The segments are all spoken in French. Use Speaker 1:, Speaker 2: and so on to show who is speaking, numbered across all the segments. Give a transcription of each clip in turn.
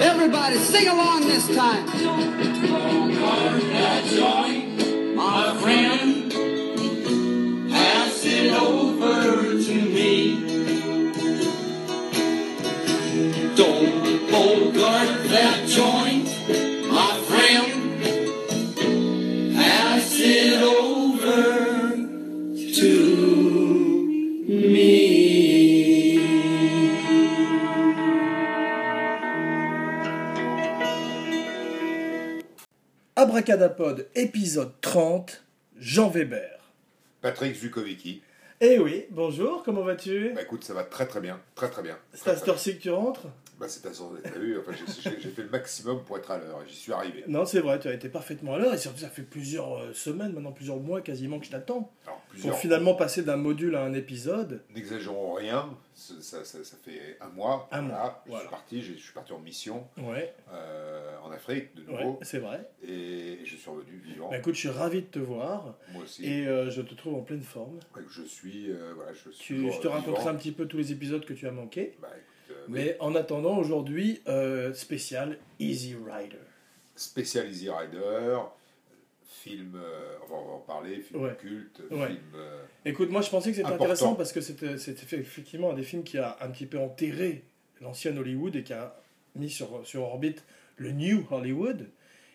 Speaker 1: Everybody sing along this time.
Speaker 2: My friend, pass it over to me. Don't bogart that joint, my friend. Pass it over to me.
Speaker 3: Abracadapod, épisode 30, Jean Weber.
Speaker 4: Patrick Zukovicki.
Speaker 3: Eh oui, bonjour, comment vas-tu
Speaker 4: Bah écoute, ça va très très bien, très très bien.
Speaker 3: C'est
Speaker 4: Très,
Speaker 3: à
Speaker 4: très
Speaker 3: cette heure-ci que tu rentres
Speaker 4: bien. Bah c'est ta source, t'as vu, enfin, j'ai- j'ai j'ai fait le maximum pour être à l'heure et j'y suis arrivé.
Speaker 3: Non, c'est vrai, tu as été parfaitement à l'heure et surtout ça fait plusieurs euh, semaines, maintenant plusieurs mois quasiment que je t'attends.
Speaker 4: Alors
Speaker 3: Pour
Speaker 4: plusieurs,
Speaker 3: finalement passer d'un module à un épisode.
Speaker 4: n'exagérons rien, ça, ça- ça- ça fait un mois.
Speaker 3: Un
Speaker 4: voilà,
Speaker 3: mois,
Speaker 4: Je
Speaker 3: voilà.
Speaker 4: suis parti, j'ai- je suis parti en mission
Speaker 3: Ouais,
Speaker 4: euh, en Afrique de
Speaker 3: ouais,
Speaker 4: nouveau
Speaker 3: c'est vrai.
Speaker 4: et je suis revenu vivant,
Speaker 3: Bah écoute, je suis ravi de te voir
Speaker 4: moi aussi.
Speaker 3: et euh, je te trouve en pleine forme.
Speaker 4: Ouais, Je suis, euh, voilà, je suis.
Speaker 3: Tu,
Speaker 4: toujours,
Speaker 3: je te
Speaker 4: euh,
Speaker 3: raconterai un
Speaker 4: vivant.
Speaker 3: petit peu tous les épisodes que tu as manqués.
Speaker 4: Bah écoute, euh, oui.
Speaker 3: Mais en attendant, aujourd'hui, euh, spécial Easy Rider.
Speaker 4: Spécial Easy Rider, film, euh, on va on va en parler, film
Speaker 3: Ouais.
Speaker 4: culte,
Speaker 3: Ouais.
Speaker 4: film. euh,
Speaker 3: Écoute, moi je pensais que c'était
Speaker 4: Important.
Speaker 3: intéressant parce que c'était c'était fait- effectivement un des films qui a un petit peu enterré l'ancien Hollywood et qui a mis sur, sur orbite le New Hollywood.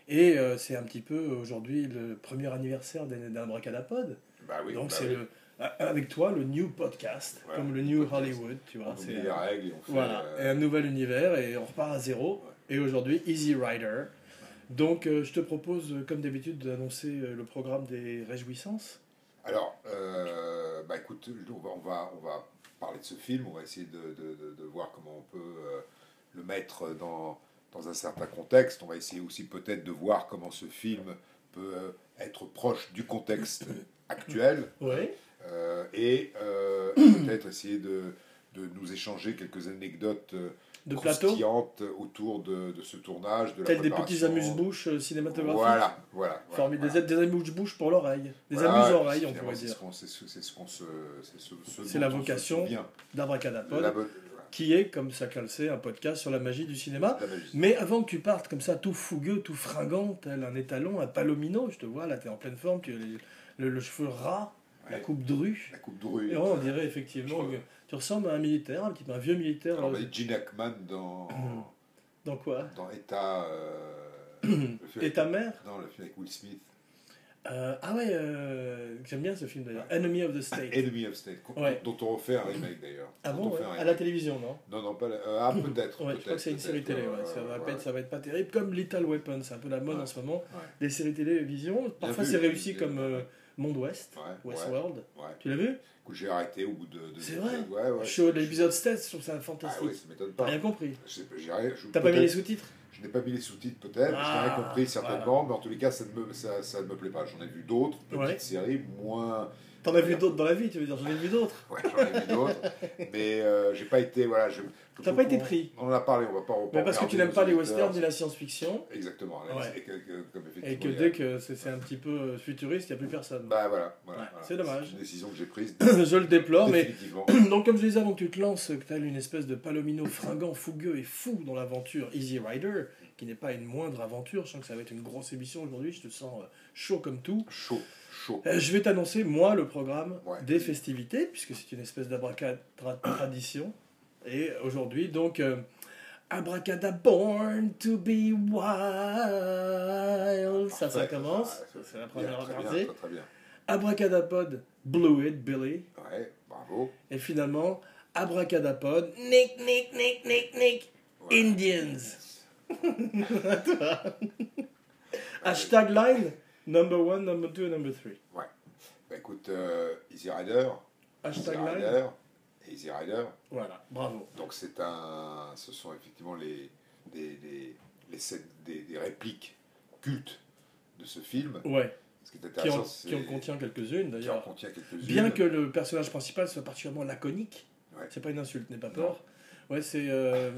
Speaker 3: Et euh, c'est un petit peu aujourd'hui le premier anniversaire d'un d'un bracadapod.
Speaker 4: bah oui,
Speaker 3: Donc
Speaker 4: bah
Speaker 3: c'est
Speaker 4: oui.
Speaker 3: le- a- avec toi le New Podcast,
Speaker 4: Voilà,
Speaker 3: comme le New
Speaker 4: podcast.
Speaker 3: Hollywood, tu vois.
Speaker 4: on
Speaker 3: Bah, c'est-
Speaker 4: oublie les règles et on fait.
Speaker 3: Voilà,
Speaker 4: euh,
Speaker 3: et un nouvel univers et on repart à zéro. Et aujourd'hui, Easy Rider. Donc euh, je te propose, euh, comme d'habitude, d'annoncer euh, le programme des réjouissances.
Speaker 4: Alors, euh, bah écoute, on va, on, va, on va parler de ce film, on va essayer de, de- de- de voir comment on peut euh, le mettre dans, dans un certain contexte. On va essayer aussi peut-être de voir comment ce film peut euh, être proche du contexte actuel
Speaker 3: Ouais,
Speaker 4: euh, et euh, peut-être essayer de, de nous échanger quelques anecdotes euh,
Speaker 3: de plateau.
Speaker 4: croustillantes autour de, de ce tournage, de la
Speaker 3: Tels des petits
Speaker 4: préparation.
Speaker 3: amuse-bouches euh, cinématographiques.
Speaker 4: Voilà, voilà. voilà,
Speaker 3: Formé-
Speaker 4: voilà.
Speaker 3: Des, des amuse-bouches pour l'oreille. Des
Speaker 4: Voilà,
Speaker 3: amuse-oreilles, on
Speaker 4: finalement,
Speaker 3: pourrait
Speaker 4: c'est
Speaker 3: dire.
Speaker 4: ce qu'on- C'est ce, c'est ce qu'on se. C'est ce- ce
Speaker 3: C'est
Speaker 4: dont
Speaker 3: la
Speaker 4: on se
Speaker 3: vocation
Speaker 4: souvient.
Speaker 3: D'Abracadapod.
Speaker 4: La, bo-
Speaker 3: Qui est, comme chacun le sait, un podcast sur la magie du cinéma.
Speaker 4: la magie.
Speaker 3: Mais avant que tu partes comme ça, tout fougueux, tout fringant, tel un étalon, un palomino, je te vois, là, t'es en pleine forme, tu as les- le, le cheveu ras, la
Speaker 4: Ouais.
Speaker 3: coupe drue.
Speaker 4: La coupe de rue.
Speaker 3: Et ouais, on dirait effectivement
Speaker 4: Je-
Speaker 3: que tu ressembles à un militaire, un petit peu un vieux militaire.
Speaker 4: Alors,
Speaker 3: euh,
Speaker 4: bah, Gene Hackman dans,
Speaker 3: dans quoi
Speaker 4: dans État. euh, le film
Speaker 3: Et
Speaker 4: avec-
Speaker 3: ta mère
Speaker 4: Non, le film avec Will Smith.
Speaker 3: Euh, Ah ouais, euh, j'aime bien ce film d'ailleurs.
Speaker 4: Ouais.
Speaker 3: Enemy of the State.
Speaker 4: Enemy of State, qu'on-
Speaker 3: Ouais.
Speaker 4: dont on refait un remake d'ailleurs.
Speaker 3: Ah
Speaker 4: Dont
Speaker 3: bon,
Speaker 4: on fait
Speaker 3: ouais,
Speaker 4: un
Speaker 3: à la
Speaker 4: remake.
Speaker 3: télévision, non
Speaker 4: Non, non, pas la- euh, Ah, peut-être.
Speaker 3: Ouais, je crois
Speaker 4: peut-être,
Speaker 3: que c'est une série
Speaker 4: peut-être,
Speaker 3: télé, ouais,
Speaker 4: euh,
Speaker 3: ça, va
Speaker 4: ouais.
Speaker 3: pas être, ça va être pas terrible. Comme Little Weapon, c'est un peu la mode
Speaker 4: Ouais.
Speaker 3: en ce moment.
Speaker 4: Ouais.
Speaker 3: Les séries télévision, parfois
Speaker 4: vu,
Speaker 3: c'est
Speaker 4: bien
Speaker 3: réussi
Speaker 4: vu.
Speaker 3: comme euh, Monde Ouest,
Speaker 4: Ouais, ouais,
Speaker 3: Westworld.
Speaker 4: ouais.
Speaker 3: Tu l'as vu
Speaker 4: Écoute, J'ai arrêté au bout de. de-
Speaker 3: C'est vrai
Speaker 4: Ouais, ouais.
Speaker 3: Je suis au l'épisode 16, je trouve ça
Speaker 4: Ah,
Speaker 3: fantastique.
Speaker 4: oui, ça m'étonne
Speaker 3: T'as
Speaker 4: pas.
Speaker 3: rien compris
Speaker 4: Je sais pas, j'irai- je-
Speaker 3: T'as pas mis les
Speaker 4: peut-être-
Speaker 3: sous-titres
Speaker 4: Je n'ai pas mis les sous-titres peut-être,
Speaker 3: Ah,
Speaker 4: je n'ai rien compris certainement, mais en tous les cas, ça ne me, ça, ça ne me plaît pas. J'en ai vu d'autres, petites
Speaker 3: Ouais.
Speaker 4: séries, moins...
Speaker 3: T'en as vu d'autres dans la vie, tu veux dire, j'en ai vu d'autres.
Speaker 4: Ouais, j'en ai vu d'autres, mais euh, j'ai pas été... Voilà, je, je
Speaker 3: T'as
Speaker 4: trouve
Speaker 3: pas été
Speaker 4: qu'on-
Speaker 3: pris.
Speaker 4: On en a parlé, on va pas...
Speaker 3: Mais parce que tu n'aimes pas les westerns ni la science-fiction,
Speaker 4: Exactement,
Speaker 3: Ouais.
Speaker 4: et que, que- comme
Speaker 3: et
Speaker 4: effectivement...
Speaker 3: que
Speaker 4: il y a-
Speaker 3: dès que c'est c'est un petit peu euh, futuriste, il n'y a plus personne.
Speaker 4: Bah voilà, voilà,
Speaker 3: Ouais,
Speaker 4: voilà.
Speaker 3: c'est dommage.
Speaker 4: une décision que j'ai prise,
Speaker 3: Je le déplore, mais
Speaker 4: définitivement.
Speaker 3: Donc, comme je disais avant que tu te lances, que tu as une espèce de palomino fringant, fougueux et fou dans l'aventure Easy Rider, qui n'est pas une moindre aventure, je sens que ça va être une grosse émission aujourd'hui, je te sens euh, chaud comme tout.
Speaker 4: Chaud, chaud.
Speaker 3: Euh, je vais t'annoncer, moi, le programme
Speaker 4: Ouais.
Speaker 3: des festivités, puisque c'est une espèce d'abracadabra tradition. Et aujourd'hui, donc, euh, Abracada Born to be Wild. Ça, ça
Speaker 4: Parfait.
Speaker 3: commence.
Speaker 4: Ah,
Speaker 3: Ça, C'est la
Speaker 4: Bien,
Speaker 3: première
Speaker 4: très bien,
Speaker 3: partie.
Speaker 4: très, très bien.
Speaker 3: Abracadapod, Blew It, Billy.
Speaker 4: Ouais, bravo.
Speaker 3: Et finalement, Abracadapod, Nick, Nick, Nick, Nick, Nick,
Speaker 4: Ouais.
Speaker 3: Indians. Hashtag line, number one, number two, number three.
Speaker 4: Ouais. Bah écoute, euh, Easy Rider, Easy
Speaker 3: Hashtag live.
Speaker 4: Rider, et Easy Rider.
Speaker 3: Voilà, bravo.
Speaker 4: Donc c'est un, ce sont effectivement les, les, les, les scènes- des, des répliques cultes de ce film.
Speaker 3: Ouais,
Speaker 4: Ce qui est
Speaker 3: qui en,
Speaker 4: intéressant, c'est
Speaker 3: qui en contient quelques-unes
Speaker 4: qui en
Speaker 3: d'ailleurs.
Speaker 4: contient quelques-unes.
Speaker 3: Bien que le personnage principal soit particulièrement laconique,
Speaker 4: Ouais.
Speaker 3: c'est pas une insulte, n'aie pas
Speaker 4: Non.
Speaker 3: peur. Ouais, c'est euh,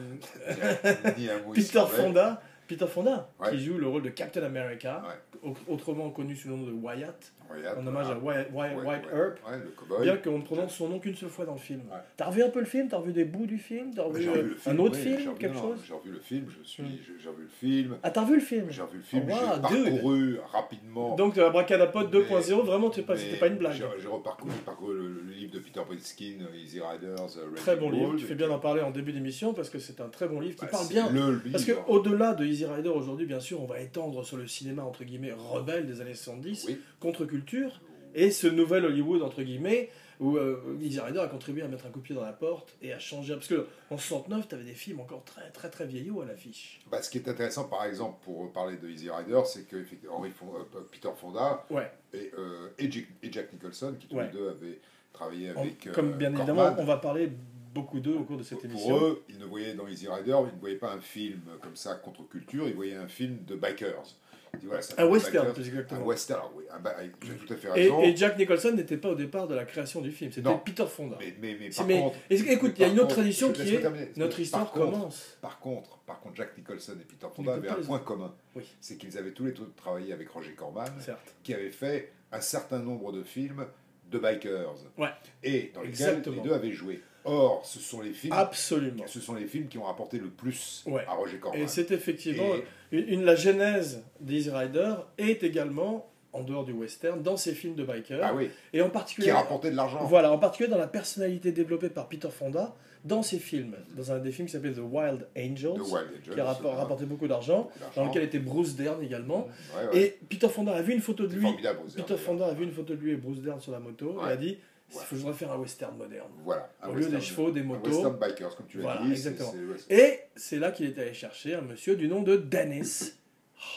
Speaker 4: Ni un mot
Speaker 3: Peter
Speaker 4: islandais.
Speaker 3: Fonda, Peter Fonda
Speaker 4: Ouais.
Speaker 3: qui joue le rôle de Captain America, au- autrement connu sous le nom de Wyatt,
Speaker 4: Regarde,
Speaker 3: en hommage à Wyatt, Wyatt-
Speaker 4: Ouais,
Speaker 3: Wyatt
Speaker 4: ouais,
Speaker 3: Earp.
Speaker 4: ouais, le cow-boy.
Speaker 3: Bien qu'on ne prononce son nom qu'une seule fois dans le film.
Speaker 4: Ah Ouais.
Speaker 3: T'as revu un peu le film T'as revu des bouts du film T'as
Speaker 4: Ouais,
Speaker 3: revu,
Speaker 4: j'ai revu
Speaker 3: euh,
Speaker 4: le
Speaker 3: un autre
Speaker 4: ouais, j'ai
Speaker 3: film
Speaker 4: revu-
Speaker 3: Quelque
Speaker 4: non,
Speaker 3: chose
Speaker 4: J'ai revu le film, je suis,
Speaker 3: Hmm.
Speaker 4: j'ai- j'ai revu le film,
Speaker 3: Ah, t'as vu le film
Speaker 4: j'ai revu le film,
Speaker 3: Oh,
Speaker 4: j'ai
Speaker 3: wow, dude.
Speaker 4: parcouru rapidement.
Speaker 3: Donc, euh, la Bracadapote
Speaker 4: Mais-
Speaker 3: 2.0, vraiment, t'es pas-
Speaker 4: mais
Speaker 3: c'était pas une blague.
Speaker 4: J'ai j'ai reparcouru, j'ai parcouru le, le livre de Peter Briskin, Easy Riders, euh, Raging
Speaker 3: Très bon livre,
Speaker 4: Bull,
Speaker 3: tu fais
Speaker 4: et
Speaker 3: bien d'en parler en début d'émission parce que c'est un très bon livre qui
Speaker 4: Bah,
Speaker 3: parle
Speaker 4: c'est
Speaker 3: bien.
Speaker 4: Le livre.
Speaker 3: Parce que au-delà de Easy Rider aujourd'hui, bien sûr, on va étendre sur le cinéma entre guillemets rebelle des années 70,
Speaker 4: Oui.
Speaker 3: contre-culture, et ce nouvel Hollywood entre guillemets où euh, Easy Rider a contribué à mettre un coup de pied dans la porte et à changer. Parce que en 69, t'avais des films encore très très très vieillots à l'affiche.
Speaker 4: Bah, ce qui est intéressant, par exemple, pour parler de Easy Rider, c'est que effectivement, Henry Fon- euh, Peter Fonda
Speaker 3: Ouais.
Speaker 4: et, euh, et Jack, et Jack Nicholson, qui tous
Speaker 3: Ouais.
Speaker 4: les deux avaient travaillé
Speaker 3: En-
Speaker 4: avec. euh,
Speaker 3: comme bien
Speaker 4: Corman,
Speaker 3: évidemment, on va parler beaucoup d'eux au cours de cette
Speaker 4: pour
Speaker 3: émission.
Speaker 4: eux, ils ne voyaient dans Easy Rider, ils ne voyaient pas un film comme ça contre-culture, ils voyaient un film de bikers. Ils disaient, voilà, ça fait
Speaker 3: un
Speaker 4: des
Speaker 3: western,
Speaker 4: bikers.
Speaker 3: plus
Speaker 4: Un
Speaker 3: exactement.
Speaker 4: western, alors oui. un ba- Tu as tout à fait
Speaker 3: Et,
Speaker 4: raison.
Speaker 3: et Jack Nicholson n'était pas au départ de la création du film, c'était
Speaker 4: Non.
Speaker 3: Peter Fonda.
Speaker 4: mais, mais, mais
Speaker 3: Si,
Speaker 4: par
Speaker 3: mais-
Speaker 4: contre.
Speaker 3: Et- écoute, il
Speaker 4: mais
Speaker 3: y a
Speaker 4: par
Speaker 3: une autre
Speaker 4: contre-
Speaker 3: tradition
Speaker 4: je-
Speaker 3: qui
Speaker 4: laisse-moi
Speaker 3: est
Speaker 4: terminer.
Speaker 3: notre histoire
Speaker 4: par contre,
Speaker 3: commence.
Speaker 4: Par contre, par contre, Jack Nicholson et Peter
Speaker 3: ne
Speaker 4: Fonda
Speaker 3: peut
Speaker 4: avaient
Speaker 3: pas
Speaker 4: un
Speaker 3: les
Speaker 4: point commun.
Speaker 3: Oui.
Speaker 4: C'est qu'ils avaient tous les deux travaillé avec Roger Corman,
Speaker 3: Certes.
Speaker 4: qui avait fait un certain nombre de films de bikers.
Speaker 3: Ouais.
Speaker 4: Et dans lesquels
Speaker 3: Exactement.
Speaker 4: les deux avaient joué. Or, ce sont les films,
Speaker 3: Absolument.
Speaker 4: ce sont les films qui ont apporté le plus
Speaker 3: Ouais.
Speaker 4: à Roger Corman.
Speaker 3: Et c'est effectivement
Speaker 4: Et-
Speaker 3: une, une- la genèse d'Easy Rider est également en dehors du western dans ces films de bikers
Speaker 4: Ah oui,
Speaker 3: et en
Speaker 4: qui
Speaker 3: particulier
Speaker 4: a rapporté de l'argent.
Speaker 3: voilà en particulier dans la personnalité développée par Peter Fonda dans ces films dans un des films qui s'appelle The Wild Angels
Speaker 4: De Wild Angels.
Speaker 3: qui a rapport-
Speaker 4: euh,
Speaker 3: rapporté beaucoup d'argent
Speaker 4: beaucoup d'argent.
Speaker 3: dans lequel était Bruce Dern également
Speaker 4: Ouais, ouais.
Speaker 3: et Peter Fonda a vu une photo de
Speaker 4: C'est
Speaker 3: lui
Speaker 4: formidable, Bruce Dern,
Speaker 3: Peter
Speaker 4: d'ailleurs.
Speaker 3: Fonda a vu une photo de lui et Bruce Dern sur la moto et
Speaker 4: Ouais.
Speaker 3: a dit il
Speaker 4: Ouais.
Speaker 3: faudrait faire un western moderne
Speaker 4: Voilà. un
Speaker 3: Au lieu des
Speaker 4: western-
Speaker 3: chevaux, des
Speaker 4: un
Speaker 3: motos.
Speaker 4: Western bikers, comme tu l'as
Speaker 3: Voilà,
Speaker 4: dit. c'est-
Speaker 3: exactement.
Speaker 4: c'est- ouais, c'est-
Speaker 3: et c'est là qu'il est allé chercher un monsieur du nom de Dennis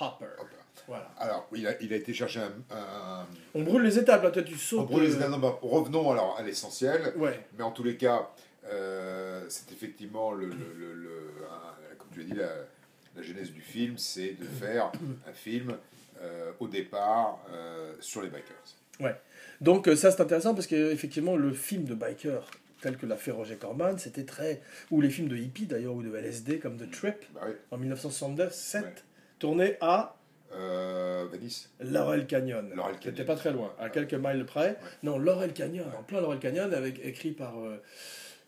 Speaker 3: Hopper
Speaker 4: Hop là.
Speaker 3: voilà
Speaker 4: Alors, il a, il a été chercher un. un-
Speaker 3: on brûle les étapes là toi tu
Speaker 4: on
Speaker 3: sautes
Speaker 4: brûle les
Speaker 3: euh,
Speaker 4: étapes. Non, bah, revenons alors à l'essentiel.
Speaker 3: Ouais,
Speaker 4: Mais en tous les cas, euh, c'est effectivement, le, le- le- le- un- comme tu as dit, la, la genèse du film c'est de faire un film euh, au départ euh, sur les bikers.
Speaker 3: donc euh, ça c'est intéressant parce que euh, effectivement le film de biker tel que l'a fait Roger Corman, c'était très ou les films de hippie d'ailleurs ou de LSD comme The Trip
Speaker 4: Bah oui.
Speaker 3: en 1979, 7
Speaker 4: Ouais.
Speaker 3: tourné à
Speaker 4: Euh, Venice
Speaker 3: Laurel Canyon.
Speaker 4: Laurel Canyon.
Speaker 3: C'était pas très loin, à quelques miles près. Non, Laurel Canyon,
Speaker 4: Ouais.
Speaker 3: en plein Laurel Canyon, avec écrit par euh,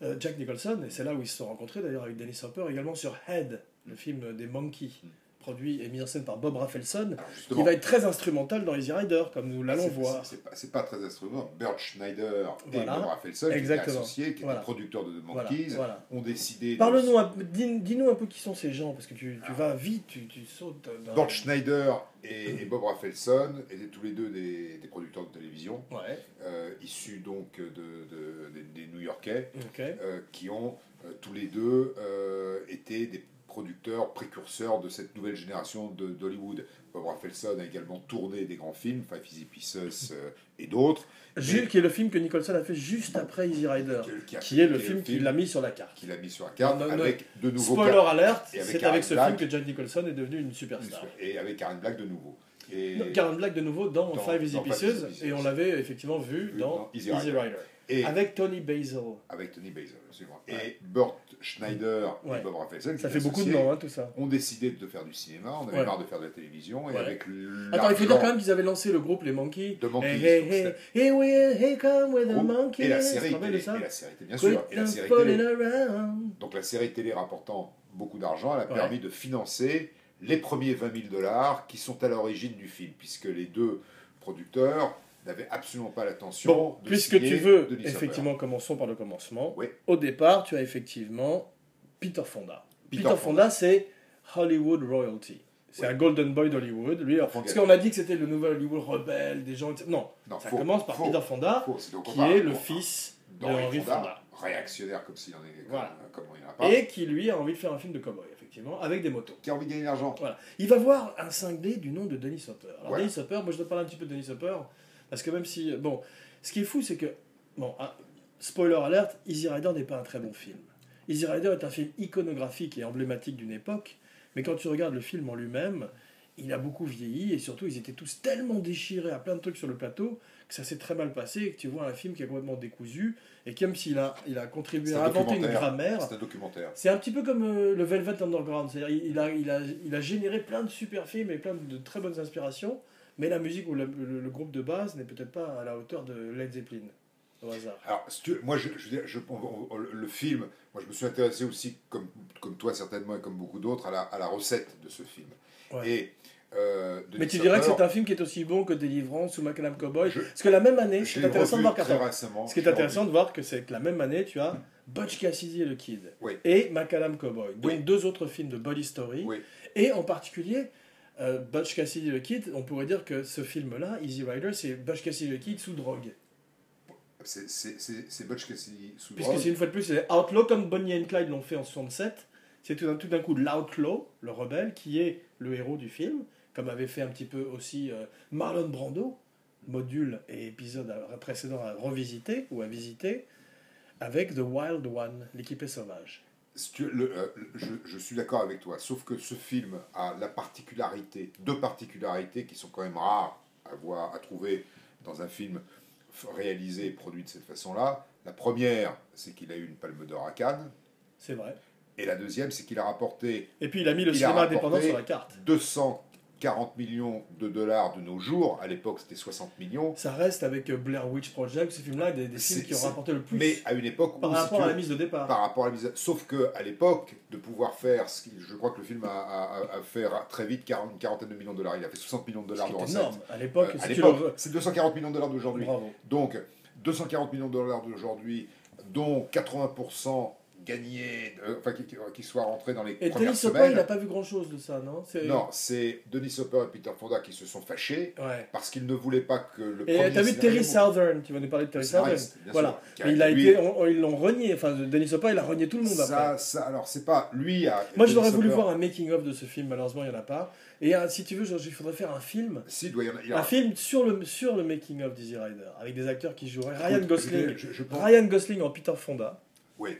Speaker 3: euh, Jack Nicholson, et c'est là où ils se sont rencontrés d'ailleurs avec Dennis Hopper également sur Head, le film des Monkeys,
Speaker 4: Mm.
Speaker 3: produit et mis en scène par Bob Rafelson,
Speaker 4: Alors,
Speaker 3: qui
Speaker 4: justement,
Speaker 3: va être très instrumental dans Easy Rider, comme nous l'allons
Speaker 4: c'est-
Speaker 3: voir.
Speaker 4: C'est c'est pas, c'est pas très instrument. Bert Schneider
Speaker 3: Voilà.
Speaker 4: et Laura Felson, qui étaient
Speaker 3: Exactement.
Speaker 4: associés, qui
Speaker 3: Voilà.
Speaker 4: étaient producteurs de The
Speaker 3: Voilà,
Speaker 4: Monkeys,
Speaker 3: voilà.
Speaker 4: ont décidé. de-
Speaker 3: Parle-nous un peu, dis- dis-nous un peu qui sont ces gens, parce que tu, tu vas vite, tu, tu sautes d'un...
Speaker 4: Bert Ah. Schneider et, et Bob Rafelson étaient tous les deux des, des producteurs de télévision,
Speaker 3: Ouais,
Speaker 4: euh, issus donc de, de- des- des New-Yorkais,
Speaker 3: ok.
Speaker 4: euh, qui ont euh, tous les deux euh, été des producteurs précurseurs de cette nouvelle génération de- d'Hollywood. Bob Rafelson a également tourné des grands films, Five Easy Pieces euh, et d'autres.
Speaker 3: Jules, qui est le film que Nicholson a fait juste après Easy Rider,
Speaker 4: a-
Speaker 3: qui est le film qui l'a mis sur la carte.
Speaker 4: qui l'a mis sur la carte
Speaker 3: Non, non, non.
Speaker 4: avec de nouveaux
Speaker 3: Spoiler
Speaker 4: Car-
Speaker 3: alert,
Speaker 4: et avec
Speaker 3: c'est
Speaker 4: Karen
Speaker 3: avec ce film
Speaker 4: Black.
Speaker 3: que Jack Nicholson est devenu une superstar.
Speaker 4: et avec Karen Black de nouveau. Et,
Speaker 3: Non, Karen Black de nouveau dans,
Speaker 4: Dans-
Speaker 3: Five Easy
Speaker 4: dans Five
Speaker 3: Pieces,
Speaker 4: Easy Pieces.
Speaker 3: et on l'avait effectivement vu
Speaker 4: Vu
Speaker 3: dans
Speaker 4: dans
Speaker 3: Easy
Speaker 4: Easy
Speaker 3: Rider.
Speaker 4: Rider. et-
Speaker 3: Avec Tony Basil.
Speaker 4: avec Tony Basil, absolument.
Speaker 3: Ouais.
Speaker 4: Et Burt Schneider
Speaker 3: Ouais.
Speaker 4: et Bob Rafelson, qui
Speaker 3: Ça fait
Speaker 4: étaient
Speaker 3: beaucoup de
Speaker 4: associés,
Speaker 3: noms, hein, tout ça.
Speaker 4: ont décidé de faire du cinéma, on avait
Speaker 3: Ouais.
Speaker 4: marre de faire de la télévision, et
Speaker 3: Ouais.
Speaker 4: avec
Speaker 3: Attends, il faut
Speaker 4: l'argent
Speaker 3: dire quand même qu'ils avaient lancé le groupe Les Monkeys.
Speaker 4: De Monkeys,
Speaker 3: Hey, hey,
Speaker 4: donc
Speaker 3: hey, here we are, here come with the
Speaker 4: groupe,
Speaker 3: Monkeys.
Speaker 4: et la
Speaker 3: Tu
Speaker 4: série
Speaker 3: te rappelles de
Speaker 4: télé,
Speaker 3: ça
Speaker 4: et la série télé, bien
Speaker 3: Quit
Speaker 4: sûr, et la
Speaker 3: the
Speaker 4: série
Speaker 3: falling
Speaker 4: télé.
Speaker 3: around.
Speaker 4: Donc la série télé rapportant beaucoup d'argent, elle a
Speaker 3: Ouais.
Speaker 4: permis de financer les premiers 20 000 dollars qui sont à l'origine du film, puisque les deux producteurs n'avaient absolument pas l'intention
Speaker 3: Bon,
Speaker 4: de
Speaker 3: puisque
Speaker 4: signer
Speaker 3: tu veux,
Speaker 4: Denis Hopper.
Speaker 3: effectivement, commençons par le commencement.
Speaker 4: Oui.
Speaker 3: Au départ, tu as effectivement Peter Fonda. Peter,
Speaker 4: Peter
Speaker 3: Fonda, c'est Hollywood Royalty. C'est
Speaker 4: Oui.
Speaker 3: un Golden Boy d'Hollywood. Lui, alors,
Speaker 4: Enfant
Speaker 3: parce
Speaker 4: gâté.
Speaker 3: qu'on a dit que c'était le nouvel Hollywood rebelle, des gens. etc. Non,
Speaker 4: Non,
Speaker 3: ça
Speaker 4: faux,
Speaker 3: commence par
Speaker 4: faux,
Speaker 3: Peter Fonda,
Speaker 4: faux, c'est donc
Speaker 3: qui
Speaker 4: comparable.
Speaker 3: est le
Speaker 4: Bon,
Speaker 3: fils de
Speaker 4: d'Henri
Speaker 3: Henry
Speaker 4: Fonda, Hein?
Speaker 3: Fonda.
Speaker 4: réactionnaire comme s'il en est, comme,
Speaker 3: Voilà.
Speaker 4: comme il n'y en a pas,
Speaker 3: Et qui, lui, a envie de faire un film de cowboy, effectivement, avec des motos.
Speaker 4: qui a envie de gagner de l'argent.
Speaker 3: Voilà. Il va voir un cinglé du nom de Denis Hopper. Alors,
Speaker 4: Voilà.
Speaker 3: Dennis Hopper, moi je dois parler un petit peu de Denis Hopper. Parce que même si. Bon, ce qui est fou, c'est que. Bon, ah, spoiler alert, Easy Rider n'est pas un très bon film. Easy Rider est un film iconographique et emblématique d'une époque, mais quand tu regardes le film en lui-même, il a beaucoup vieilli et surtout, ils étaient tous tellement déchirés à plein de trucs sur le plateau que ça s'est très mal passé et que tu vois un film qui est complètement décousu et que même s'il a, il a contribué
Speaker 4: C'est un
Speaker 3: à inventer une
Speaker 4: documentaire.
Speaker 3: grammaire,
Speaker 4: C'est un documentaire.
Speaker 3: c'est un petit peu comme euh, le Velvet Underground, c'est-à-dire il il a, il, a, il a généré plein de super films et plein de très bonnes inspirations, mais la musique ou la- le, le groupe de base n'est peut-être pas à la hauteur de Led Zeppelin, au hasard.
Speaker 4: Alors, si tu veux, moi, je, je, veux dire, je- on- on- le- le film, moi, je me suis intéressé aussi, comme, comme toi certainement et comme beaucoup d'autres, à la, à la recette de ce film.
Speaker 3: Ouais.
Speaker 4: Et, euh, Denis
Speaker 3: Mais tu dirais que
Speaker 4: Hopper,
Speaker 3: c'est un film qui est aussi bon que Délivrance ou Macadam Cowboy
Speaker 4: Je-
Speaker 3: Parce que la même année,
Speaker 4: je
Speaker 3: c'est
Speaker 4: l'ai
Speaker 3: intéressant de voir
Speaker 4: revu très
Speaker 3: qu'attends,
Speaker 4: récemment.
Speaker 3: ce qui
Speaker 4: Je
Speaker 3: est
Speaker 4: l'ai
Speaker 3: intéressant
Speaker 4: revu.
Speaker 3: de voir que c'est que la même année, tu as Butch Cassidy et le Kid
Speaker 4: Oui.
Speaker 3: et Macadam Cowboy, donc
Speaker 4: Oui.
Speaker 3: deux autres films de Body Story,
Speaker 4: Oui.
Speaker 3: et en particulier euh, Butch Cassidy et le Kid. On pourrait dire que ce film-là, Easy Rider, c'est Butch Cassidy et le Kid sous drogue.
Speaker 4: C'est- C'est c'est- c'est Butch Cassidy sous
Speaker 3: Puisque c'est une fois de plus, c'est Outlaw comme Bonnie and Clyde l'ont fait en 67. C'est tout d'un tout d'un coup l'Outlaw, le rebelle, qui est le héros du film, comme avait fait un petit peu aussi euh, Marlon Brando, module et épisode à- précédent à revisiter ou à visiter, avec The Wild One, l'équipé sauvage.
Speaker 4: Si tu veux, le- euh, le- je, je suis d'accord avec toi, sauf que ce film a la particularité, deux particularités qui sont quand même rares à, voir, à trouver dans un film f- réalisé et produit de cette façon-là. La première, c'est qu'il a eu une palme d'or à Cannes,
Speaker 3: C'est vrai.
Speaker 4: et la deuxième, c'est qu'il a rapporté
Speaker 3: Et puis il a mis le
Speaker 4: Il a
Speaker 3: cinéma
Speaker 4: rapporté-
Speaker 3: indépendant sur la carte.
Speaker 4: 240 millions de dollars de nos jours, à l'époque c'était 60 millions,
Speaker 3: Ça reste avec euh, Blair Witch Project, ce film-là, des, des films
Speaker 4: C'est-
Speaker 3: qui ont
Speaker 4: c'est-
Speaker 3: rapporté le plus
Speaker 4: mais à une époque où
Speaker 3: par
Speaker 4: si
Speaker 3: rapport
Speaker 4: tu
Speaker 3: à
Speaker 4: veux,
Speaker 3: la mise de départ.
Speaker 4: par rapport à la mise à- Sauf que à l'époque, de pouvoir faire, ce qui- je crois que le film a, a- a- a fait ra- très vite 40, une quarantaine de millions de dollars. Il a fait 60 millions
Speaker 3: Ce
Speaker 4: de dollars
Speaker 3: qui
Speaker 4: de
Speaker 3: est
Speaker 4: recettes.
Speaker 3: énorme. À l'époque,
Speaker 4: Euh, à
Speaker 3: si tu le
Speaker 4: l'époque,
Speaker 3: veux-
Speaker 4: c'est 240 millions de dollars d'aujourd'hui.
Speaker 3: Bravo.
Speaker 4: Donc, 240 millions de dollars d'aujourd'hui, dont 80% gagnés, euh, enfin, qui, qui- qui soient rentrés dans les
Speaker 3: Et
Speaker 4: premières
Speaker 3: Denis Sopa, il n'a
Speaker 4: semaines.
Speaker 3: pas vu grand-chose de ça, non C'est-
Speaker 4: Non, c'est Denis Hopper et Peter Fonda qui se sont fâchés
Speaker 3: Ouais.
Speaker 4: parce qu'ils ne voulaient pas que le
Speaker 3: Et
Speaker 4: premier
Speaker 3: t'as vu
Speaker 4: scénario-
Speaker 3: Terry Southern, tu vas nous parler de Terry
Speaker 4: Ça
Speaker 3: Southern.
Speaker 4: reste, bien
Speaker 3: Voilà.
Speaker 4: sûr. Qui
Speaker 3: Mais il a
Speaker 4: lui-
Speaker 3: été, on- on- ils l'ont renié. Enfin, Denis Sopa, il a renié tout le monde après.
Speaker 4: Ça, ça, alors c'est pas lui. a-
Speaker 3: Moi, je
Speaker 4: Denis
Speaker 3: j'aurais voulu
Speaker 4: Hopper-
Speaker 3: voir un making-of de ce film, malheureusement, il n'y en a pas. Et euh, si tu veux, je- il faudrait faire un film.
Speaker 4: Si, il doit y en a- il y en a-
Speaker 3: Un film sur le, sur le making-of d'Easy Rider, avec des acteurs qui joueraient Ryan
Speaker 4: Écoute, je-
Speaker 3: Gosling.
Speaker 4: je- je pense-
Speaker 3: Ryan Gosling en Peter Fonda,
Speaker 4: Oui.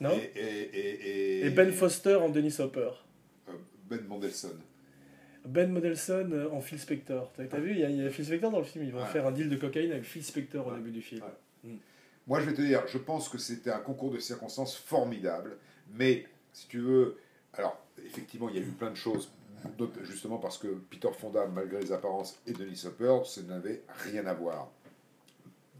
Speaker 3: non
Speaker 4: et, et- et- et-
Speaker 3: Et Ben Foster en Denis Hopper.
Speaker 4: euh, Ben Mendelsohn.
Speaker 3: Ben Modelson euh, en Phil Spector. T'as t'as vu, il y, a- il y a Phil Spector dans le film. Ils vont
Speaker 4: Ouais.
Speaker 3: faire un deal de cocaïne avec Phil Spector au
Speaker 4: Ouais.
Speaker 3: début du film.
Speaker 4: Ouais. Moi, je vais te dire, je pense que c'était un concours de circonstances formidable, mais si tu veux, alors effectivement, il y a eu plein de choses, d'autres- justement parce que Peter Fonda, malgré les apparences, et Denis Hopper, ça n'avait rien à voir.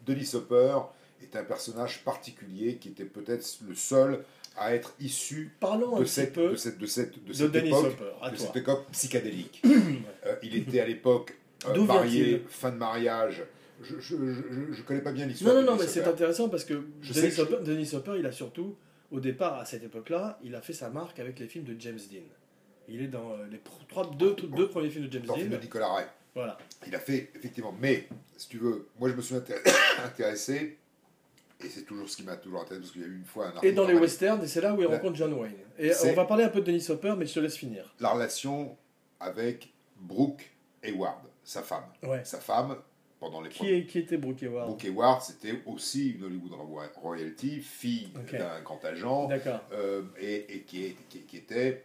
Speaker 4: Denis Hopper est un personnage particulier qui était peut-être le seul à être issu
Speaker 3: Parlons un
Speaker 4: de
Speaker 3: petit
Speaker 4: cette,
Speaker 3: peu
Speaker 4: de cette, de cette, de
Speaker 3: de,
Speaker 4: cette
Speaker 3: Denis
Speaker 4: époque
Speaker 3: Hopper. À
Speaker 4: de
Speaker 3: toi.
Speaker 4: cette époque psychédélique. Euh, il était à l'époque euh,
Speaker 3: D'où
Speaker 4: marié,
Speaker 3: vient-il
Speaker 4: fin de mariage. Je je, je, je connais pas bien l'histoire.
Speaker 3: Non, non,
Speaker 4: de
Speaker 3: non,
Speaker 4: Denis
Speaker 3: mais c'est
Speaker 4: Hopper.
Speaker 3: intéressant parce que
Speaker 4: Je
Speaker 3: Denis,
Speaker 4: sais que je-
Speaker 3: Hopper, Denis Hopper, il a surtout, au départ, à cette époque-là, il a fait sa marque avec les films de James Dean. Il est dans euh, les pro- trois, deux, tout- deux premiers films de James
Speaker 4: Dans le film
Speaker 3: Dean.
Speaker 4: de Nicolas Ray.
Speaker 3: Voilà.
Speaker 4: Il a fait, effectivement. Mais, si tu veux, moi je me suis intér- intéressé, et c'est toujours ce qui m'a toujours intéressé, parce qu'il y a eu une fois un article.
Speaker 3: Et dans les
Speaker 4: dans la-
Speaker 3: westerns, et c'est là où il
Speaker 4: Ouais.
Speaker 3: rencontre John Wayne. Et
Speaker 4: C'est-
Speaker 3: on va parler un peu de Denis Hopper, mais je te laisse finir.
Speaker 4: La relation avec Brooke Hayward, sa femme.
Speaker 3: Ouais.
Speaker 4: Sa femme, pendant les
Speaker 3: Qui, est, qui était Brooke Heward
Speaker 4: Brooke Hayward, c'était aussi une Hollywood Roy- royalty, fille
Speaker 3: Ok.
Speaker 4: d'un grand agent,
Speaker 3: D'accord.
Speaker 4: euh, et, et qui, est- qui- qui était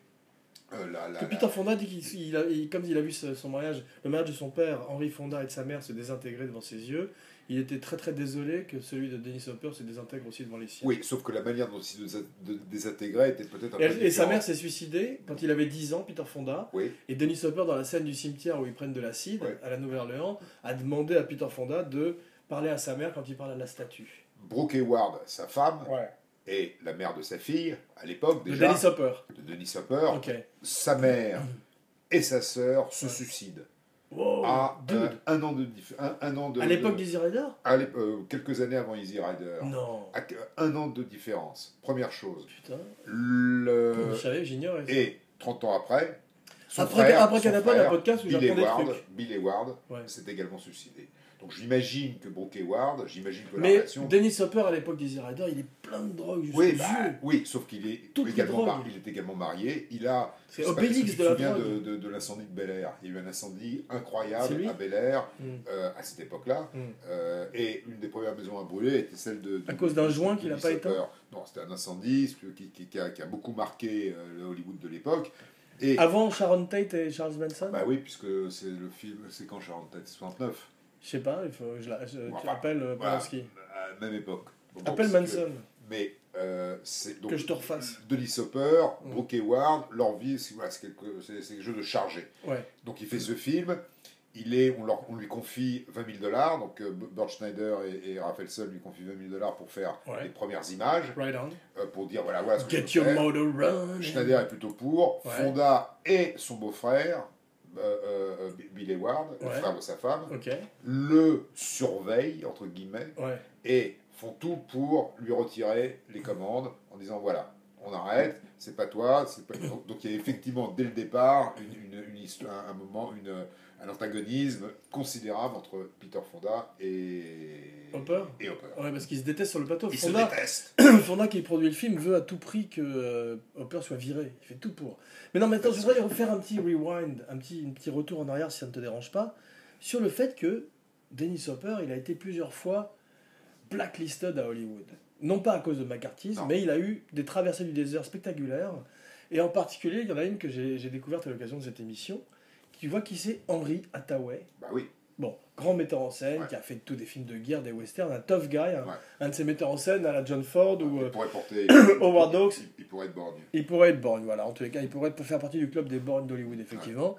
Speaker 4: euh, la, la-
Speaker 3: Que Peter Fonda dit qu'il il a- il- comme il a vu ce- son mariage, le mariage de son père, Henry Fonda et de sa mère se désintégrer devant ses yeux, il était très très désolé que celui de Denis Hopper se désintègre aussi devant les siens.
Speaker 4: Oui, sauf que la manière dont il nous a- de désintégrer était peut-être
Speaker 3: Et,
Speaker 4: un peu
Speaker 3: elle- et sa
Speaker 4: différente.
Speaker 3: mère s'est suicidée quand il avait 10 ans, Peter Fonda.
Speaker 4: Oui,
Speaker 3: Et Denis Hopper, dans la scène du cimetière où ils prennent de l'acide
Speaker 4: Ouais.
Speaker 3: à la Nouvelle-Orléans, a demandé à Peter Fonda de parler à sa mère quand il parle à la statue.
Speaker 4: Brooke Hayward, sa femme,
Speaker 3: Ouais.
Speaker 4: et la mère de sa fille, à l'époque
Speaker 3: De
Speaker 4: Ah, déjà,
Speaker 3: Denis Hopper.
Speaker 4: de Denis Hopper,
Speaker 3: Ok.
Speaker 4: sa mère et sa sœur se
Speaker 3: Ouais.
Speaker 4: suicident
Speaker 3: Wow,
Speaker 4: à
Speaker 3: Oh, dude.
Speaker 4: euh, un an de... dif- un- un an de-
Speaker 3: à l'époque
Speaker 4: de-
Speaker 3: d'Easy Rider
Speaker 4: à l'ép- euh, quelques années avant Easy Rider.
Speaker 3: Non.
Speaker 4: À- Un an de différence, première chose.
Speaker 3: Putain.
Speaker 4: Le...
Speaker 3: Je savais, j'ignorais. ça.
Speaker 4: Et 30 ans après, son
Speaker 3: Après-
Speaker 4: frère,
Speaker 3: après
Speaker 4: son
Speaker 3: Canapa, il y a
Speaker 4: frère,
Speaker 3: un podcast où
Speaker 4: Bill
Speaker 3: j'apprends des
Speaker 4: Hayward,
Speaker 3: trucs.
Speaker 4: Bill Hayward
Speaker 3: Ouais.
Speaker 4: s'est également suicidé. Donc j'imagine que Brooke Brooke Hayward. J'imagine que la
Speaker 3: Mais
Speaker 4: relation.
Speaker 3: Dennis Hopper, à l'époque des Rider, il est plein de drogue jusqu'aux
Speaker 4: Oui,
Speaker 3: yeux.
Speaker 4: bah, oui, sauf qu'il est,
Speaker 3: Toutes les
Speaker 4: également
Speaker 3: drogues.
Speaker 4: mar- il est également marié. Il a.
Speaker 3: C'est
Speaker 4: je sais pas
Speaker 3: Obélix
Speaker 4: si tu
Speaker 3: de
Speaker 4: te
Speaker 3: la
Speaker 4: souviens
Speaker 3: drogue.
Speaker 4: de, de- de l'incendie de Bel Air. Il y a eu un incendie
Speaker 3: C'est
Speaker 4: incroyable
Speaker 3: lui
Speaker 4: à Bel Air
Speaker 3: Mm.
Speaker 4: euh, à cette époque-là.
Speaker 3: Mm.
Speaker 4: Euh, et une des premières maisons à brûler était celle de. de-
Speaker 3: À cause d'un joint
Speaker 4: de
Speaker 3: qu'il a
Speaker 4: Dennis
Speaker 3: pas éteint.
Speaker 4: Hopper. Non, c'était un incendie ce qui, qui- qui a, qui a beaucoup marqué euh, le Hollywood de l'époque. Et.
Speaker 3: Avant Sharon Tate et Charles Manson
Speaker 4: Bah oui, puisque c'est le film, c'est quand Sharon Tate 69,
Speaker 3: Je sais pas, il faut, je, la- je-
Speaker 4: Voilà.
Speaker 3: tu appelles euh,
Speaker 4: bah, Voilà.
Speaker 3: Polanski.
Speaker 4: à la même époque. Donc,
Speaker 3: Appelle
Speaker 4: c'est que-
Speaker 3: Manson,
Speaker 4: Mais euh, c'est donc
Speaker 3: que je te refasse.
Speaker 4: Denis Hopper,
Speaker 3: Mm.
Speaker 4: Brooke Hayward, leur vie, c'est voilà, c'est quelque- c'est- c'est quelque chose de chargé.
Speaker 3: Ouais.
Speaker 4: Donc il fait ce film, il est, on, leur- on lui confie 20 000 dollars, donc euh, B- Burt Schneider et, et Raphaelson lui confient 20 000 dollars pour faire
Speaker 3: Ouais.
Speaker 4: les premières images,
Speaker 3: Right on.
Speaker 4: euh, pour dire voilà, voilà ce que
Speaker 3: Get
Speaker 4: je veux
Speaker 3: your
Speaker 4: faire.
Speaker 3: motor run.
Speaker 4: Schneider est plutôt pour,
Speaker 3: Ouais.
Speaker 4: Fonda et son beau-frère, euh, euh, euh, Bill Hayward, le
Speaker 3: Ouais.
Speaker 4: frère de sa femme,
Speaker 3: Ok,
Speaker 4: le surveillent, entre guillemets,
Speaker 3: ouais.
Speaker 4: et font tout pour lui retirer les commandes en disant voilà, on arrête, c'est pas toi, c'est pas... Donc, donc il y a effectivement dès le départ une, une- une histoire, un moment, une, un antagonisme considérable entre Peter Fonda et
Speaker 3: Hopper
Speaker 4: et Hopper.
Speaker 3: Ouais, parce qu'ils se détestent sur le plateau.
Speaker 4: Ils
Speaker 3: Fonda,
Speaker 4: se détestent.
Speaker 3: Fonda qui produit le film veut à tout prix que euh, Hopper soit viré. Il fait tout pour. Mais non, mais attends, je voudrais refaire un petit rewind, un petit, un petit retour en arrière si ça ne te dérange pas, sur le fait que Dennis Hopper, il a été plusieurs fois blacklisted à Hollywood. Non pas à cause de McCarthyisme,
Speaker 4: Non.
Speaker 3: mais il a eu des traversées du désert spectaculaires. Et en particulier, il y en a une que j'ai j'ai découverte à l'occasion de cette émission. Tu vois qui c'est Henry Hathaway.
Speaker 4: Bah oui,
Speaker 3: Bon, grand metteur en scène
Speaker 4: Ouais.
Speaker 3: qui a fait tous des films de guerre, des westerns, un tough guy, hein.
Speaker 4: Ouais.
Speaker 3: un de ces metteurs en scène à la John Ford ou
Speaker 4: il
Speaker 3: euh,
Speaker 4: pourrait porter
Speaker 3: Howard Hawks.
Speaker 4: il, il pourrait être borgne.
Speaker 3: il pourrait être borgne, voilà. En tous les cas, il pourrait être- faire partie du club des borgnes d'Hollywood, effectivement.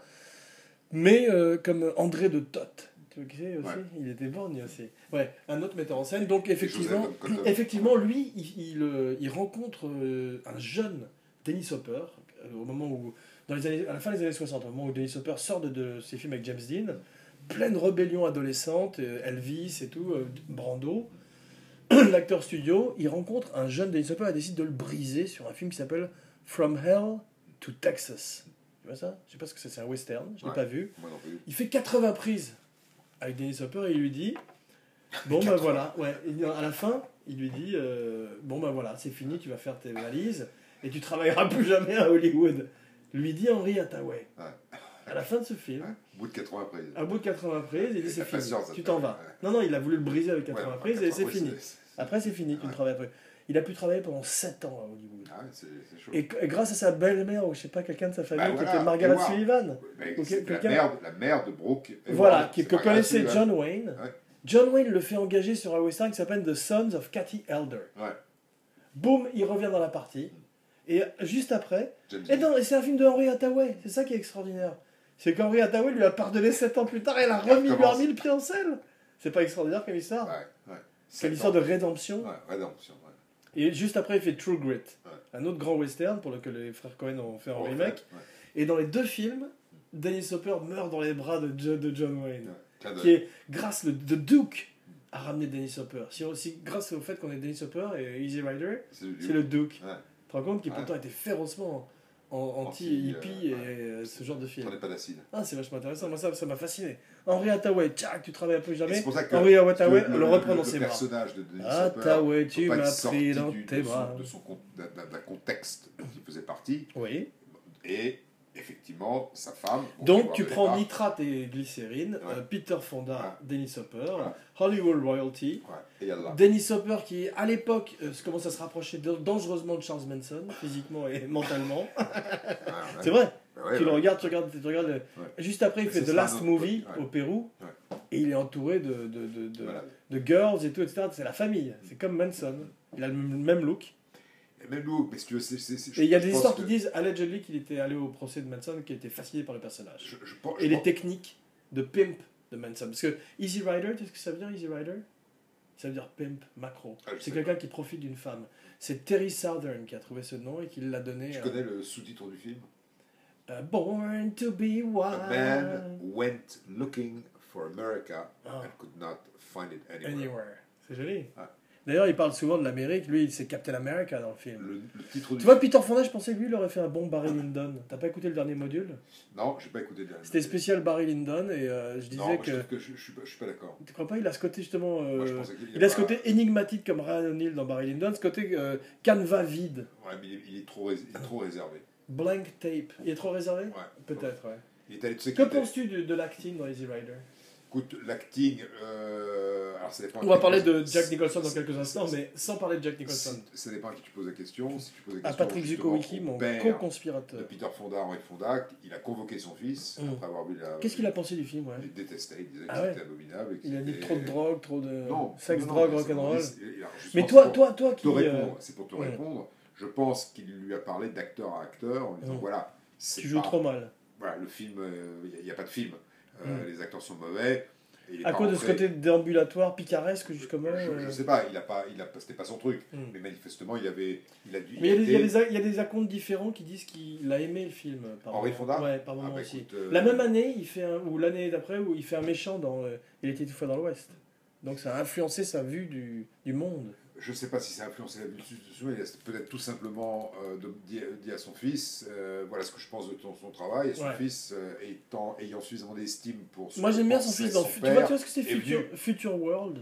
Speaker 3: Mais euh, comme André de Toth, tu sais aussi,
Speaker 4: Ouais.
Speaker 3: il était borgne aussi. Ouais, un autre metteur en scène. Donc
Speaker 4: Et Joseph
Speaker 3: effectivement,
Speaker 4: Cotton.
Speaker 3: effectivement, lui, il, il, euh, il rencontre euh, un jeune Dennis Hopper euh, au moment où, dans les années, à la fin des années 60, au moment où Dennis Hopper sort de, de ses films avec James Dean, pleine rébellion adolescente, euh, Elvis et tout, euh, Brando, l'acteur studio, il rencontre un jeune Dennis Hopper et décide de le briser sur un film qui s'appelle From Hell to Texas. Tu vois ça Je sais pas ce que c'est, c'est un western, je l'ai
Speaker 4: Ouais.
Speaker 3: pas vu.
Speaker 4: Moi non plus.
Speaker 3: Il fait 80 prises avec Dennis Hopper et il lui dit Bon, ben
Speaker 4: 80.
Speaker 3: voilà. Ouais, Et à la fin, il lui dit euh, Bon, ben voilà, c'est fini, tu vas faire tes valises et tu travailleras plus jamais à Hollywood. Lui dit Henry Hathaway.
Speaker 4: Ouais.
Speaker 3: À la fin de ce film,
Speaker 4: Hein, Bout de 80 prises.
Speaker 3: à bout de 80 prises, il dit C'est
Speaker 4: La
Speaker 3: fini,
Speaker 4: patience,
Speaker 3: tu
Speaker 4: ça
Speaker 3: t'en
Speaker 4: fait,
Speaker 3: vas.
Speaker 4: ouais.
Speaker 3: Non, non, il a voulu le briser avec 80
Speaker 4: Ouais, enfin,
Speaker 3: prises et c'est
Speaker 4: 80,
Speaker 3: fini. Ah.
Speaker 4: oui, c'est-
Speaker 3: Après, c'est fini, tu ne
Speaker 4: Ouais.
Speaker 3: travailles plus. Il a pu travailler pendant 7 ans à Hollywood.
Speaker 4: Ah ouais, c'est c'est chaud.
Speaker 3: Et et grâce à sa belle-mère ou je sais pas, quelqu'un de sa famille
Speaker 4: Bah
Speaker 3: qui
Speaker 4: voilà,
Speaker 3: était Margaret
Speaker 4: Howard.
Speaker 3: Sullivan.
Speaker 4: Mais
Speaker 3: Ok,
Speaker 4: c'est la,
Speaker 3: quelqu'un-
Speaker 4: mère, la mère de Brooke. Hayward,
Speaker 3: Voilà, qui-
Speaker 4: c'est
Speaker 3: que
Speaker 4: pas grave,
Speaker 3: connaissait
Speaker 4: celui-là.
Speaker 3: John Wayne.
Speaker 4: Ouais.
Speaker 3: John Wayne le fait engager sur un western qui s'appelle The Sons of Cathy Elder.
Speaker 4: Ouais,
Speaker 3: Boum, il revient dans la partie. Et juste après.
Speaker 4: James
Speaker 3: Et non, et c'est un film de Henry Hathaway, c'est ça qui est extraordinaire. C'est qu'Henry Hathaway lui a pardonné 7 ans plus tard et elle a
Speaker 4: Il
Speaker 3: remis, lui a
Speaker 4: recommence.
Speaker 3: remis le pied en selle. C'est pas extraordinaire comme histoire
Speaker 4: Ouais, ouais.
Speaker 3: C'est l'histoire de rédemption.
Speaker 4: Ouais, rédemption. Ouais.
Speaker 3: Et juste après, il fait True Grit,
Speaker 4: Ouais.
Speaker 3: un autre grand western pour lequel les frères Cohen ont fait un
Speaker 4: Ouais,
Speaker 3: remake.
Speaker 4: ouais.
Speaker 3: Et dans les deux films, Dennis Hopper meurt dans les bras de, Jo- de John Wayne.
Speaker 4: Clin d'œil.
Speaker 3: qui est grâce le The Duke a ramené Dennis Hopper. Si on- si- grâce au fait qu'on ait Dennis Hopper et Easy Rider,
Speaker 4: C'est le
Speaker 3: c'est le Duke.
Speaker 4: Ouais.
Speaker 3: Tu te rends compte qui
Speaker 4: Ouais.
Speaker 3: pourtant était férocement en-
Speaker 4: Anti,
Speaker 3: anti-hippie
Speaker 4: euh, ouais.
Speaker 3: et euh, ce genre de film.
Speaker 4: Prenez pas d'acide.
Speaker 3: Ah, c'est vachement intéressant. Moi, ça ça m'a fasciné. Henri Hathaway, tchac, tu travailles plus
Speaker 4: Et
Speaker 3: jamais.
Speaker 4: C'est pour ça que
Speaker 3: Henri Hathaway,
Speaker 4: que
Speaker 3: on le reprend dans
Speaker 4: le
Speaker 3: ses bras.
Speaker 4: personnage de Denis Hopper
Speaker 3: Hathaway, tu
Speaker 4: peut pas être
Speaker 3: m'as
Speaker 4: sorti
Speaker 3: pris dans
Speaker 4: du- de
Speaker 3: tes
Speaker 4: son-
Speaker 3: bras.
Speaker 4: de son con- d'un- d'un d'un contexte dont il faisait partie.
Speaker 3: Oui.
Speaker 4: Et effectivement, sa femme. bon,
Speaker 3: Donc,
Speaker 4: on
Speaker 3: tu
Speaker 4: va
Speaker 3: prends
Speaker 4: parler
Speaker 3: nitrate et glycérine,
Speaker 4: Ouais.
Speaker 3: euh, Peter Fonda, Dennis Hopper,
Speaker 4: Ouais.
Speaker 3: Hollywood Royalty.
Speaker 4: pas. Ouais, et Allah.
Speaker 3: Dennis Hopper qui, à l'époque, euh, se commence à se rapprocher de- dangereusement de Charles Manson, physiquement et mentalement.
Speaker 4: Ah,
Speaker 3: C'est vrai, tu le regardes, tu regardes, tu regardes. euh,
Speaker 4: Ouais.
Speaker 3: Juste après, il
Speaker 4: Mais
Speaker 3: fait
Speaker 4: ce
Speaker 3: The
Speaker 4: sera
Speaker 3: Last
Speaker 4: un autre
Speaker 3: Movie
Speaker 4: truc, ouais.
Speaker 3: au Pérou,
Speaker 4: Ouais.
Speaker 3: et il est entouré de, de, de, de,
Speaker 4: Voilà.
Speaker 3: de girls et tout, etc. C'est la famille, c'est comme Manson. Il a le m- même look.
Speaker 4: Et Même nous, mais si tu veux, c'est- c'est- c'est- je-
Speaker 3: Et il y a
Speaker 4: je
Speaker 3: des
Speaker 4: pense
Speaker 3: histoires
Speaker 4: que-
Speaker 3: qui disent, allegedly, qu'il était allé au procès de Manson, qu'il était fasciné par le personnage.
Speaker 4: Je, je pense- je
Speaker 3: Et les
Speaker 4: pense-
Speaker 3: techniques de pimp de Manson. Parce que Easy Rider, tu sais ce que ça veut dire, Easy Rider Ça veut dire pimp, macro.
Speaker 4: Ah, je
Speaker 3: c'est
Speaker 4: sais
Speaker 3: quelqu'un qui profite d'une femme. C'est Terry Southern qui a trouvé ce nom et qui l'a donné
Speaker 4: Tu
Speaker 3: à-
Speaker 4: connais le sous-titre du film
Speaker 3: à Born to be
Speaker 4: A man
Speaker 3: wild.
Speaker 4: went looking for America
Speaker 3: Ah.
Speaker 4: and could not find it anywhere.
Speaker 3: Anywhere. C'est joli.
Speaker 4: Ah.
Speaker 3: D'ailleurs, il parle souvent de l'Amérique. Lui, c'est Captain America dans le film.
Speaker 4: Le, le titre du
Speaker 3: Tu vois, Peter Fonda, je pensais que lui, il aurait fait un bon Barry Lyndon. T'as pas écouté le dernier module
Speaker 4: Non, j'ai pas écouté. le dernier.
Speaker 3: C'était spécial Barry Lyndon et euh, je disais
Speaker 4: Non, moi,
Speaker 3: que.
Speaker 4: je, trouve que je, je suis pas, je suis pas d'accord.
Speaker 3: Tu crois pas Il a ce côté justement. euh,
Speaker 4: Moi, je pensais qu'il y
Speaker 3: il a ce
Speaker 4: pas-
Speaker 3: côté énigmatique comme Ryan O'Neill dans Barry Lyndon, ce côté euh, canevas vide,
Speaker 4: Ouais, mais il est, il est trop, rés- il est trop réservé.
Speaker 3: blank tape. Il est trop réservé
Speaker 4: Ouais.
Speaker 3: Peut-être, ouais.
Speaker 4: Il est allé de
Speaker 3: Que penses-tu du- de, l'acting dans Easy Rider
Speaker 4: Écoute, l'acting. Euh... Alors, ça dépend.
Speaker 3: On va parler de Jack Nicholson dans quelques instants, mais sans parler de Jack Nicholson.
Speaker 4: Si- Ça dépend à qui tu poses la question. Si tu poses la
Speaker 3: À
Speaker 4: question
Speaker 3: Patrick
Speaker 4: justement
Speaker 3: Zukowicki,
Speaker 4: au
Speaker 3: mon
Speaker 4: père de
Speaker 3: co-conspirateur.
Speaker 4: Peter Fonda, Henri Fonda, il a convoqué son fils
Speaker 3: Mm.
Speaker 4: après avoir vu la.
Speaker 3: Qu'est-ce qu'il a pensé du film ouais
Speaker 4: Il détestait, il disait que
Speaker 3: Ah ouais.
Speaker 4: c'était abominable. et que
Speaker 3: Il a dit
Speaker 4: c'était-
Speaker 3: trop de drogue, trop de
Speaker 4: Non,
Speaker 3: Euh, sexe,
Speaker 4: non, non,
Speaker 3: drogue,
Speaker 4: mais c'est-
Speaker 3: rock'n'roll.
Speaker 4: il- alors, justement,
Speaker 3: Mais
Speaker 4: c'est
Speaker 3: toi,
Speaker 4: pour
Speaker 3: toi, toi
Speaker 4: te
Speaker 3: qui. euh,
Speaker 4: répondre, c'est pour te
Speaker 3: ouais.
Speaker 4: répondre. Je pense qu'il lui a parlé d'acteur à acteur en disant
Speaker 3: Mm.
Speaker 4: voilà, c'est
Speaker 3: tu joues
Speaker 4: pas-
Speaker 3: trop mal.
Speaker 4: Voilà, le film, il n'y a, pas de film. Euh, Les acteurs sont mauvais. et il est
Speaker 3: À
Speaker 4: pas
Speaker 3: cause de ce
Speaker 4: rentré.
Speaker 3: côté déambulatoire, picaresque, justement.
Speaker 4: je,
Speaker 3: euh,
Speaker 4: je sais pas, il a pas, il a, c'était pas son truc.
Speaker 3: Mm.
Speaker 4: Mais manifestement, il avait, il a dû.
Speaker 3: Mais il y, a des- il y a
Speaker 4: était-
Speaker 3: des a- il y a des acomptes différents qui disent qu'il a aimé le film. euh, Par
Speaker 4: Henri
Speaker 3: moment.
Speaker 4: Fonda
Speaker 3: Ouais, par
Speaker 4: Ah,
Speaker 3: moment
Speaker 4: bah,
Speaker 3: aussi.
Speaker 4: écoute, euh,
Speaker 3: La même année, il fait un- ou l'année d'après, où il fait un méchant dans. euh, il était toutefois dans l'Ouest. Donc ça a influencé sa vue du, du monde.
Speaker 4: Je sais pas si ça a influencé la discussion. Il a peut-être tout simplement euh, de- dit, dit à son fils, euh, voilà ce que je pense de ton, son travail. Et son
Speaker 3: Ouais.
Speaker 4: fils, euh, étant, ayant suffisamment d'estime pour. ce
Speaker 3: Moi
Speaker 4: que
Speaker 3: j'aime bien son
Speaker 4: pensait
Speaker 3: fils dans.
Speaker 4: son
Speaker 3: Fu- Tu vois,
Speaker 4: père-
Speaker 3: tu vois ce que c'est
Speaker 4: est
Speaker 3: Future, Future World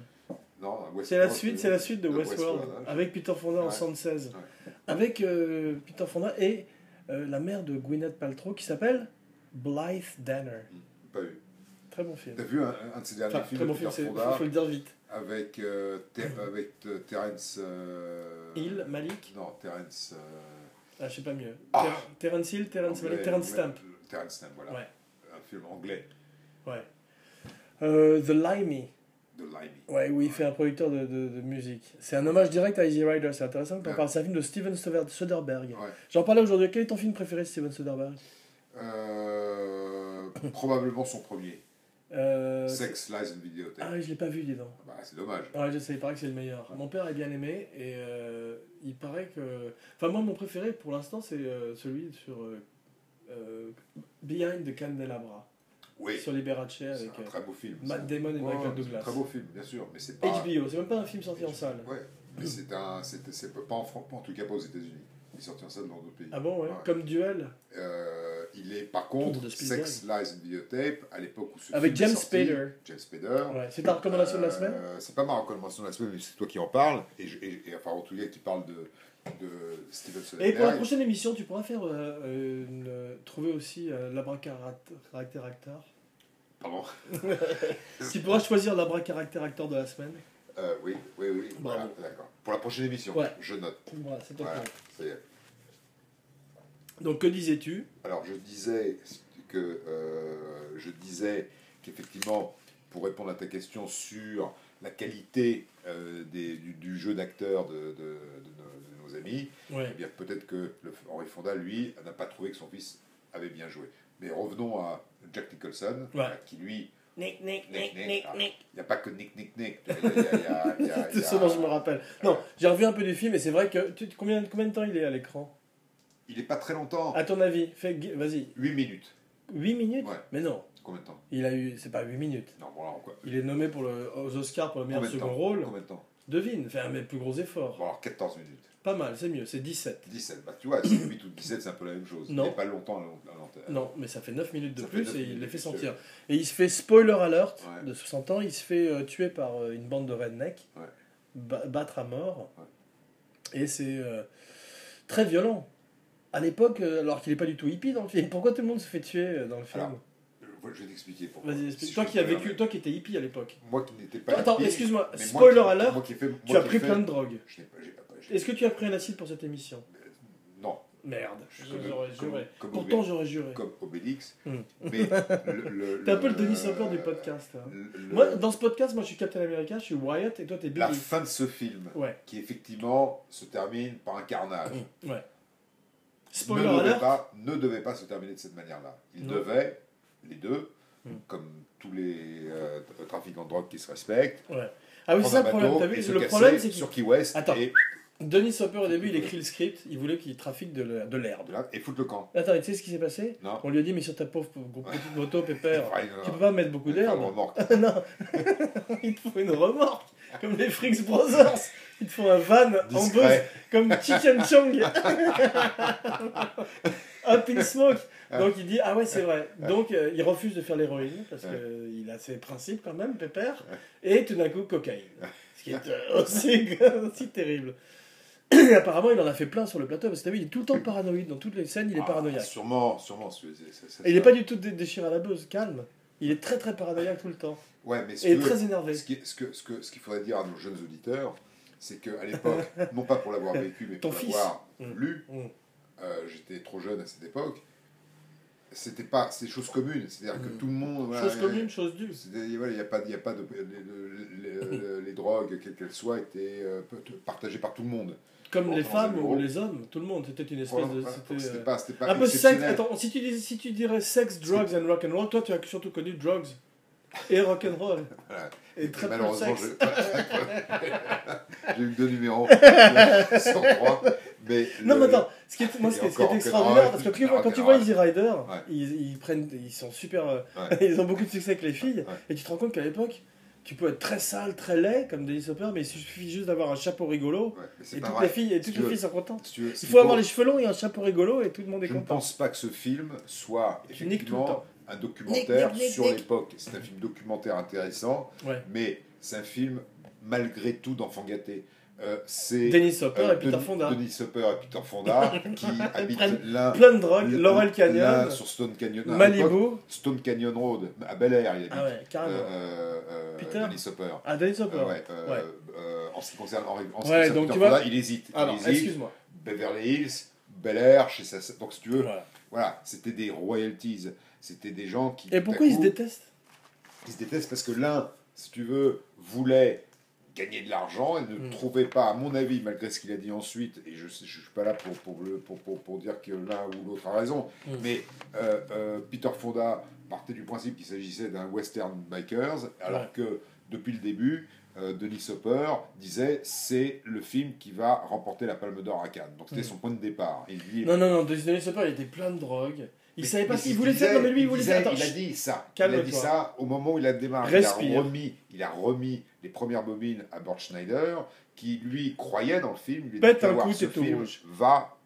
Speaker 4: Non, à
Speaker 3: C'est la
Speaker 4: Westworld,
Speaker 3: suite,
Speaker 4: euh,
Speaker 3: c'est la suite de Westworld, Ah.
Speaker 4: hein.
Speaker 3: avec Peter Fonda en
Speaker 4: Ouais.
Speaker 3: 76. Avec euh, Peter Fonda et euh, la mère de Gwyneth Paltrow qui s'appelle Blythe Danner.
Speaker 4: Pas vu.
Speaker 3: Très bon film.
Speaker 4: T'as vu un, un de ses derniers
Speaker 3: Enfin,
Speaker 4: films
Speaker 3: très bon
Speaker 4: de
Speaker 3: film,
Speaker 4: Peter
Speaker 3: c'est
Speaker 4: Fonda
Speaker 3: faut le dire vite.
Speaker 4: avec euh, Ter- avec euh, Terrence. euh,
Speaker 3: Hill, Malik,
Speaker 4: Non, Terrence. euh,
Speaker 3: ah, je sais pas mieux.
Speaker 4: Ah.
Speaker 3: Ter- Terence Hill, Terence
Speaker 4: anglais,
Speaker 3: Malik, Terence
Speaker 4: anglais,
Speaker 3: Stamp.
Speaker 4: euh, Terrence Stamp, voilà.
Speaker 3: Ouais.
Speaker 4: Un film anglais
Speaker 3: Ouais. Euh, The Limey,
Speaker 4: de Limey.
Speaker 3: ouais, où il fait un producteur de, de- de musique. C'est un hommage direct à Easy Rider, c'est intéressant. qu'on
Speaker 4: Ouais.
Speaker 3: parle- C'est un film de Steven Soder- Soderbergh.
Speaker 4: Ouais.
Speaker 3: J'en parlais aujourd'hui. Quel est ton film préféré, Steven Soderbergh
Speaker 4: Euh, probablement son premier.
Speaker 3: Euh,
Speaker 4: Sex, Lies and Videotape.
Speaker 3: Ah, je l'ai pas vu, dis donc.
Speaker 4: Ah bah, c'est dommage.
Speaker 3: Ouais, je sais, il paraît que c'est le meilleur. Mon père est bien aimé et euh, il paraît que. Enfin, moi, mon préféré pour l'instant, c'est euh, celui sur. euh, euh, Behind the Candelabra,
Speaker 4: Oui,
Speaker 3: sur Liberace
Speaker 4: c'est
Speaker 3: avec
Speaker 4: un
Speaker 3: euh,
Speaker 4: très beau film. ça.
Speaker 3: Matt Damon et
Speaker 4: Ouais,
Speaker 3: Michael
Speaker 4: c'est un
Speaker 3: Douglas.
Speaker 4: très beau film, bien sûr, mais c'est pas.
Speaker 3: HBO, c'est même pas un film sorti en salle.
Speaker 4: Ouais, mais c'est un, c'est, c'est pas en France, en tout cas pas aux États-Unis. Il est sorti en salle dans d'autres pays.
Speaker 3: Ah bon, ouais.
Speaker 4: Ouais.
Speaker 3: Comme duel
Speaker 4: Euh, il est par
Speaker 3: De
Speaker 4: contre
Speaker 3: Spielberg.
Speaker 4: Sex, Lies and Videotape à l'époque où ce
Speaker 3: Avec
Speaker 4: film est
Speaker 3: James
Speaker 4: sorti,
Speaker 3: Spader.
Speaker 4: James Spader.
Speaker 3: Ouais. C'est ta recommandation de la semaine
Speaker 4: Euh, C'est pas ma recommandation de la semaine, mais c'est toi qui en parles. Et, je- et- et enfin, en tout cas, tu parles de, de Steven
Speaker 3: Et pour la
Speaker 4: Soderbergh.
Speaker 3: prochaine émission, tu pourras faire euh, euh, une, euh, trouver aussi euh, l'abracaractère acteur.
Speaker 4: Pardon.
Speaker 3: Tu pourras choisir l'abracaractère acteur de la semaine.
Speaker 4: Euh, oui, oui, oui.
Speaker 3: Bravo.
Speaker 4: voilà, d'accord. Pour la prochaine émission,
Speaker 3: Ouais.
Speaker 4: je note.
Speaker 3: Voilà, c'est toi qui
Speaker 4: Voilà,
Speaker 3: compte.
Speaker 4: ça y est.
Speaker 3: Donc que disais-tu
Speaker 4: Alors, je disais que euh, je disais qu'effectivement, pour répondre à ta question sur la qualité euh, des- du, du jeu d'acteur de, de- de nos, de nos amis, eh
Speaker 3: Ouais.
Speaker 4: bien peut-être que le, Henri Fonda, lui, n'a pas trouvé que son fils avait bien joué. Mais revenons à Jack Nicholson,
Speaker 3: Ouais.
Speaker 4: euh, qui lui,
Speaker 5: Nick, Nick,
Speaker 4: Nick,
Speaker 5: Nick,
Speaker 4: Nick,
Speaker 5: Nick,
Speaker 4: ah,
Speaker 5: Nick.
Speaker 4: il n'y a pas que Nick, Nick, Nick. Il y a- il y a- il y a- il y a- il
Speaker 3: Tout
Speaker 4: y a-
Speaker 3: ce dont je me rappelle. Non, j'ai revu un peu du film et c'est vrai que... Tu, combien, combien de temps il est à l'écran
Speaker 4: Il n'est pas très longtemps.
Speaker 3: À ton avis, fais, gui- vas-y.
Speaker 4: 8 minutes.
Speaker 3: 8 minutes
Speaker 4: Ouais.
Speaker 3: Mais non,
Speaker 4: Combien de temps
Speaker 3: il a eu... C'est pas 8 minutes.
Speaker 4: Non, bon, alors quoi
Speaker 3: Il est nommé pour le, aux Oscars pour le meilleur
Speaker 4: Combien de
Speaker 3: second
Speaker 4: temps
Speaker 3: rôle.
Speaker 4: Combien de temps
Speaker 3: Devine, fais un des plus gros efforts.
Speaker 4: Bon, alors 14 minutes.
Speaker 3: Pas mal, c'est mieux, c'est 17.
Speaker 4: 17, bah tu vois, c'est 8 ou 17, c'est un peu la même chose.
Speaker 3: Non.
Speaker 4: Il n'est pas longtemps à l'an- à l'antenne.
Speaker 3: Non, mais ça fait 9 minutes de
Speaker 4: Euh, Ça fait
Speaker 3: plus
Speaker 4: neuf
Speaker 3: et il
Speaker 4: minutes
Speaker 3: les
Speaker 4: de
Speaker 3: fait
Speaker 4: plus,
Speaker 3: sentir. Et il se fait, spoiler alert,
Speaker 4: Ouais.
Speaker 3: de 60 ans, il se fait euh, tuer par euh, une bande de rednecks,
Speaker 4: Ouais.
Speaker 3: ba- battre à mort.
Speaker 4: Ouais.
Speaker 3: Et c'est euh, très violent. À l'époque, euh, alors qu'il n'est pas du tout hippie dans le film, pourquoi tout le monde se fait tuer euh, dans le film
Speaker 4: Alors, Je je vais t'expliquer pourquoi.
Speaker 3: Vas-y,
Speaker 4: Si
Speaker 3: explique.
Speaker 4: je
Speaker 3: toi
Speaker 4: peux
Speaker 3: qui as
Speaker 4: te
Speaker 3: vécu,
Speaker 4: permettre.
Speaker 3: toi qui étais hippie à l'époque.
Speaker 4: Moi qui n'étais pas.
Speaker 3: Attends,
Speaker 4: hippie,
Speaker 3: excuse-moi,
Speaker 4: mais moi
Speaker 3: spoiler
Speaker 4: qui-
Speaker 3: alert,
Speaker 4: moi qui ai fait- moi
Speaker 3: tu as
Speaker 4: qui ai
Speaker 3: pris
Speaker 4: fait-
Speaker 3: plein de drogues.
Speaker 4: Je n'ai pas. j'ai pas- j'ai-
Speaker 3: Est-ce que tu as pris un acide pour cette émission
Speaker 4: Non,
Speaker 3: Merde,
Speaker 4: Je suis comme-
Speaker 3: j'aurais
Speaker 4: comme-
Speaker 3: juré.
Speaker 4: comme
Speaker 3: Pourtant,
Speaker 4: Obélix.
Speaker 3: j'aurais juré.
Speaker 4: comme Obélix.
Speaker 3: Hum.
Speaker 4: Mais. le- le-
Speaker 3: T'es un peu le Denis
Speaker 4: euh,
Speaker 3: Hopper du podcast. hein.
Speaker 4: le- le-
Speaker 3: Moi, dans ce podcast, moi je suis Captain America, je suis Wyatt et toi t'es
Speaker 4: La
Speaker 3: Billy.
Speaker 4: fin de ce film,
Speaker 3: Ouais,
Speaker 4: qui effectivement se termine par un carnage.
Speaker 3: ouais.
Speaker 4: ne,
Speaker 3: Spoiler
Speaker 4: devait
Speaker 3: alert.
Speaker 4: pas, ne devait pas se terminer de cette manière-là. Ils
Speaker 3: Non.
Speaker 4: devaient, les deux,
Speaker 3: Mm.
Speaker 4: comme tous les euh, trafiquants de drogue qui se respectent,
Speaker 3: Ouais. Ah oui, c'est ça le
Speaker 4: prendre un
Speaker 3: problème.
Speaker 4: bateau
Speaker 3: T'as
Speaker 4: et
Speaker 3: vu
Speaker 4: se
Speaker 3: Le problème,
Speaker 4: casser
Speaker 3: c'est que
Speaker 4: sur Key West
Speaker 3: Attends.
Speaker 4: et,
Speaker 3: Denis Hopper, au début, il écrit le script, il voulait qu'il trafique de l'her- de
Speaker 4: de
Speaker 3: l'herbe.
Speaker 4: là- et foutre le camp.
Speaker 3: Attends, et tu sais ce qui s'est passé
Speaker 4: Non.
Speaker 3: On lui a dit, mais sur ta pauvre petite moto, pépère,
Speaker 4: Enfin, il en a-
Speaker 3: Euh, tu peux hein. pas mettre beaucoup
Speaker 4: il en a
Speaker 3: d'herbe.
Speaker 4: remorque.
Speaker 3: non, il te faut une remorque, comme les Freaks Brothers. Ils te font un van en boss
Speaker 4: Discret.
Speaker 3: comme Chicken Chong. Up in smoke. Donc il dit Ah ouais, c'est vrai. Donc euh, il refuse de faire l'héroïne parce
Speaker 4: Ouais.
Speaker 3: qu'il a ses principes quand même, pépère. Et tout d'un coup, cocaïne. Ce qui est euh, aussi, aussi terrible. Apparemment, il en a fait plein sur le plateau parce que t'as vu, il est tout le temps paranoïde. Dans toutes les scènes, il est
Speaker 4: Ah,
Speaker 3: paranoïaque.
Speaker 4: Sûrement, sûrement. c'est- c'est- c'est
Speaker 3: Et il
Speaker 4: ça.
Speaker 3: n'est pas du tout dé- déchiré à la buzz, calme. Il est très très paranoïaque tout le temps.
Speaker 4: Ouais, mais si
Speaker 3: Et
Speaker 4: tu veux,
Speaker 3: très énervé.
Speaker 4: ce qui- ce que- ce que- ce qu'il faudrait dire à nos jeunes auditeurs, c'est qu'à l'époque, non pas pour l'avoir vécu, mais
Speaker 3: Ton
Speaker 4: pour
Speaker 3: fils.
Speaker 4: l'avoir
Speaker 3: Mm.
Speaker 4: lu,
Speaker 3: Mm.
Speaker 4: euh, j'étais trop jeune à cette époque, c'était pas, c'est chose commune, c'est-à-dire que
Speaker 3: Mm.
Speaker 4: tout le monde... voilà,
Speaker 3: Chose
Speaker 4: euh,
Speaker 3: commune, chose due.
Speaker 4: c'est-à-dire, voilà, Il n'y a pas, il y a pas de, les, les- les- les drogues, quelles qu'elles soient, étaient euh, peu- partagées par tout le monde.
Speaker 3: Comme
Speaker 4: Bon,
Speaker 3: les
Speaker 4: dans
Speaker 3: femmes
Speaker 4: un
Speaker 3: ou
Speaker 4: bureau.
Speaker 3: les hommes, tout le monde. C'était une espèce
Speaker 4: Voilà,
Speaker 3: de.
Speaker 4: voilà, donc
Speaker 3: C'était
Speaker 4: C'était
Speaker 3: euh,
Speaker 4: pas, c'était pas
Speaker 3: un peu sexe.
Speaker 4: exceptionnel.
Speaker 3: Attends, si tu, dis, si tu dirais sex, drugs and rock and roll, toi tu as surtout connu drugs et rock and roll.
Speaker 4: Voilà.
Speaker 3: Et très peu de
Speaker 4: malheureusement,
Speaker 3: sexe.
Speaker 4: je- j'ai eu que deux numéros, le 103, mais...
Speaker 3: Non,
Speaker 4: le-
Speaker 3: mais attends, ce qui est, moi,
Speaker 4: Et
Speaker 3: ce qui est, ce qui
Speaker 4: encore,
Speaker 3: est
Speaker 4: rock
Speaker 3: extraordinaire,
Speaker 4: and
Speaker 3: parce que
Speaker 4: roll,
Speaker 3: tu vois, quand tu vois
Speaker 4: rock and roll.
Speaker 3: Easy Rider,
Speaker 4: Ouais.
Speaker 3: ils, ils prennent, ils sont super. euh,
Speaker 4: Ouais.
Speaker 3: ils ont beaucoup de succès avec les filles,
Speaker 4: Ouais.
Speaker 3: et tu te rends compte qu'à l'époque, tu peux être très sale, très laid, comme Denis Hopper, mais il suffit juste d'avoir un chapeau rigolo,
Speaker 4: Ouais, mais c'est
Speaker 3: et
Speaker 4: pas
Speaker 3: toutes
Speaker 4: vrai.
Speaker 3: les filles, et
Speaker 4: Si
Speaker 3: toutes
Speaker 4: tu
Speaker 3: les
Speaker 4: veux-
Speaker 3: filles sont contentes.
Speaker 4: Si tu veux, c'est
Speaker 3: Il faut avoir
Speaker 4: pas-
Speaker 3: les cheveux longs et un chapeau rigolo, et tout le monde est
Speaker 4: Je ne
Speaker 3: content.
Speaker 4: pense pas que ce film soit
Speaker 3: Tu niques tout le
Speaker 4: effectivement
Speaker 3: temps.
Speaker 4: un documentaire
Speaker 3: Nique, nique, nique,
Speaker 4: sur
Speaker 3: nique.
Speaker 4: l'époque. C'est un film documentaire intéressant,
Speaker 3: Ouais.
Speaker 4: mais c'est un film malgré tout d'enfant gâté. Euh, c'est
Speaker 3: Dennis Hopper
Speaker 4: euh,
Speaker 3: et Peter
Speaker 4: Denis-
Speaker 3: Fonda.
Speaker 4: Denis Hopper et Peter Fonda qui habitent
Speaker 3: prennent
Speaker 4: l'un
Speaker 3: Plein de drogue,
Speaker 4: l'un-
Speaker 3: Laurel Canyon,
Speaker 4: l'un sur Stone Canyon, à l'époque,
Speaker 3: Malibu.
Speaker 4: Stone Canyon Road à Bel Air. Il habite
Speaker 3: Ah ouais,
Speaker 4: euh,
Speaker 3: carrément.
Speaker 4: euh, euh,
Speaker 3: Peter
Speaker 4: Denis Hopper.
Speaker 3: Ah, Dennis Hopper.
Speaker 4: Euh, ouais, euh,
Speaker 3: Ouais.
Speaker 4: euh, en ce qui concerne, Henry- en ce qui
Speaker 3: Ouais,
Speaker 4: concerne
Speaker 3: donc
Speaker 4: Peter
Speaker 3: tu vois-
Speaker 4: Fonda, il hésite. Il
Speaker 3: Alors,
Speaker 4: hésite.
Speaker 3: excuse-moi.
Speaker 4: Beverly Hills, Bel Air, chez sa... donc si tu veux,
Speaker 3: Voilà.
Speaker 4: voilà, c'était des royalties, c'était des gens qui...
Speaker 3: Et
Speaker 4: tout
Speaker 3: pourquoi
Speaker 4: à
Speaker 3: ils se
Speaker 4: coup,
Speaker 3: détestent
Speaker 4: ils se détestent parce que l'un, si tu veux, voulait gagner de l'argent et ne
Speaker 3: Mm.
Speaker 4: trouvait pas, à mon avis, malgré ce qu'il a dit ensuite, et je ne suis pas là pour, pour, le, pour, pour, pour dire que l'un ou l'autre a raison,
Speaker 3: Mm.
Speaker 4: mais euh, euh, Peter Fonda partait du principe qu'il s'agissait d'un western bikers, alors
Speaker 3: Ouais.
Speaker 4: que depuis le début, euh, Denis Hopper disait c'est le film qui va remporter la Palme d'Or à Cannes. Donc c'était
Speaker 3: Mm.
Speaker 4: son point de départ. Et lui-
Speaker 3: Non, non, non, Dennis Hopper, il était plein de drogue. Il
Speaker 4: mais-
Speaker 3: savait pas
Speaker 4: mais
Speaker 3: s'il
Speaker 4: ce
Speaker 3: voulait
Speaker 4: qu'il
Speaker 3: faire, non, mais lui, il voulait
Speaker 4: disait,
Speaker 3: faire. Attends,
Speaker 4: Il a
Speaker 3: chut.
Speaker 4: dit ça. Il a
Speaker 3: calme-toi.
Speaker 4: dit ça au moment où il a démarré. Il a
Speaker 3: Respire.
Speaker 4: remis, il a remis les premières bobines à Burt Schneider, qui lui croyait dans le film. Lui a
Speaker 3: Pète
Speaker 4: dit, Tu
Speaker 3: un
Speaker 4: vas voir,
Speaker 3: coup,
Speaker 4: ce
Speaker 3: t'es tout
Speaker 4: film
Speaker 3: rouge.
Speaker 4: Va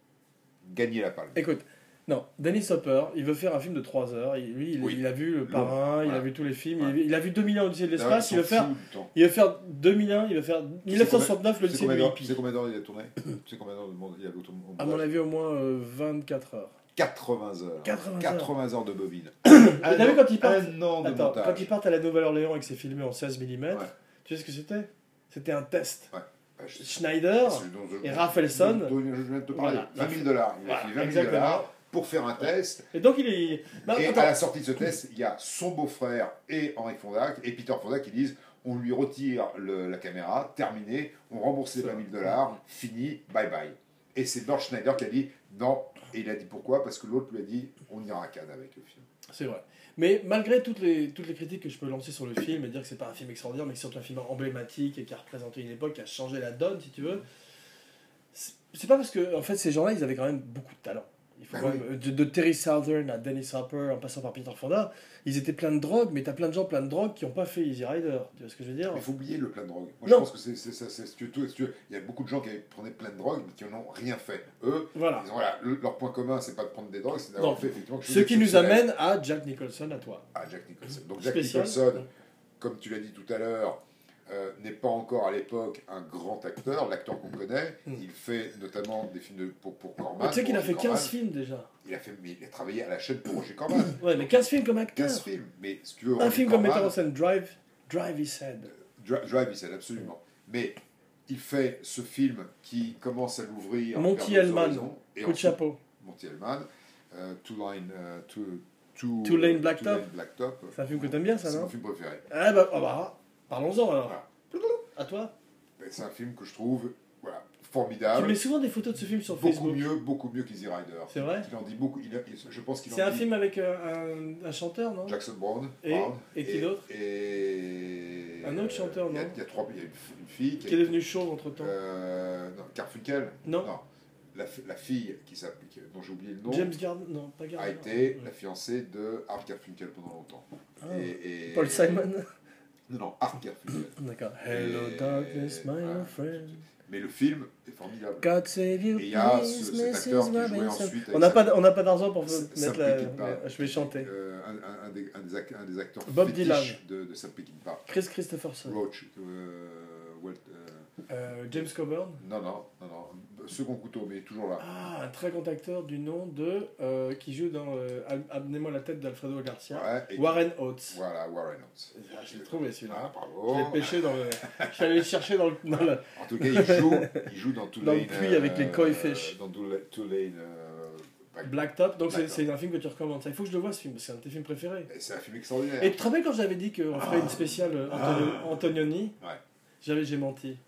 Speaker 4: gagner la palme.
Speaker 3: Écoute, non, Dennis Hopper, il veut faire un film de 3 heures. Il- Lui, il,
Speaker 4: Oui.
Speaker 3: il a vu Le Parrain, il a
Speaker 4: voilà.
Speaker 3: vu tous les films,
Speaker 4: Ouais.
Speaker 3: il, il a vu 2001 Odyssée de
Speaker 4: Là, ils
Speaker 3: l'espace,
Speaker 4: s'en
Speaker 3: il veut faire.
Speaker 4: foutent du temps.
Speaker 3: Il veut faire 2001, il veut faire 1969
Speaker 4: Tu
Speaker 3: le
Speaker 4: sais
Speaker 3: lycée
Speaker 4: combien
Speaker 3: du
Speaker 4: d'heures- tu
Speaker 3: hippie.
Speaker 4: sais combien d'heures il a tourné Tu sais combien d'heures il a tourné au
Speaker 3: À mon
Speaker 4: montage
Speaker 3: avis, au moins euh, 24 heures.
Speaker 4: 80 heures.
Speaker 3: 80 heures.
Speaker 4: 80 heures de bobines. Ah
Speaker 3: Et t'as vu quand ils partent
Speaker 4: Un an de
Speaker 3: Attends, quand
Speaker 4: montage.
Speaker 3: ils partent à la Nouvelle-Orléans et que c'est filmé en 16 mm,
Speaker 4: Ouais.
Speaker 3: tu sais ce que c'était C'était un test.
Speaker 4: Bah, je-
Speaker 3: Schneider,
Speaker 4: ce dont je-
Speaker 3: et Raphaelson.
Speaker 4: dont- dont Je viens de te parler.
Speaker 3: Voilà.
Speaker 4: 20 000 dollars. Il a
Speaker 3: Voilà,
Speaker 4: fait 20 000
Speaker 3: exactement.
Speaker 4: dollars pour faire un test.
Speaker 3: et donc il est. Non,
Speaker 4: et
Speaker 3: attends.
Speaker 4: à la sortie de ce test, il y a son beau-frère et Henri Fondac et Peter Fondac qui disent on lui retire le- la caméra, terminé, on rembourse les
Speaker 3: C'est
Speaker 4: 20 000 dollars, fini, bye bye. Et c'est Burt Schneider qui a dit non. Et il a dit pourquoi Parce que l'autre lui a dit on ira à Cannes avec le film.
Speaker 3: C'est vrai. Mais malgré toutes les, toutes les critiques que je peux lancer sur le film et dire que c'est pas un film extraordinaire, mais que c'est surtout un film emblématique et qui a représenté une époque, qui a changé la donne, si tu veux, c'est c'est pas parce que en fait ces gens-là, ils avaient quand même beaucoup de talent. Il faut
Speaker 4: Bah
Speaker 3: quand même- de, de Terry Southern à Dennis Hopper, en passant par Peter Fonda, ils étaient pleins de drogue, mais t'as plein de gens plein de drogue qui n'ont pas fait Easy Rider. Tu vois ce que je veux dire
Speaker 4: Mais il faut oublier le plein de drogue. Moi, je
Speaker 3: Non.
Speaker 4: pense que c'est c'est- c'est- c'est- si tu veux, tout- si tu veux, Il y a beaucoup de gens qui avaient- prenaient plein de drogue mais qui n'en ont rien fait. Eux,
Speaker 3: Voilà.
Speaker 4: ils ont- voilà, le- leur point commun, c'est pas de prendre des drogues, c'est
Speaker 3: Non.
Speaker 4: d'avoir fait effectivement quelque chose
Speaker 3: Ce qui nous amène
Speaker 4: d'exceptionnel.
Speaker 3: à Jack Nicholson, à toi.
Speaker 4: à Jack Nicholson. Donc Jack
Speaker 3: Spécial.
Speaker 4: Nicholson, comme tu l'as dit tout à l'heure, euh, n'est pas encore à l'époque un grand acteur, l'acteur qu'on connaît.
Speaker 3: Mm.
Speaker 4: Il fait notamment des films de, pour, pour
Speaker 3: Mais
Speaker 4: Corman.
Speaker 3: tu sais qu'il a
Speaker 4: pour
Speaker 3: fait
Speaker 4: Roger
Speaker 3: 15
Speaker 4: Corman.
Speaker 3: films déjà.
Speaker 4: Il a, fait, mais il a travaillé à la chaîne pour Roger Corman.
Speaker 3: Ouais, mais 15 films comme acteur.
Speaker 4: 15 films. Mais si tu veux,
Speaker 3: Mm. Un
Speaker 4: Roger
Speaker 3: film comme metteur
Speaker 4: Corman,
Speaker 3: en scène, Drive, Drive His Head.
Speaker 4: Dri- Drive, il sait absolument. Mais il fait ce film qui commence à l'ouvrir.
Speaker 3: Monty
Speaker 4: vers nos
Speaker 3: Hellman.
Speaker 4: horizons. Et
Speaker 3: Coup de
Speaker 4: ensuite,
Speaker 3: chapeau.
Speaker 4: Monty Hellman. euh, two Line, euh, two, two-
Speaker 3: Two Lane
Speaker 4: Two
Speaker 3: Blacktop.
Speaker 4: Lane Blacktop.
Speaker 3: C'est un film que t'aimes bien, ça,
Speaker 4: C'est
Speaker 3: non
Speaker 4: mon film préféré.
Speaker 3: Ah bah, oh bah, parlons-en alors.
Speaker 4: Voilà.
Speaker 3: À toi.
Speaker 4: Ben, c'est un film que je trouve voilà,
Speaker 3: Tu mets
Speaker 4: formidable.
Speaker 3: souvent des photos de ce film sur
Speaker 4: Ah Beaucoup
Speaker 3: Facebook.
Speaker 4: mieux, beaucoup mieux qu'Easy Rider.
Speaker 3: C'est vrai
Speaker 4: Il en dit beaucoup. il a- il- je pense qu'il en
Speaker 3: C'est un
Speaker 4: dit
Speaker 3: film avec euh, un, un chanteur, non
Speaker 4: Jackson Brown.
Speaker 3: Et-
Speaker 4: Brown,
Speaker 3: et qui d'autre
Speaker 4: Et
Speaker 3: Un autre chanteur,
Speaker 4: il y a-
Speaker 3: non
Speaker 4: Il y a trois. Il y a une, une fille
Speaker 3: Qui est devenu chauve entre temps.
Speaker 4: euh, non, Carfunkel.
Speaker 3: Non.
Speaker 4: La, fi- la fille qui s'applique, dont j'ai oublié le nom,
Speaker 3: James Gardner Non, pas Gardner.
Speaker 4: a été
Speaker 3: Ouais.
Speaker 4: la fiancée de Art Carfunkel pendant longtemps.
Speaker 3: Ah.
Speaker 4: Et- et-
Speaker 3: Paul Simon
Speaker 4: Non, non, Art Carfunkel.
Speaker 3: D'accord. Hello
Speaker 4: Et-
Speaker 3: darkness, my
Speaker 4: voilà.
Speaker 3: old friend.
Speaker 4: Mais le film est formidable.
Speaker 3: God save you,
Speaker 4: Et il y a
Speaker 3: please,
Speaker 4: ce- cet acteur
Speaker 3: Mrs.
Speaker 4: qui jouait
Speaker 3: Robinson.
Speaker 4: ensuite avec
Speaker 3: On n'a
Speaker 4: sa-
Speaker 3: pas, d- on n'a pas d'argent pour
Speaker 4: Sa-
Speaker 3: mettre
Speaker 4: Sa
Speaker 3: la.
Speaker 4: Peckinpah.
Speaker 3: Je vais chanter.
Speaker 4: Euh, un, un- un des, un des ac- un des acteurs
Speaker 3: Bob
Speaker 4: fétiches de, de Sam Peckinpah.
Speaker 3: Chris Christopherson.
Speaker 4: Roach. euh, Walt- euh,
Speaker 3: Euh, James Coburn.
Speaker 4: non, non, non, non. Second couteau, mais toujours là.
Speaker 3: Ah, un très grand acteur du nom de. euh, qui joue dans. euh, Am- Amenez-moi la tête d'Alfredo Garcia.
Speaker 4: Ouais, et-
Speaker 3: Warren Oates.
Speaker 4: Voilà, Warren Oates.
Speaker 3: Ah, je l'ai trouvé celui-là.
Speaker 4: Ah,
Speaker 3: Je
Speaker 4: bravo.
Speaker 3: l'ai pêché dans le. Je suis allé le chercher dans le. dans le-
Speaker 4: En tout cas, il joue, il joue dans Tulane. euh,
Speaker 3: Dans le puits avec les koi fish.
Speaker 4: Dans Tula- Tulane. euh, Back-
Speaker 3: Blacktop. Donc c'est-
Speaker 4: Blacktop.
Speaker 3: c'est un film que tu recommandes. Ça, Il faut que je le vois ce film, parce que c'est un de tes films préférés.
Speaker 4: Et C'est un film extraordinaire.
Speaker 3: Et tu te rappelles quand j'avais dit qu'on ferait une spéciale euh, Antonio- Antonioni
Speaker 4: Ah. Ouais.
Speaker 3: J'avais, j'ai menti.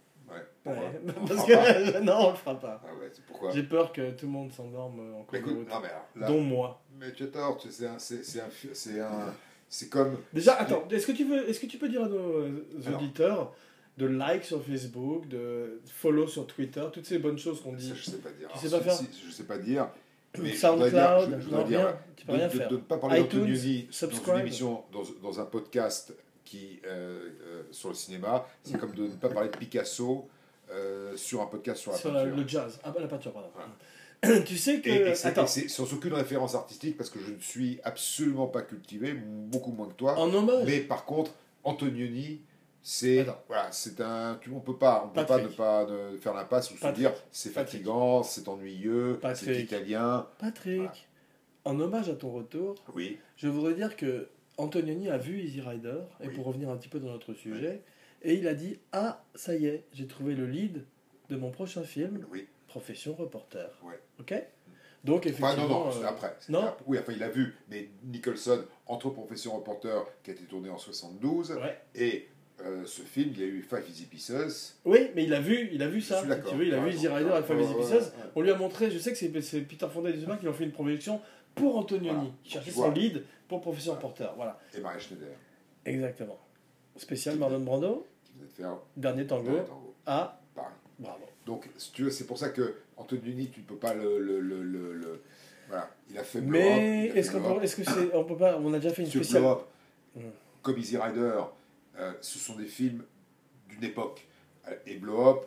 Speaker 4: Ouais,
Speaker 3: Ouais.
Speaker 4: pourquoi On
Speaker 3: Parce
Speaker 4: fera
Speaker 3: que
Speaker 4: pas.
Speaker 3: non, on le fera pas.
Speaker 4: Ah bah. ouais, c'est pourquoi
Speaker 3: J'ai peur que tout le monde s'endorme euh, en cours
Speaker 4: Mais
Speaker 3: de
Speaker 4: écoute,
Speaker 3: route,
Speaker 4: non, mais alors, là,
Speaker 3: dont moi.
Speaker 4: mais tu as tort, tu sais, c'est un, c'est c'est un, fi- c'est un, c'est comme,
Speaker 3: Déjà, attends, est-ce que tu veux, est-ce que tu peux dire à nos euh,
Speaker 4: Alors.
Speaker 3: auditeurs de like sur Facebook, de follow sur Twitter, toutes ces bonnes choses qu'on
Speaker 4: ça
Speaker 3: dit,
Speaker 4: je sais pas dire.
Speaker 3: Tu sais
Speaker 4: Alors,
Speaker 3: pas
Speaker 4: si- si, je sais pas dire. mais je voudrais dire-
Speaker 3: SoundCloud,
Speaker 4: je- je
Speaker 3: non
Speaker 4: voudrais dire,
Speaker 3: rien, tu peux
Speaker 4: de,
Speaker 3: rien
Speaker 4: de-
Speaker 3: faire.
Speaker 4: de ne pas parler
Speaker 3: iTunes,
Speaker 4: d'Antonioni dans
Speaker 3: subscribe.
Speaker 4: une émission, dans, dans un podcast qui, euh, euh, sur le cinéma, c'est comme de ne pas parler de Picasso euh, sur un podcast sur la
Speaker 3: Sur la-
Speaker 4: peinture.
Speaker 3: le jazz, ah bah, la peinture, pardon.
Speaker 4: Voilà.
Speaker 3: tu sais que,
Speaker 4: Et, et c'est-
Speaker 3: attends,
Speaker 4: et c'est sans aucune référence artistique parce que je ne suis absolument pas cultivé, beaucoup moins que toi.
Speaker 3: en hommage,
Speaker 4: Mais par contre, Antonioni, c'est
Speaker 3: Attends.
Speaker 4: voilà, c'est un, tu, on peut pas, on peut pas ne
Speaker 3: Patrick.
Speaker 4: pas ne faire l'impasse ou se
Speaker 3: Patrick.
Speaker 4: dire c'est
Speaker 3: Patrick.
Speaker 4: fatigant, c'est ennuyeux, c'est
Speaker 3: Patrick.
Speaker 4: italien.
Speaker 3: Patrick,
Speaker 4: Voilà.
Speaker 3: en hommage à ton retour,
Speaker 4: Oui.
Speaker 3: Je voudrais dire que Antonioni a vu Easy Rider, et
Speaker 4: Oui.
Speaker 3: pour revenir un petit peu dans notre sujet, et il a dit Ah, ça y est, j'ai trouvé le lead de mon prochain film,
Speaker 4: Oui.
Speaker 3: Profession Reporter.
Speaker 4: Ouais.
Speaker 3: Ok Donc,
Speaker 4: Enfin, non,
Speaker 3: effectivement.
Speaker 4: non, c'est
Speaker 3: euh,
Speaker 4: après. c'est
Speaker 3: non.
Speaker 4: après. Oui, enfin, il l'a vu. Mais Nicholson, entre Profession Reporter, qui a été tourné en 72,
Speaker 3: ouais.
Speaker 4: et euh, ce film, il y a eu Five Easy Pieces.
Speaker 3: Oui, mais il a vu, il a vu
Speaker 4: Je
Speaker 3: ça.
Speaker 4: suis d'accord.
Speaker 3: Tu vois, il a
Speaker 4: Ouais,
Speaker 3: vu
Speaker 4: ouais,
Speaker 3: Easy Rider et Five
Speaker 4: ouais,
Speaker 3: Easy
Speaker 4: ouais,
Speaker 3: Pieces.
Speaker 4: ouais.
Speaker 3: On lui a montré, je sais que c'est c'est Peter Fonda et Zuma qui ont fait une projection pour Antonioni,
Speaker 4: Voilà.
Speaker 3: qui cherchait
Speaker 4: Tu
Speaker 3: son
Speaker 4: vois.
Speaker 3: lead pour Profession Reporter. Voilà,
Speaker 4: Et Maria Schneider,
Speaker 3: exactement. Spécial Marlon Brando,
Speaker 4: qui venait de faire
Speaker 3: dernier tango.
Speaker 4: Dernier Tango.
Speaker 3: Ah,
Speaker 4: Pareil.
Speaker 3: bravo.
Speaker 4: Donc, si tu veux, c'est pour ça que Antonioni, tu ne peux pas le, le, le, le- le- Voilà, il a fait
Speaker 3: Mais
Speaker 4: Blow Up, il a
Speaker 3: est-ce
Speaker 4: fait
Speaker 3: qu'on
Speaker 4: Blow Up.
Speaker 3: peut, est-ce que c'est, on peut pas, on a déjà fait une
Speaker 4: Sur Blow
Speaker 3: spéciale.
Speaker 4: Up,
Speaker 3: Mm.
Speaker 4: comme Easy Rider, euh, ce sont des films d'une époque. Euh, Et Blow Up,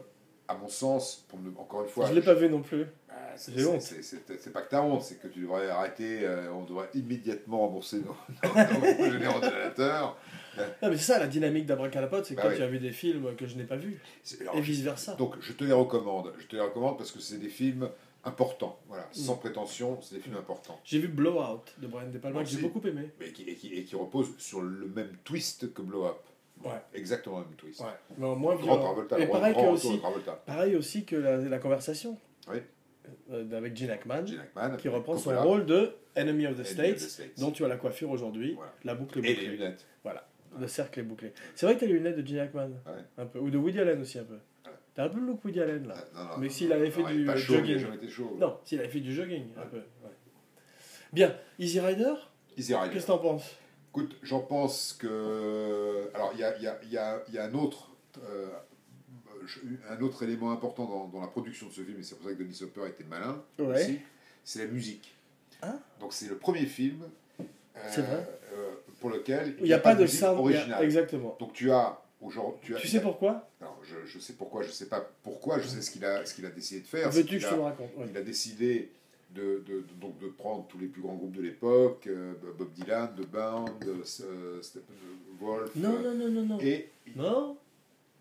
Speaker 4: à mon sens, pour ne- encore une fois,
Speaker 3: Je l'ai pas vu non plus.
Speaker 4: bah, c'est-
Speaker 3: j'ai
Speaker 4: c'est-
Speaker 3: honte.
Speaker 4: c'est- c'est c'est pas que t'as honte, c'est que tu devrais arrêter, euh, on devrait immédiatement rembourser nos, nos, nos généraux donateurs.
Speaker 3: Non, mais c'est ça la dynamique d'Abracalapote, c'est que
Speaker 4: Bah
Speaker 3: toi
Speaker 4: oui.
Speaker 3: tu as vu des films que je n'ai pas vus
Speaker 4: C'est- alors,
Speaker 3: et vice versa.
Speaker 4: Donc je te les recommande, je te les recommande parce que c'est des films importants, voilà,
Speaker 3: Mm.
Speaker 4: sans prétention, c'est des films importants.
Speaker 3: J'ai vu Blowout de Brian De Palma
Speaker 4: Moi
Speaker 3: que j'ai
Speaker 4: aussi.
Speaker 3: beaucoup aimé.
Speaker 4: Mais qui, et, qui, et qui repose sur le même twist que Blow Up.
Speaker 3: Ouais.
Speaker 4: Exactement le même twist.
Speaker 3: Ouais. Mais au moins
Speaker 4: Grand
Speaker 3: violent.
Speaker 4: Travolta,
Speaker 3: Et
Speaker 4: grand,
Speaker 3: pareil
Speaker 4: grand
Speaker 3: que
Speaker 4: retour de
Speaker 3: aussi,
Speaker 4: Travolta.
Speaker 3: pareil aussi que la, la conversation.
Speaker 4: Oui.
Speaker 3: Euh, avec Gene Hackman
Speaker 4: Gene Hackman,
Speaker 3: qui reprend son
Speaker 4: Coppola,
Speaker 3: rôle de Enemy of the
Speaker 4: Enemy
Speaker 3: States,
Speaker 4: of the States.
Speaker 3: dont tu as la coiffure aujourd'hui,
Speaker 4: Voilà.
Speaker 3: la boucle est
Speaker 4: Et les
Speaker 3: bouclée,
Speaker 4: lunettes.
Speaker 3: le cercle est bouclé. C'est vrai que t'as les lunettes de Gene Hackman,
Speaker 4: Ouais.
Speaker 3: un peu, ou de Woody Allen aussi un peu.
Speaker 4: Ouais.
Speaker 3: T'as un peu le look Woody Allen là.
Speaker 4: Ah, non, non,
Speaker 3: Mais
Speaker 4: non,
Speaker 3: s'il
Speaker 4: non,
Speaker 3: avait fait
Speaker 4: non, il
Speaker 3: du,
Speaker 4: est pas
Speaker 3: euh,
Speaker 4: chaud, il a
Speaker 3: jogging.
Speaker 4: jamais été chaud.
Speaker 3: Non, s'il avait fait du jogging, un
Speaker 4: Ouais.
Speaker 3: peu. ouais. Bien, Easy Rider,
Speaker 4: Easy Rider.
Speaker 3: qu'est-ce que t'en penses
Speaker 4: Écoute, j'en pense que. Alors, il y a, il y a- il y a- il y a un autre. euh, je- un autre élément important dans, dans la production de ce film, et c'est pour ça que Denis Hopper était malin,
Speaker 3: Ouais.
Speaker 4: aussi, c'est la musique.
Speaker 3: Hein
Speaker 4: Donc c'est le premier film euh,
Speaker 3: C'est vrai
Speaker 4: euh, pour lequel
Speaker 3: Il n'y a, pas de
Speaker 4: musique
Speaker 3: sound. il y a-
Speaker 4: originale.
Speaker 3: Exactement.
Speaker 4: Donc tu as aujourd'hui, tu, as-
Speaker 3: Tu sais pourquoi
Speaker 4: Alors, je, je sais pourquoi, je sais pas pourquoi, je sais ce qu'il a, ce qu'il a décidé de faire. c'est
Speaker 3: Veux-tu que
Speaker 4: qu'il
Speaker 3: je
Speaker 4: a-
Speaker 3: te le raconte Ouais.
Speaker 4: il a décidé de, de- de- donc de prendre tous les plus grands groupes de l'époque, euh, Bob Dylan, The Band, euh, Wolf.
Speaker 3: Non, non, non, non, non.
Speaker 4: Et
Speaker 3: Non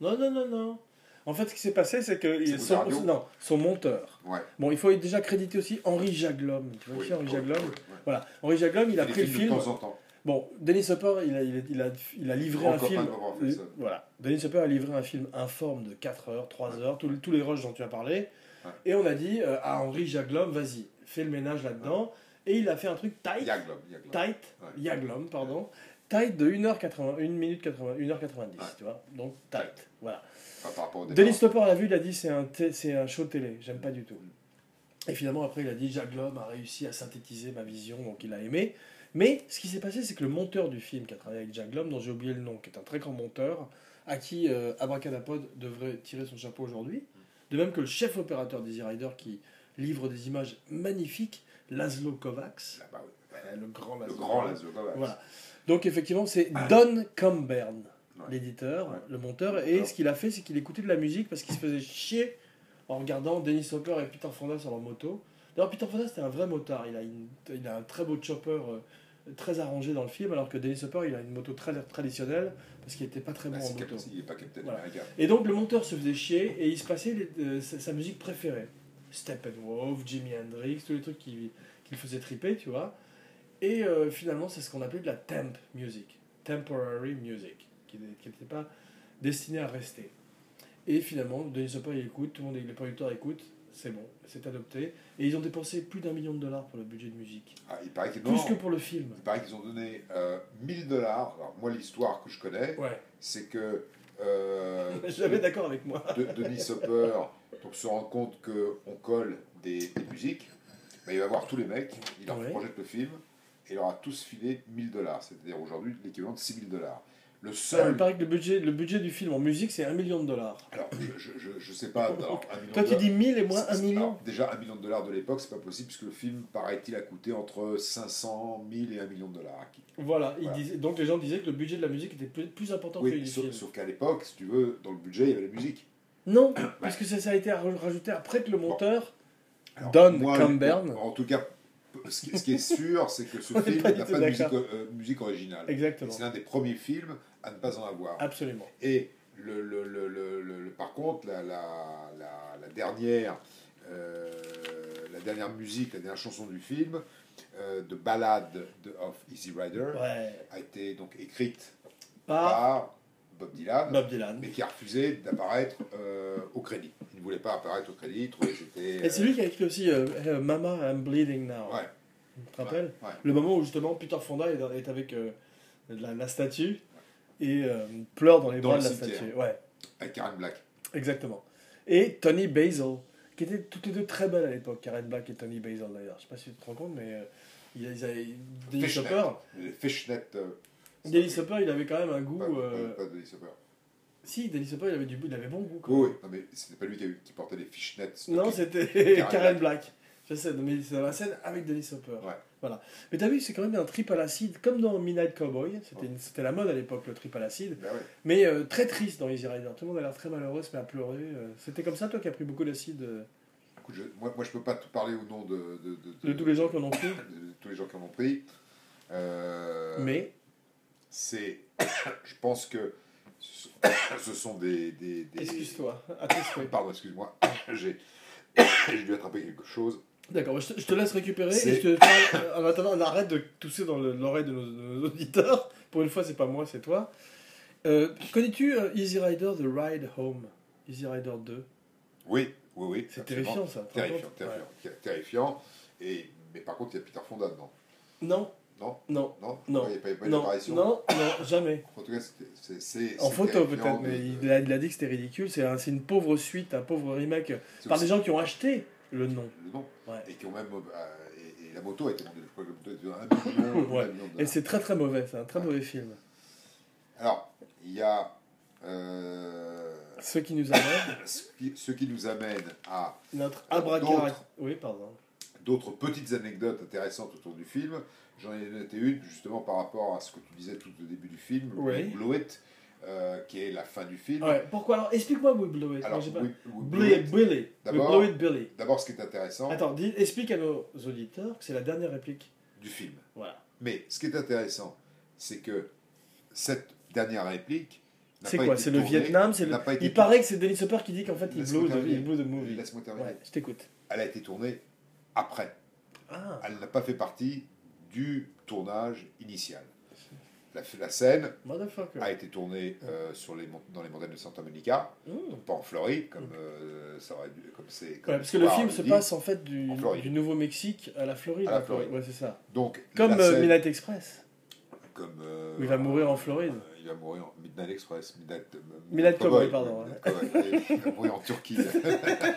Speaker 3: Non, non, non, non. En fait, ce qui s'est passé, c'est que il-
Speaker 4: Écoute la
Speaker 3: son,
Speaker 4: radio.
Speaker 3: non, son monteur.
Speaker 4: ouais.
Speaker 3: Bon, il faut déjà créditer aussi Henri Jaglom. Tu vois
Speaker 4: oui,
Speaker 3: qui est Henri
Speaker 4: oui,
Speaker 3: Jaglom
Speaker 4: oui, oui.
Speaker 3: Voilà, Henri Jaglom, il a
Speaker 4: Des
Speaker 3: pris le
Speaker 4: films
Speaker 3: film.
Speaker 4: de temps en temps.
Speaker 3: Bon, Denis Hopper, il a, il a, il a, il a livré
Speaker 4: Grand
Speaker 3: un
Speaker 4: copain
Speaker 3: film.
Speaker 4: de Robert Pattinson.
Speaker 3: Voilà. Denis Hopper a livré un film informe de 4 heures, 3 heures, tous, les- tous les rushs dont tu as parlé.
Speaker 4: Ouais.
Speaker 3: Et on a dit euh, à Henri Jaglom, vas-y, fais le ménage là-dedans. Et il a fait un truc tight.
Speaker 4: Yaglom, Yaglom.
Speaker 3: Tight.
Speaker 4: Ouais.
Speaker 3: Yaglom, pardon. Tight de 1h80, 1 minute 80, 1h90,
Speaker 4: Ouais.
Speaker 3: tu vois. Donc tight. Voilà.
Speaker 4: Enfin, par rapport au départ.
Speaker 3: Denis Hopper l'a vu, il a dit c'est un, t- c'est un show télé, j'aime pas du tout. Et finalement, après, il a dit Jaglom a réussi à synthétiser ma vision, donc il a aimé. Mais ce qui s'est passé, c'est que le monteur du film qui a travaillé avec Jaglom, dont j'ai oublié le nom, qui est un très grand monteur, à qui euh, Abracadapod devrait tirer son chapeau aujourd'hui, de même que le chef opérateur d'Easy Rider qui livre des images magnifiques, Laszlo Kovacs,
Speaker 4: Ah, bah oui.
Speaker 3: euh, le grand
Speaker 4: Le
Speaker 3: Laszlo.
Speaker 4: grand Lazio, quand même.
Speaker 3: Voilà. Donc effectivement, c'est Don Combern,
Speaker 4: Ouais.
Speaker 3: l'éditeur,
Speaker 4: Ah. Ouais.
Speaker 3: le monteur,
Speaker 4: Le
Speaker 3: et
Speaker 4: monteur.
Speaker 3: ce qu'il a fait, c'est qu'il écoutait de la musique parce qu'il se faisait chier en regardant Dennis Hopper et Peter Fonda sur leur moto. D'ailleurs, Peter Fonda, c'était un vrai motard. Il a, une- il a un très beau chopper euh, très arrangé dans le film, alors que Dennis Hopper, il a une moto très traditionnelle parce qu'il n'était pas très bon
Speaker 4: Bah,
Speaker 3: en
Speaker 4: c'est
Speaker 3: moto.
Speaker 4: Cap- il est pas Captain
Speaker 3: Voilà.
Speaker 4: America.
Speaker 3: Et donc, le monteur se faisait chier et il se passait les- euh, sa, sa musique préférée. Steppenwolf, Jimi Hendrix, tous les trucs qui, qui le faisaient triper, tu vois. Et euh, finalement, c'est ce qu'on appelait de la temp music, temporary music, qui n'est- qui n'était pas destinée à rester. Et finalement, Denis Hopper, il écoute, tout le monde, les producteurs écoutent, c'est bon, c'est adopté. Et ils ont dépensé plus d'un million de dollars pour le budget de musique.
Speaker 4: Ah, il paraît qu'ils
Speaker 3: Plus
Speaker 4: non,
Speaker 3: que pour le film.
Speaker 4: il paraît qu'ils ont donné euh, 1000 dollars. Alors, moi, l'histoire que je connais,
Speaker 3: Ouais,
Speaker 4: c'est que. euh,
Speaker 3: jamais d'accord avec moi.
Speaker 4: de, Denis Hopper pour se rendre compte qu'on colle des, des musiques, bah, il va voir tous les mecs, il leur
Speaker 3: Ouais.
Speaker 4: projette le film, et il leur a tous filé 1000 dollars, c'est-à-dire aujourd'hui l'équivalent de 6000 dollars. Le
Speaker 3: Il
Speaker 4: seul.
Speaker 3: paraît que le budget, le budget du film en musique, c'est un million de dollars.
Speaker 4: Alors, je, je, je, je sais pas. alors, un million
Speaker 3: Toi,
Speaker 4: de
Speaker 3: tu
Speaker 4: dollars-
Speaker 3: dis 1000 et moi
Speaker 4: c'est-
Speaker 3: 1
Speaker 4: c'est-
Speaker 3: million.
Speaker 4: alors, déjà, un million de dollars de l'époque, c'est pas possible, puisque le film, paraît-il, a coûté entre 500, 1000 et 1 million de dollars.
Speaker 3: Voilà, il
Speaker 4: Voilà.
Speaker 3: disait- donc les gens disaient que le budget de la musique était plus, plus important que
Speaker 4: Oui,
Speaker 3: les
Speaker 4: sauf,
Speaker 3: films.
Speaker 4: sauf qu'à l'époque, si tu veux, dans le budget, il y avait la musique.
Speaker 3: Non, parce que ça, ça a été raj- rajouté après que le monteur.
Speaker 4: Alors,
Speaker 3: Don
Speaker 4: moi,
Speaker 3: Campbell.
Speaker 4: En tout cas, ce qui, ce qui est sûr, c'est que ce
Speaker 3: On n'est
Speaker 4: film
Speaker 3: pas du
Speaker 4: n'a
Speaker 3: tout
Speaker 4: pas de musique,
Speaker 3: d'accord.
Speaker 4: euh, musique originale. Et
Speaker 3: Exactement. Ah.
Speaker 4: C'est l'un des premiers films à ne pas en avoir.
Speaker 3: Absolument.
Speaker 4: Et le, le- le- le- le- le- par contre, la, la- la- la dernière, euh, la dernière musique, la dernière chanson du film, euh, de Ballade de, of Easy Rider,
Speaker 3: Ouais. Ah.
Speaker 4: a été donc écrite
Speaker 3: Par
Speaker 4: par Bob Dylan,
Speaker 3: Bob Dylan.
Speaker 4: Bah, mais qui a refusé d'apparaître euh, au crédit. Il ne voulait pas apparaître au crédit, il trouvait que c'était.
Speaker 3: Et c'est
Speaker 4: euh,
Speaker 3: lui qui a écrit aussi euh, euh, Mama, I'm Bleeding Now.
Speaker 4: Ouais.
Speaker 3: Tu te rappelles
Speaker 4: ouais.
Speaker 3: Le moment où justement Peter Fonda est, est avec euh, la, la statue et euh, pleure dans les
Speaker 4: Dans
Speaker 3: bras
Speaker 4: le
Speaker 3: de la
Speaker 4: cimetière.
Speaker 3: statue. Ouais.
Speaker 4: Avec Karen Black.
Speaker 3: Exactement. Et Tony Basil, qui étaient toutes les deux très belles à l'époque, Karen Black et Tony Basil d'ailleurs. Je sais pas si tu te rends compte, mais euh, ils, ils avaient. Dennis
Speaker 4: Fishnet.
Speaker 3: Hopper,
Speaker 4: Les Fishnet. euh,
Speaker 3: Dennis Hopper, il avait quand même un
Speaker 4: pas-
Speaker 3: goût.
Speaker 4: pas-
Speaker 3: euh,
Speaker 4: pas Dennis Hopper.
Speaker 3: Si, Dennis Hopper, il avait du goût, il avait bon goût. quand
Speaker 4: Oui,
Speaker 3: même.
Speaker 4: oui. Non, mais c'était pas lui qui, a eu- qui portait les fishnets.
Speaker 3: Non,
Speaker 4: stockings.
Speaker 3: c'était
Speaker 4: Karen
Speaker 3: Karen Black. Je sais, mais c'est dans la scène avec Dennis Hopper.
Speaker 4: Ouais.
Speaker 3: Voilà. Mais t'as vu, c'est quand même un trip à l'acide, comme dans Midnight Cowboy. C'était
Speaker 4: Ouais.
Speaker 3: une- c'était la mode à l'époque, le trip à l'acide.
Speaker 4: Ben ouais.
Speaker 3: Mais euh, très triste dans Easy Rider. Tout le monde a l'air très malheureux, se met à pleurer. euh. C'était comme ça, toi qui as pris beaucoup d'acide, euh,
Speaker 4: Écoute, je- moi, moi, je peux pas te parler au nom de, de, de-
Speaker 3: de
Speaker 4: de-
Speaker 3: tous les gens qui en ont pris.
Speaker 4: de tous les gens qui en ont pris. Euh,
Speaker 3: Mais
Speaker 4: C'est. je pense que ce ce sont des. des, des-
Speaker 3: excuse-toi, à tes souhaits.
Speaker 4: Pardon, excuse-moi. J'ai j'ai dû attraper quelque chose.
Speaker 3: D'accord, je te, je te laisse récupérer et
Speaker 4: C'est-
Speaker 3: je te parle- en attendant, on arrête de tousser dans le- l'oreille de nos, de nos auditeurs. Pour une fois, c'est pas moi, c'est toi. Euh, Connais-tu euh, Easy Rider The Ride Home Easy Rider 2
Speaker 4: Oui, oui, oui.
Speaker 3: C'est
Speaker 4: absolument.
Speaker 3: terrifiant ça. tu te rends
Speaker 4: Terrifiant,
Speaker 3: compte
Speaker 4: terrifiant. terrifiant. Et, mais par contre, il y a Peter Fonda dedans.
Speaker 3: Ouais. Non,
Speaker 4: Non
Speaker 3: non,
Speaker 4: Non
Speaker 3: Non.
Speaker 4: Il n'y a pas, il y a pas eu
Speaker 3: non,
Speaker 4: d'apparition
Speaker 3: non, non, jamais.
Speaker 4: En tout cas, c'était- c'est- c'est.
Speaker 3: En
Speaker 4: c'est
Speaker 3: photo
Speaker 4: terrifiant
Speaker 3: peut-être,
Speaker 4: de-
Speaker 3: mais
Speaker 4: de-
Speaker 3: il a, il a dit que c'était ridicule. C'est un- c'est une pauvre suite, un pauvre remake
Speaker 4: c'est
Speaker 3: par
Speaker 4: aussi-
Speaker 3: des gens qui ont acheté le nom.
Speaker 4: le nom.
Speaker 3: Ouais.
Speaker 4: Et qui ont même. euh, et, et la moto a été vendue, je crois que la moto était à 1 million,
Speaker 3: Ouais.
Speaker 4: un million de
Speaker 3: Et
Speaker 4: dollars.
Speaker 3: c'est très très mauvais, c'est un très
Speaker 4: Ouais.
Speaker 3: mauvais film.
Speaker 4: Alors, il y a. euh,
Speaker 3: Ce qui nous amène,
Speaker 4: ce, qui, ce qui nous amène à
Speaker 3: notre
Speaker 4: Alors,
Speaker 3: abracadabra.
Speaker 4: d'autres.
Speaker 3: Oui, pardon.
Speaker 4: d'autres petites anecdotes intéressantes autour du film. J'en ai noté une justement par rapport à ce que tu disais tout au début du film,
Speaker 3: Ouais.
Speaker 4: Blow It, euh, qui est la fin du film.
Speaker 3: Ouais, pourquoi alors Explique-moi We Blow It.
Speaker 4: Alors,
Speaker 3: moi, j'ai pas-
Speaker 4: oui, oui, Blow
Speaker 3: Billy,
Speaker 4: It.
Speaker 3: Billy. We
Speaker 4: D'abord-
Speaker 3: Blow It Billy.
Speaker 4: D'abord, ce qui est intéressant
Speaker 3: Attends, dis- explique à nos auditeurs que c'est la dernière réplique.
Speaker 4: du film.
Speaker 3: Voilà.
Speaker 4: Mais ce qui est intéressant, c'est que cette dernière réplique. n'a
Speaker 3: C'est
Speaker 4: pas
Speaker 3: quoi
Speaker 4: été
Speaker 3: C'est le
Speaker 4: tournée,
Speaker 3: Vietnam c'est le-
Speaker 4: n'a pas été
Speaker 3: Il paraît que c'est Dennis Hopper qui dit qu'en fait il
Speaker 4: Laisse-moi
Speaker 3: blew, the,
Speaker 4: terminer.
Speaker 3: il blew the movie.
Speaker 4: Laisse-moi terminer.
Speaker 3: Ouais, je t'écoute.
Speaker 4: Elle a été tournée après.
Speaker 3: Ah,
Speaker 4: Elle n'a pas fait partie du tournage initial. La, la scène
Speaker 3: motherfucker.
Speaker 4: a été tournée euh, sur les, mont- dans les montagnes de Santa Monica,
Speaker 3: Mmh.
Speaker 4: donc pas en Floride, comme euh, ça aurait dû- comme c'est. comme
Speaker 3: Ouais, parce que le
Speaker 4: l'histoire
Speaker 3: film
Speaker 4: le
Speaker 3: se
Speaker 4: dit.
Speaker 3: passe en fait du,
Speaker 4: En Floride.
Speaker 3: du Nouveau-Mexique à la Floride.
Speaker 4: À la
Speaker 3: en Floride.
Speaker 4: Floride.
Speaker 3: Ouais, c'est ça.
Speaker 4: Donc,
Speaker 3: Comme
Speaker 4: la
Speaker 3: euh,
Speaker 4: scène-
Speaker 3: Midnight Express.
Speaker 4: comme, euh,
Speaker 3: où il va mourir en Floride.
Speaker 4: euh, il va mourir en Midnight Express, Midnight, euh,
Speaker 3: Midnight Cowboy,
Speaker 4: Cowboy,
Speaker 3: pardon,
Speaker 4: Midnight Cowboy. Il va mourir en Turquie. Non,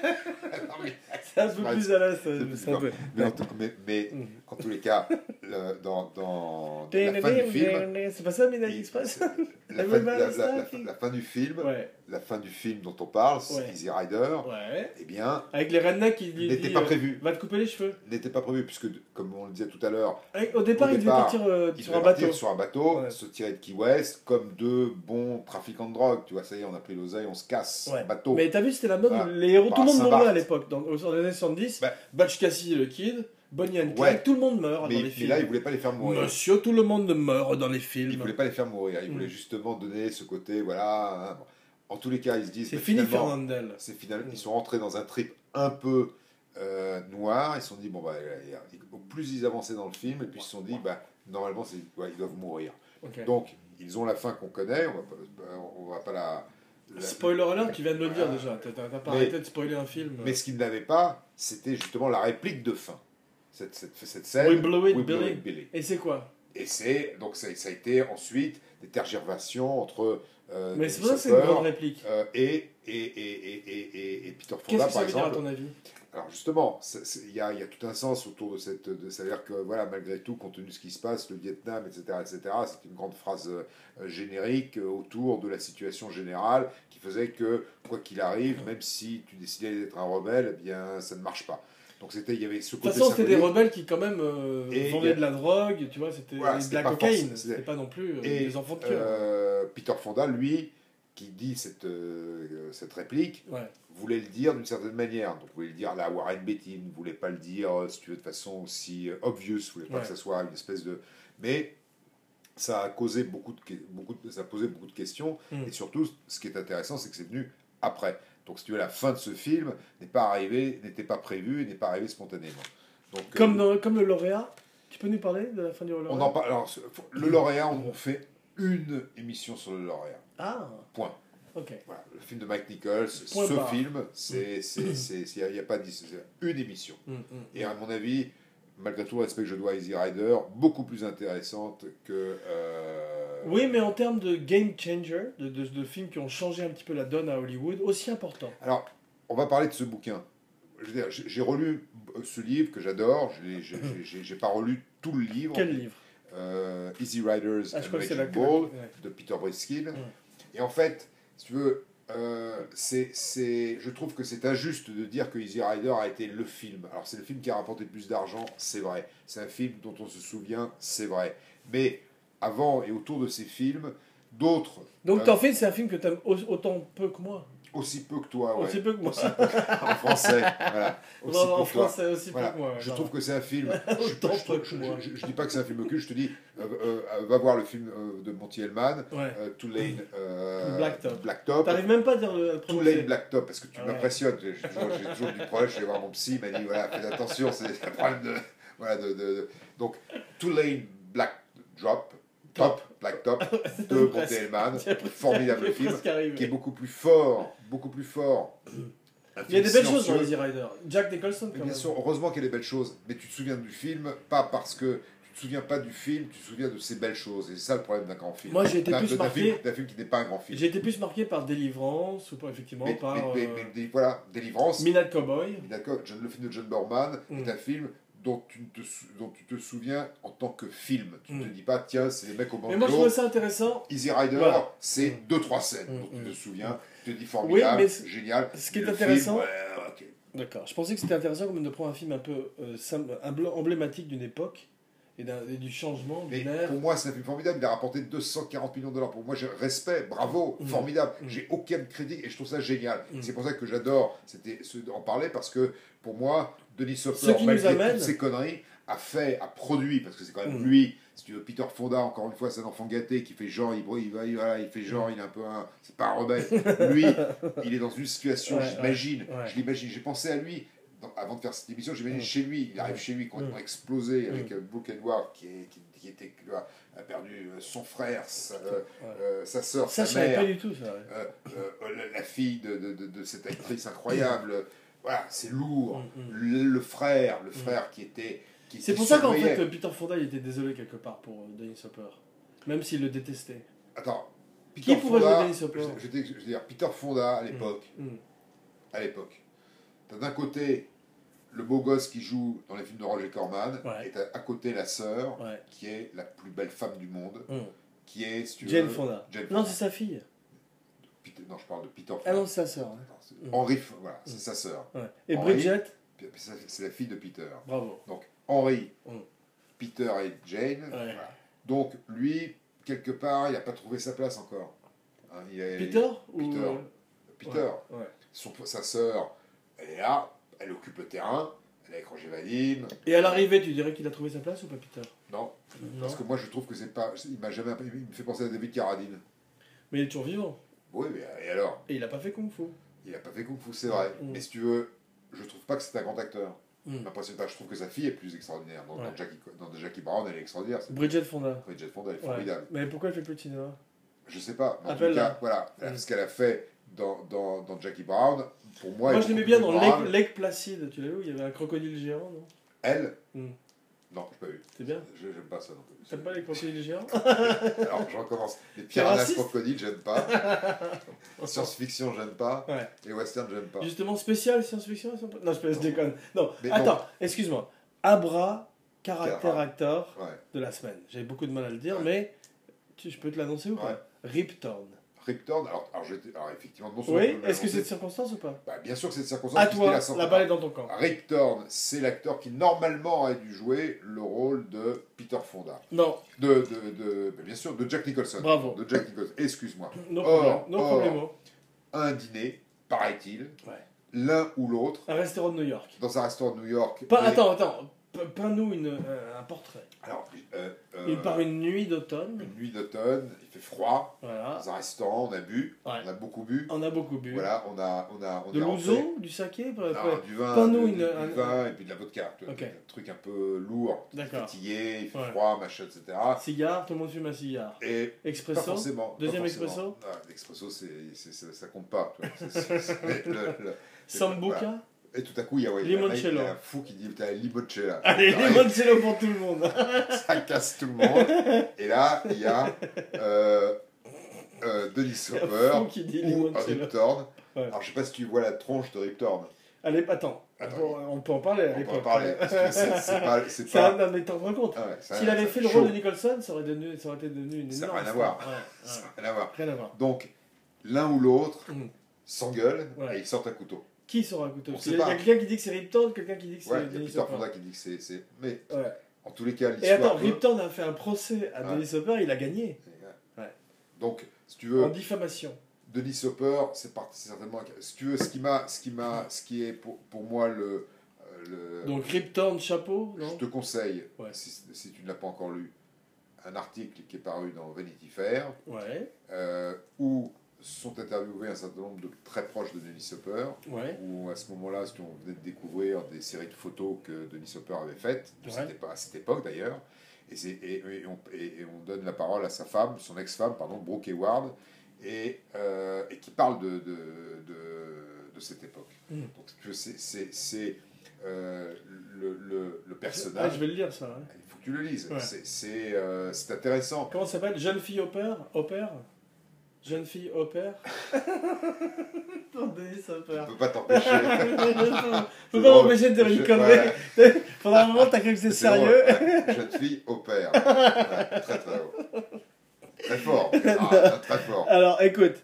Speaker 4: mais-
Speaker 3: C'est un peu
Speaker 4: Ouais,
Speaker 3: plus à l'aise. euh, ça,
Speaker 4: c'est plus
Speaker 3: ça peut-
Speaker 4: Mais, en, tout- mais- mais
Speaker 3: Mmh.
Speaker 4: en tous les cas, le- dans, dans la fin du film,
Speaker 3: Hmm. C'est pas ça Midnight
Speaker 4: il-
Speaker 3: Express
Speaker 4: c'est- la, fin,
Speaker 3: Everybody's
Speaker 4: la- la- la-
Speaker 3: laughing.
Speaker 4: la fin du film,
Speaker 3: Ouais,
Speaker 4: la fin du film dont on parle,
Speaker 3: Ouais.
Speaker 4: Easy Rider,
Speaker 3: ouais.
Speaker 4: eh bien,
Speaker 3: Avec les rednecks qui lui
Speaker 4: n'était
Speaker 3: dit,
Speaker 4: pas
Speaker 3: euh,
Speaker 4: prévu.
Speaker 3: Va te couper les cheveux.
Speaker 4: N'était pas prévu, puisque, comme on le disait tout à l'heure,
Speaker 3: Avec- Au départ,
Speaker 4: Au
Speaker 3: il devait
Speaker 4: départ,
Speaker 3: partir euh,
Speaker 4: il
Speaker 3: sur un
Speaker 4: devait
Speaker 3: bateau.
Speaker 4: partir sur un bateau,
Speaker 3: Ouais.
Speaker 4: se tirer de Key West, comme deux bons trafiquants de drogue. Tu vois, ça y est, on a pris l'oseille, on se casse,
Speaker 3: Ouais.
Speaker 4: bateau.
Speaker 3: Mais t'as vu, c'était la mode,
Speaker 4: Ah,
Speaker 3: les héros, tout
Speaker 4: bah,
Speaker 3: le monde
Speaker 4: ça
Speaker 3: mourait
Speaker 4: va.
Speaker 3: à l'époque. Dans, dans les années 70,
Speaker 4: Bah.
Speaker 3: Butch Cassidy le Kid, Bonnie and Clyde,
Speaker 4: Ouais.
Speaker 3: tout le monde meurt
Speaker 4: Mais-
Speaker 3: dans
Speaker 4: mais
Speaker 3: les films.
Speaker 4: là, il voulait pas les faire mourir.
Speaker 3: Monsieur, tout le monde meurt dans les films.
Speaker 4: Il voulait pas les faire mourir. Il
Speaker 3: Mm.
Speaker 4: voulait justement donner ce côté, voilà. hein, bon. En tous les cas, ils se disent.
Speaker 3: C'est
Speaker 4: bah,
Speaker 3: fini,
Speaker 4: finalement,
Speaker 3: Fernandel.
Speaker 4: C'est final.
Speaker 3: Mm.
Speaker 4: Ils sont rentrés dans un trip un peu euh, noir. Ils se sont dit bon bah euh, au plus ils avançaient dans le film et puis ils se sont dit bah normalement c'est ouais, ils doivent mourir.
Speaker 3: Ok.
Speaker 4: Donc ils ont la fin qu'on connaît. On va pas, bah, on va pas la. la-
Speaker 3: Spoiler alert, tu viens de le dire
Speaker 4: Ah.
Speaker 3: déjà. T'as t'as- t'as pas
Speaker 4: Mais-
Speaker 3: arrêté de spoiler un film.
Speaker 4: Mais ce qu'ils n'avaient pas, c'était justement la réplique de fin. Cette, cette, cette scène.
Speaker 3: We blew it,
Speaker 4: blew
Speaker 3: Billy. Et c'est quoi
Speaker 4: Et c'est donc ça, ça a été ensuite des tergiversations entre. euh,
Speaker 3: Mais
Speaker 4: Denis
Speaker 3: c'est pour ça que c'est une
Speaker 4: Hopper,
Speaker 3: grande réplique.
Speaker 4: euh, et, et, et, et, et- et- et Peter
Speaker 3: Qu'est-ce
Speaker 4: Fonda,
Speaker 3: que ça
Speaker 4: par
Speaker 3: veut dire à
Speaker 4: exemple.
Speaker 3: ton avis
Speaker 4: Alors justement, c'est- c'est- il y a, il y a tout un sens autour de cette... De, C'est-à-dire que, voilà, malgré tout, compte tenu de ce qui se passe, le Vietnam, etc., etc., c'est une grande phrase euh, euh, générique euh, autour de la situation générale qui faisait que, quoi qu'il arrive, même si tu décidais d'être un rebelle, eh bien, ça ne marche pas. Donc c'était, il y avait ce
Speaker 3: De toute
Speaker 4: côté
Speaker 3: façon, c'était des
Speaker 4: symbolique.
Speaker 3: rebelles qui, quand même, euh,
Speaker 4: Et il y
Speaker 3: vendaient
Speaker 4: a-
Speaker 3: de la drogue, tu vois, c'était
Speaker 4: Voilà,
Speaker 3: de
Speaker 4: c'était
Speaker 3: la
Speaker 4: pas
Speaker 3: cocaïne.
Speaker 4: forcément- c'était-
Speaker 3: C'était pas non plus euh,
Speaker 4: Et,
Speaker 3: des enfants de cœur.
Speaker 4: euh, Peter Fonda, lui, qui dit cette, euh, cette réplique,
Speaker 3: Ouais.
Speaker 4: voulait le dire d'une certaine manière. Donc, voulait le dire à la Warren Beatty, ne voulait pas le dire, euh, si tu veux, de façon aussi euh, obvious, voulait pas
Speaker 3: Ouais.
Speaker 4: que ça soit une espèce de. Mais ça a causé beaucoup de, que- beaucoup de- ça a posé beaucoup de questions.
Speaker 3: Mm.
Speaker 4: Et surtout, ce qui est intéressant, c'est que c'est venu après. Donc, si tu veux, la fin de ce film n'est pas arrivée, n'était pas prévue, et n'est pas arrivée spontanément. Donc, euh,
Speaker 3: Comme, dans- comme le lauréat, tu peux nous parler de la fin du lauréat
Speaker 4: on en parle. Alors, ce-
Speaker 3: Hmm.
Speaker 4: le lauréat, on on fait une émission sur le lauréat.
Speaker 3: Ah,
Speaker 4: Point.
Speaker 3: ok.
Speaker 4: Voilà, le film de Mike Nichols,
Speaker 3: Point
Speaker 4: ce
Speaker 3: barre. Mm.
Speaker 4: film, c'est, c'est, c'est, il n'y a pas de dis- c'est une émission.
Speaker 3: Hum, hum.
Speaker 4: Et euh, à mon avis, malgré tout le respect que je dois à Easy Rider, beaucoup plus intéressante que. euh,
Speaker 3: Oui, mais en termes de game changer, de, de, de films qui ont changé un petit peu la donne à Hollywood, aussi important.
Speaker 4: Alors, on va parler de ce bouquin. Je veux dire, j'ai j'ai relu euh, ce livre que j'adore. Je l'ai- j'ai- j'ai- J'ai j'ai pas relu tout le livre.
Speaker 3: Quel livre
Speaker 4: Euh, Easy Riders
Speaker 3: Ah, je
Speaker 4: and
Speaker 3: crois que c'est la
Speaker 4: Raging
Speaker 3: que-
Speaker 4: Bull
Speaker 3: ouais.
Speaker 4: de Peter Briskin.
Speaker 3: Ouais.
Speaker 4: Et en fait, si tu veux, euh, c'est, c'est, je trouve que c'est injuste de dire que Easy Rider a été le film. Alors, c'est le film qui a rapporté le plus d'argent, c'est vrai. C'est un film dont on se souvient, c'est vrai. Mais avant et autour de ces films, d'autres,
Speaker 3: Donc,
Speaker 4: Euh,
Speaker 3: t'en fais, c'est un film que t'aimes au- autant peu que moi.
Speaker 4: aussi peu que toi, Ah ouais,
Speaker 3: Aussi peu que moi.
Speaker 4: en français, voilà, aussi
Speaker 3: Non,
Speaker 4: peu
Speaker 3: en
Speaker 4: que toi.
Speaker 3: français, aussi
Speaker 4: Voilà.
Speaker 3: peu que moi. ouais,
Speaker 4: je
Speaker 3: pardon.
Speaker 4: trouve que c'est un film. je, je-
Speaker 3: Autant
Speaker 4: je-
Speaker 3: peu que
Speaker 4: je-
Speaker 3: moi.
Speaker 4: je- je dis pas que c'est un film occulte, je te dis, euh, euh, euh, va voir le film euh, de Monty Hellman,
Speaker 3: Ouais.
Speaker 4: euh, Tulane euh,
Speaker 3: Black Top.
Speaker 4: Black Top.
Speaker 3: T'arrives même pas à dire le à le
Speaker 4: Tout
Speaker 3: prononcer.
Speaker 4: lane black top, parce que tu
Speaker 3: Ouais.
Speaker 4: m'impressionnes. J'ai toujours, j'ai toujours du problème. Je vais voir mon psy, il m'a dit voilà, fais attention, c'est un problème de. Voilà, de, de- de- Donc, tout lane black drop, top, black top, de
Speaker 3: presque.
Speaker 4: Monty Hellman, formidable
Speaker 3: C'est
Speaker 4: film,
Speaker 3: presque arrivé.
Speaker 4: qui est beaucoup plus fort, beaucoup plus fort. Un
Speaker 3: Il y a
Speaker 4: film
Speaker 3: des belles choses dans
Speaker 4: silencieux.
Speaker 3: Easy Rider. Jack Nicholson,
Speaker 4: Mais
Speaker 3: quand
Speaker 4: bien
Speaker 3: même.
Speaker 4: sûr, heureusement qu'il y a des belles choses, mais tu te souviens du film, pas parce que tu te souviens pas du film, tu te souviens de ces belles choses. Et c'est ça le problème d'un grand film.
Speaker 3: Moi, j'ai été
Speaker 4: D'un-
Speaker 3: plus
Speaker 4: d'un
Speaker 3: marqué-
Speaker 4: film- D'un film qui n'est pas un grand film.
Speaker 3: J'ai été plus marqué par Délivrance, ou pas, effectivement,
Speaker 4: Mais,
Speaker 3: par
Speaker 4: mais- mais-
Speaker 3: euh,
Speaker 4: mais- mais voilà, Délivrance,
Speaker 3: Midnight Cowboy.
Speaker 4: D'accord, John- le film de John Borman
Speaker 3: Mm.
Speaker 4: est un film dont tu, ne te, sou- dont tu te souviens en tant que film. Tu ne
Speaker 3: Mm.
Speaker 4: te dis pas, tiens, c'est les mecs au
Speaker 3: Mais moi, je
Speaker 4: banjo.
Speaker 3: trouvais ça intéressant.
Speaker 4: Easy Rider,
Speaker 3: Voilà.
Speaker 4: c'est
Speaker 3: Mm.
Speaker 4: deux, trois scènes
Speaker 3: Mm,
Speaker 4: dont tu
Speaker 3: mm.
Speaker 4: te souviens. Tu te dis formidable,
Speaker 3: mais c-
Speaker 4: génial.
Speaker 3: ce qui
Speaker 4: Mais
Speaker 3: est
Speaker 4: le film,
Speaker 3: intéressant-
Speaker 4: ouais, ok.
Speaker 3: D'accord. Je pensais que c'était intéressant quand même de prendre un film un peu euh, simple- un blanc- emblématique d'une époque et, d'un- et du changement
Speaker 4: Mais
Speaker 3: d'une ère.
Speaker 4: pour moi, c'est un film formidable. Il a rapporté 240 millions de dollars. Pour moi, j'ai respect, bravo,
Speaker 3: Mm.
Speaker 4: formidable.
Speaker 3: Mm.
Speaker 4: J'ai aucun critique et je trouve ça génial.
Speaker 3: Mm.
Speaker 4: C'est pour ça que j'adore c'était ce- en parler parce que pour moi, Denis
Speaker 3: Ce qui
Speaker 4: Hopper,
Speaker 3: nous
Speaker 4: malgré
Speaker 3: amène-
Speaker 4: toutes ces conneries, a fait, a produit parce que c'est quand même
Speaker 3: Mm.
Speaker 4: lui. Si tu veux, Peter Fonda, encore une fois, c'est un enfant gâté qui fait genre, il, il va, il, voilà, il fait
Speaker 3: Mmh.
Speaker 4: genre, il est un peu un, c'est pas un rebelle. lui, il est dans une situation,
Speaker 3: Ouais,
Speaker 4: j'imagine,
Speaker 3: ouais, ouais.
Speaker 4: je l'imagine. J'ai pensé à lui. dans- avant de faire cette émission, j'imagine
Speaker 3: Mm.
Speaker 4: chez lui, il arrive chez lui complètement
Speaker 3: Mm.
Speaker 4: explosé
Speaker 3: Mm.
Speaker 4: avec euh, Brooke Edward qui, est- qui- qui était, qui a- a perdu euh, son frère, sa, euh, euh, sa sœur,
Speaker 3: Ça, je
Speaker 4: sa
Speaker 3: savais pas
Speaker 4: mère,
Speaker 3: du tout, ça. ouais.
Speaker 4: euh, euh, euh, la- la fille de, de- de- de cette actrice incroyable. Voilà, c'est lourd.
Speaker 3: Mm, mm.
Speaker 4: Le, le frère, le frère qui était. qui-
Speaker 3: C'est
Speaker 4: qui
Speaker 3: pour ça qu'en
Speaker 4: surveillait.
Speaker 3: fait, euh, Peter Fonda, il était désolé quelque part pour euh, Dennis Hopper. Même s'il le détestait.
Speaker 4: Attends.
Speaker 3: euh, Qui
Speaker 4: Peter
Speaker 3: pourrait jouer
Speaker 4: Fonda,
Speaker 3: Dennis Hopper
Speaker 4: je, je t'ex- je veux dire, Peter Fonda à l'époque,
Speaker 3: Mm.
Speaker 4: à l'époque. T'as d'un côté le beau gosse qui joue dans les films de Roger Corman,
Speaker 3: Ouais.
Speaker 4: et t'as à côté la sœur
Speaker 3: Ouais.
Speaker 4: qui est la plus belle femme du monde.
Speaker 3: Mm.
Speaker 4: qui est, si tu
Speaker 3: Jane
Speaker 4: veux-
Speaker 3: Fonda.
Speaker 4: Jane
Speaker 3: Non,
Speaker 4: Fonda.
Speaker 3: c'est sa fille.
Speaker 4: Peter- non, je parle de Peter
Speaker 3: Ah
Speaker 4: Fonda.
Speaker 3: non, c'est sa sœur. hein.
Speaker 4: Non, c'est- Henry, F-
Speaker 3: Mm.
Speaker 4: voilà, c'est sa sœur.
Speaker 3: Ouais. Et
Speaker 4: Henri.
Speaker 3: Bridget,
Speaker 4: Puis- puis ça, C'est la fille de Peter.
Speaker 3: bravo.
Speaker 4: Donc, Henry,
Speaker 3: Mm.
Speaker 4: Peter et Jane.
Speaker 3: Ouais.
Speaker 4: voilà. Donc, lui, quelque part, il n'a pas trouvé sa place encore. Hein, il est-
Speaker 3: Peter ou...
Speaker 4: Peter. Peter.
Speaker 3: Ouais, ouais.
Speaker 4: Son- sa sœur, elle est là, elle occupe le terrain, elle est avec Roger Vadim.
Speaker 3: Et à l'arrivée, tu dirais qu'il a trouvé sa place ou pas, Peter
Speaker 4: Non,
Speaker 3: Non.
Speaker 4: parce que moi je trouve que c'est pas. Il m'a jamais. Il me fait penser à David Carradine.
Speaker 3: Mais il est toujours vivant.
Speaker 4: Oui, mais et alors
Speaker 3: Et il a pas fait Kung Fu.
Speaker 4: Il a pas fait Kung Fu, c'est vrai.
Speaker 3: Mm.
Speaker 4: Mais si tu veux, je trouve pas que c'est un grand acteur.
Speaker 3: Mm.
Speaker 4: L'impression- enfin, je trouve que sa fille est plus extraordinaire. Dans, dans
Speaker 3: Ouais.
Speaker 4: Jackie, dans Jackie Brown, elle est extraordinaire. C'est-
Speaker 3: Bridget Fonda.
Speaker 4: Bridget Fonda, elle est
Speaker 3: Ouais.
Speaker 4: formidable.
Speaker 3: Mais pourquoi elle fait plus de cinéma
Speaker 4: Je sais pas. mais En tout
Speaker 3: Appelle-la.
Speaker 4: cas, voilà.
Speaker 3: Mm.
Speaker 4: Ce qu'elle a fait dans, dans, dans Jackie Brown, pour moi.
Speaker 3: Moi,
Speaker 4: elle
Speaker 3: je
Speaker 4: est
Speaker 3: l'aimais
Speaker 4: beaucoup
Speaker 3: bien
Speaker 4: plus
Speaker 3: dans
Speaker 4: grave.
Speaker 3: Lake, Lake Placide. Tu l'as vu où Il y avait un crocodile géant, non
Speaker 4: Elle
Speaker 3: Mm.
Speaker 4: Non, je pas eu.
Speaker 3: C'est bien.
Speaker 4: Je J'aime pas ça non plus.
Speaker 3: T'aimes pas les crocodiles géants
Speaker 4: Alors, je recommence. Les
Speaker 3: C'est
Speaker 4: piranhas
Speaker 3: raciste.
Speaker 4: crocodiles, j'aime pas. Science-fiction, j'aime pas.
Speaker 3: Ouais.
Speaker 4: Et western, j'aime pas.
Speaker 3: Justement, spécial science-fiction c'est un peu- Non, je peux- je déconne. Non,
Speaker 4: Mais
Speaker 3: attends, excuse-moi. Abra, caractère
Speaker 4: Cara.
Speaker 3: actor
Speaker 4: Ouais.
Speaker 3: de la semaine. J'avais beaucoup de mal à le dire,
Speaker 4: Ouais.
Speaker 3: mais tu- je peux te l'annoncer ou pas
Speaker 4: Ouais.
Speaker 3: Rip Torn.
Speaker 4: Rip Torn, alors, alors, j'étais- alors, effectivement, non seulement je
Speaker 3: Oui,
Speaker 4: peux
Speaker 3: est-ce que c'est de
Speaker 4: l'annoncer-
Speaker 3: circonstance ou pas
Speaker 4: Bah, Bien sûr que c'est de circonstance.
Speaker 3: À
Speaker 4: puisqu'il
Speaker 3: toi,
Speaker 4: a sorti-
Speaker 3: la balle est dans ton camp.
Speaker 4: Rip Torn, c'est l'acteur qui normalement aurait dû jouer le rôle de Peter Fonda.
Speaker 3: Non,
Speaker 4: De, de, de- mais bien sûr, de Jack Nicholson.
Speaker 3: Bravo.
Speaker 4: De Jack Nicholson, excuse-moi.
Speaker 3: non
Speaker 4: Or,
Speaker 3: problème. Non
Speaker 4: or,
Speaker 3: problème. hein.
Speaker 4: Un dîner, paraît-il,
Speaker 3: Ouais.
Speaker 4: l'un ou l'autre,
Speaker 3: Un restaurant de New York.
Speaker 4: dans un restaurant de New York.
Speaker 3: Pas,
Speaker 4: mais-
Speaker 3: Attends, attends. pe- Peins-nous une, euh, un portrait.
Speaker 4: Alors, euh, euh,
Speaker 3: Une par une nuit d'automne.
Speaker 4: une nuit d'automne, il fait froid.
Speaker 3: Voilà.
Speaker 4: Dans un restaurant, on a bu,
Speaker 3: Ouais.
Speaker 4: on a beaucoup bu.
Speaker 3: On a beaucoup bu.
Speaker 4: Voilà, on a, on a, on
Speaker 3: De
Speaker 4: a rentré-
Speaker 3: l'ouzo, du saké pour-
Speaker 4: Non,
Speaker 3: pour-
Speaker 4: du vin,
Speaker 3: Peins-nous
Speaker 4: de-
Speaker 3: une-
Speaker 4: du
Speaker 3: un-
Speaker 4: vin et puis de la vodka. tu vois,
Speaker 3: Ok.
Speaker 4: Un truc un peu lourd,
Speaker 3: D'accord.
Speaker 4: fatigué, il fait
Speaker 3: Ouais.
Speaker 4: froid, machin, etc.
Speaker 3: Cigare, tout le monde fume un cigare.
Speaker 4: Et pas
Speaker 3: Expresso.
Speaker 4: forcément. pas
Speaker 3: Deuxième
Speaker 4: forcément.
Speaker 3: expresso
Speaker 4: Ah, L'expresso, c'est- c'est- c'est- ça compte pas. tu vois, c'est- c'est- c'est- le- le-
Speaker 3: Sambuca.
Speaker 4: Voilà. Et tout à coup, il y a ouais, il y a un mec, il
Speaker 3: Limoncello.
Speaker 4: y a un fou qui dit T'as limoncello.
Speaker 3: Allez,
Speaker 4: T'arrives,
Speaker 3: les bonnes cello pour tout le monde.
Speaker 4: Ça casse tout le monde. Et là, il y a euh, euh, Denis Hopper
Speaker 3: Fou qui dit
Speaker 4: ou
Speaker 3: limoncello.
Speaker 4: Rip Torn.
Speaker 3: Ouais.
Speaker 4: Alors, je sais pas si tu vois la tronche de Rip Torn.
Speaker 3: Allez, attends.
Speaker 4: Attends.
Speaker 3: Bon, on peut en parler à
Speaker 4: Ah, On peut en
Speaker 3: l'époque.
Speaker 4: parler. parce que C'est c'est pas. C'est
Speaker 3: Ça
Speaker 4: pas.
Speaker 3: va mais t'en rends compte.
Speaker 4: Ah ouais, ça-
Speaker 3: S'il avait
Speaker 4: ça-
Speaker 3: fait le
Speaker 4: chaud.
Speaker 3: rôle de Nicholson, ça aurait, devenu- ça aurait été devenu une
Speaker 4: Ça a
Speaker 3: énorme
Speaker 4: rien à
Speaker 3: star.
Speaker 4: voir.
Speaker 3: Ouais,
Speaker 4: Ça
Speaker 3: ouais.
Speaker 4: n'a rien à voir.
Speaker 3: Rien à voir.
Speaker 4: Donc, l'un ou l'autre
Speaker 3: Mm.
Speaker 4: s'engueule
Speaker 3: Ouais.
Speaker 4: et ils sortent un couteau.
Speaker 3: Qui sera un couteau
Speaker 4: On
Speaker 3: Parce
Speaker 4: sait
Speaker 3: qu'il y a- Il y
Speaker 4: pas.
Speaker 3: a quelqu'un qui dit que c'est Rip Torn, quelqu'un qui dit que c'est
Speaker 4: Ouais, il y a
Speaker 3: Denis
Speaker 4: Peter
Speaker 3: Hopper.
Speaker 4: Fonda qui dit que c'est. c'est- Mais
Speaker 3: Ouais.
Speaker 4: en tous les cas, l'histoire.
Speaker 3: Et attends,
Speaker 4: peut-
Speaker 3: Rip Torn a fait un procès à
Speaker 4: Ouais.
Speaker 3: Denis Hopper, il a gagné. Ouais.
Speaker 4: Donc, si tu
Speaker 3: En
Speaker 4: veux,
Speaker 3: diffamation.
Speaker 4: Denis Hopper, c'est parti- c'est certainement. Si tu veux, ce qui m'a, ce qui m'a, ce qui est pour, pour moi le, euh, le-
Speaker 3: Donc Rip Torn, chapeau,
Speaker 4: je
Speaker 3: non
Speaker 4: te conseille,
Speaker 3: Ouais.
Speaker 4: si, si tu ne l'as pas encore lu, un article qui est paru dans Vanity Fair
Speaker 3: Ouais,
Speaker 4: euh, où sont interviewés un certain nombre de très proches de Denis Hopper.
Speaker 3: ouais.
Speaker 4: Où à ce moment-là, si on venait de découvrir des séries de photos que Denis Hopper avait faites,
Speaker 3: Ouais.
Speaker 4: c'était pas à cette époque d'ailleurs, et, c'est- et- et on, et- et on donne la parole à sa femme, son ex-femme, pardon, Brooke Hayward, et, euh, et qui parle de, de, de- de cette époque.
Speaker 3: Mm.
Speaker 4: Donc si tu veux, c'est- c'est c'est, euh, le, le- le
Speaker 3: Ah,
Speaker 4: personnage.
Speaker 3: je vais le lire ça. hein.
Speaker 4: Il faut que tu le lises,
Speaker 3: Ouais.
Speaker 4: c'est c'est, euh, c'est intéressant.
Speaker 3: Comment ça s'appelle Jeune fille au père Opère Jeune fille au père Attendez, ça
Speaker 4: On
Speaker 3: perd.
Speaker 4: peut pas t'empêcher.
Speaker 3: Faut pas m'empêcher de dire une
Speaker 4: Je-
Speaker 3: connerie. Pendant un moment, t'as cru que c'était
Speaker 4: C'est drôle,
Speaker 3: sérieux.
Speaker 4: ouais. Jeune fille au père. Ouais, très très haut. Très fort. Ah, très fort.
Speaker 3: Alors, écoute.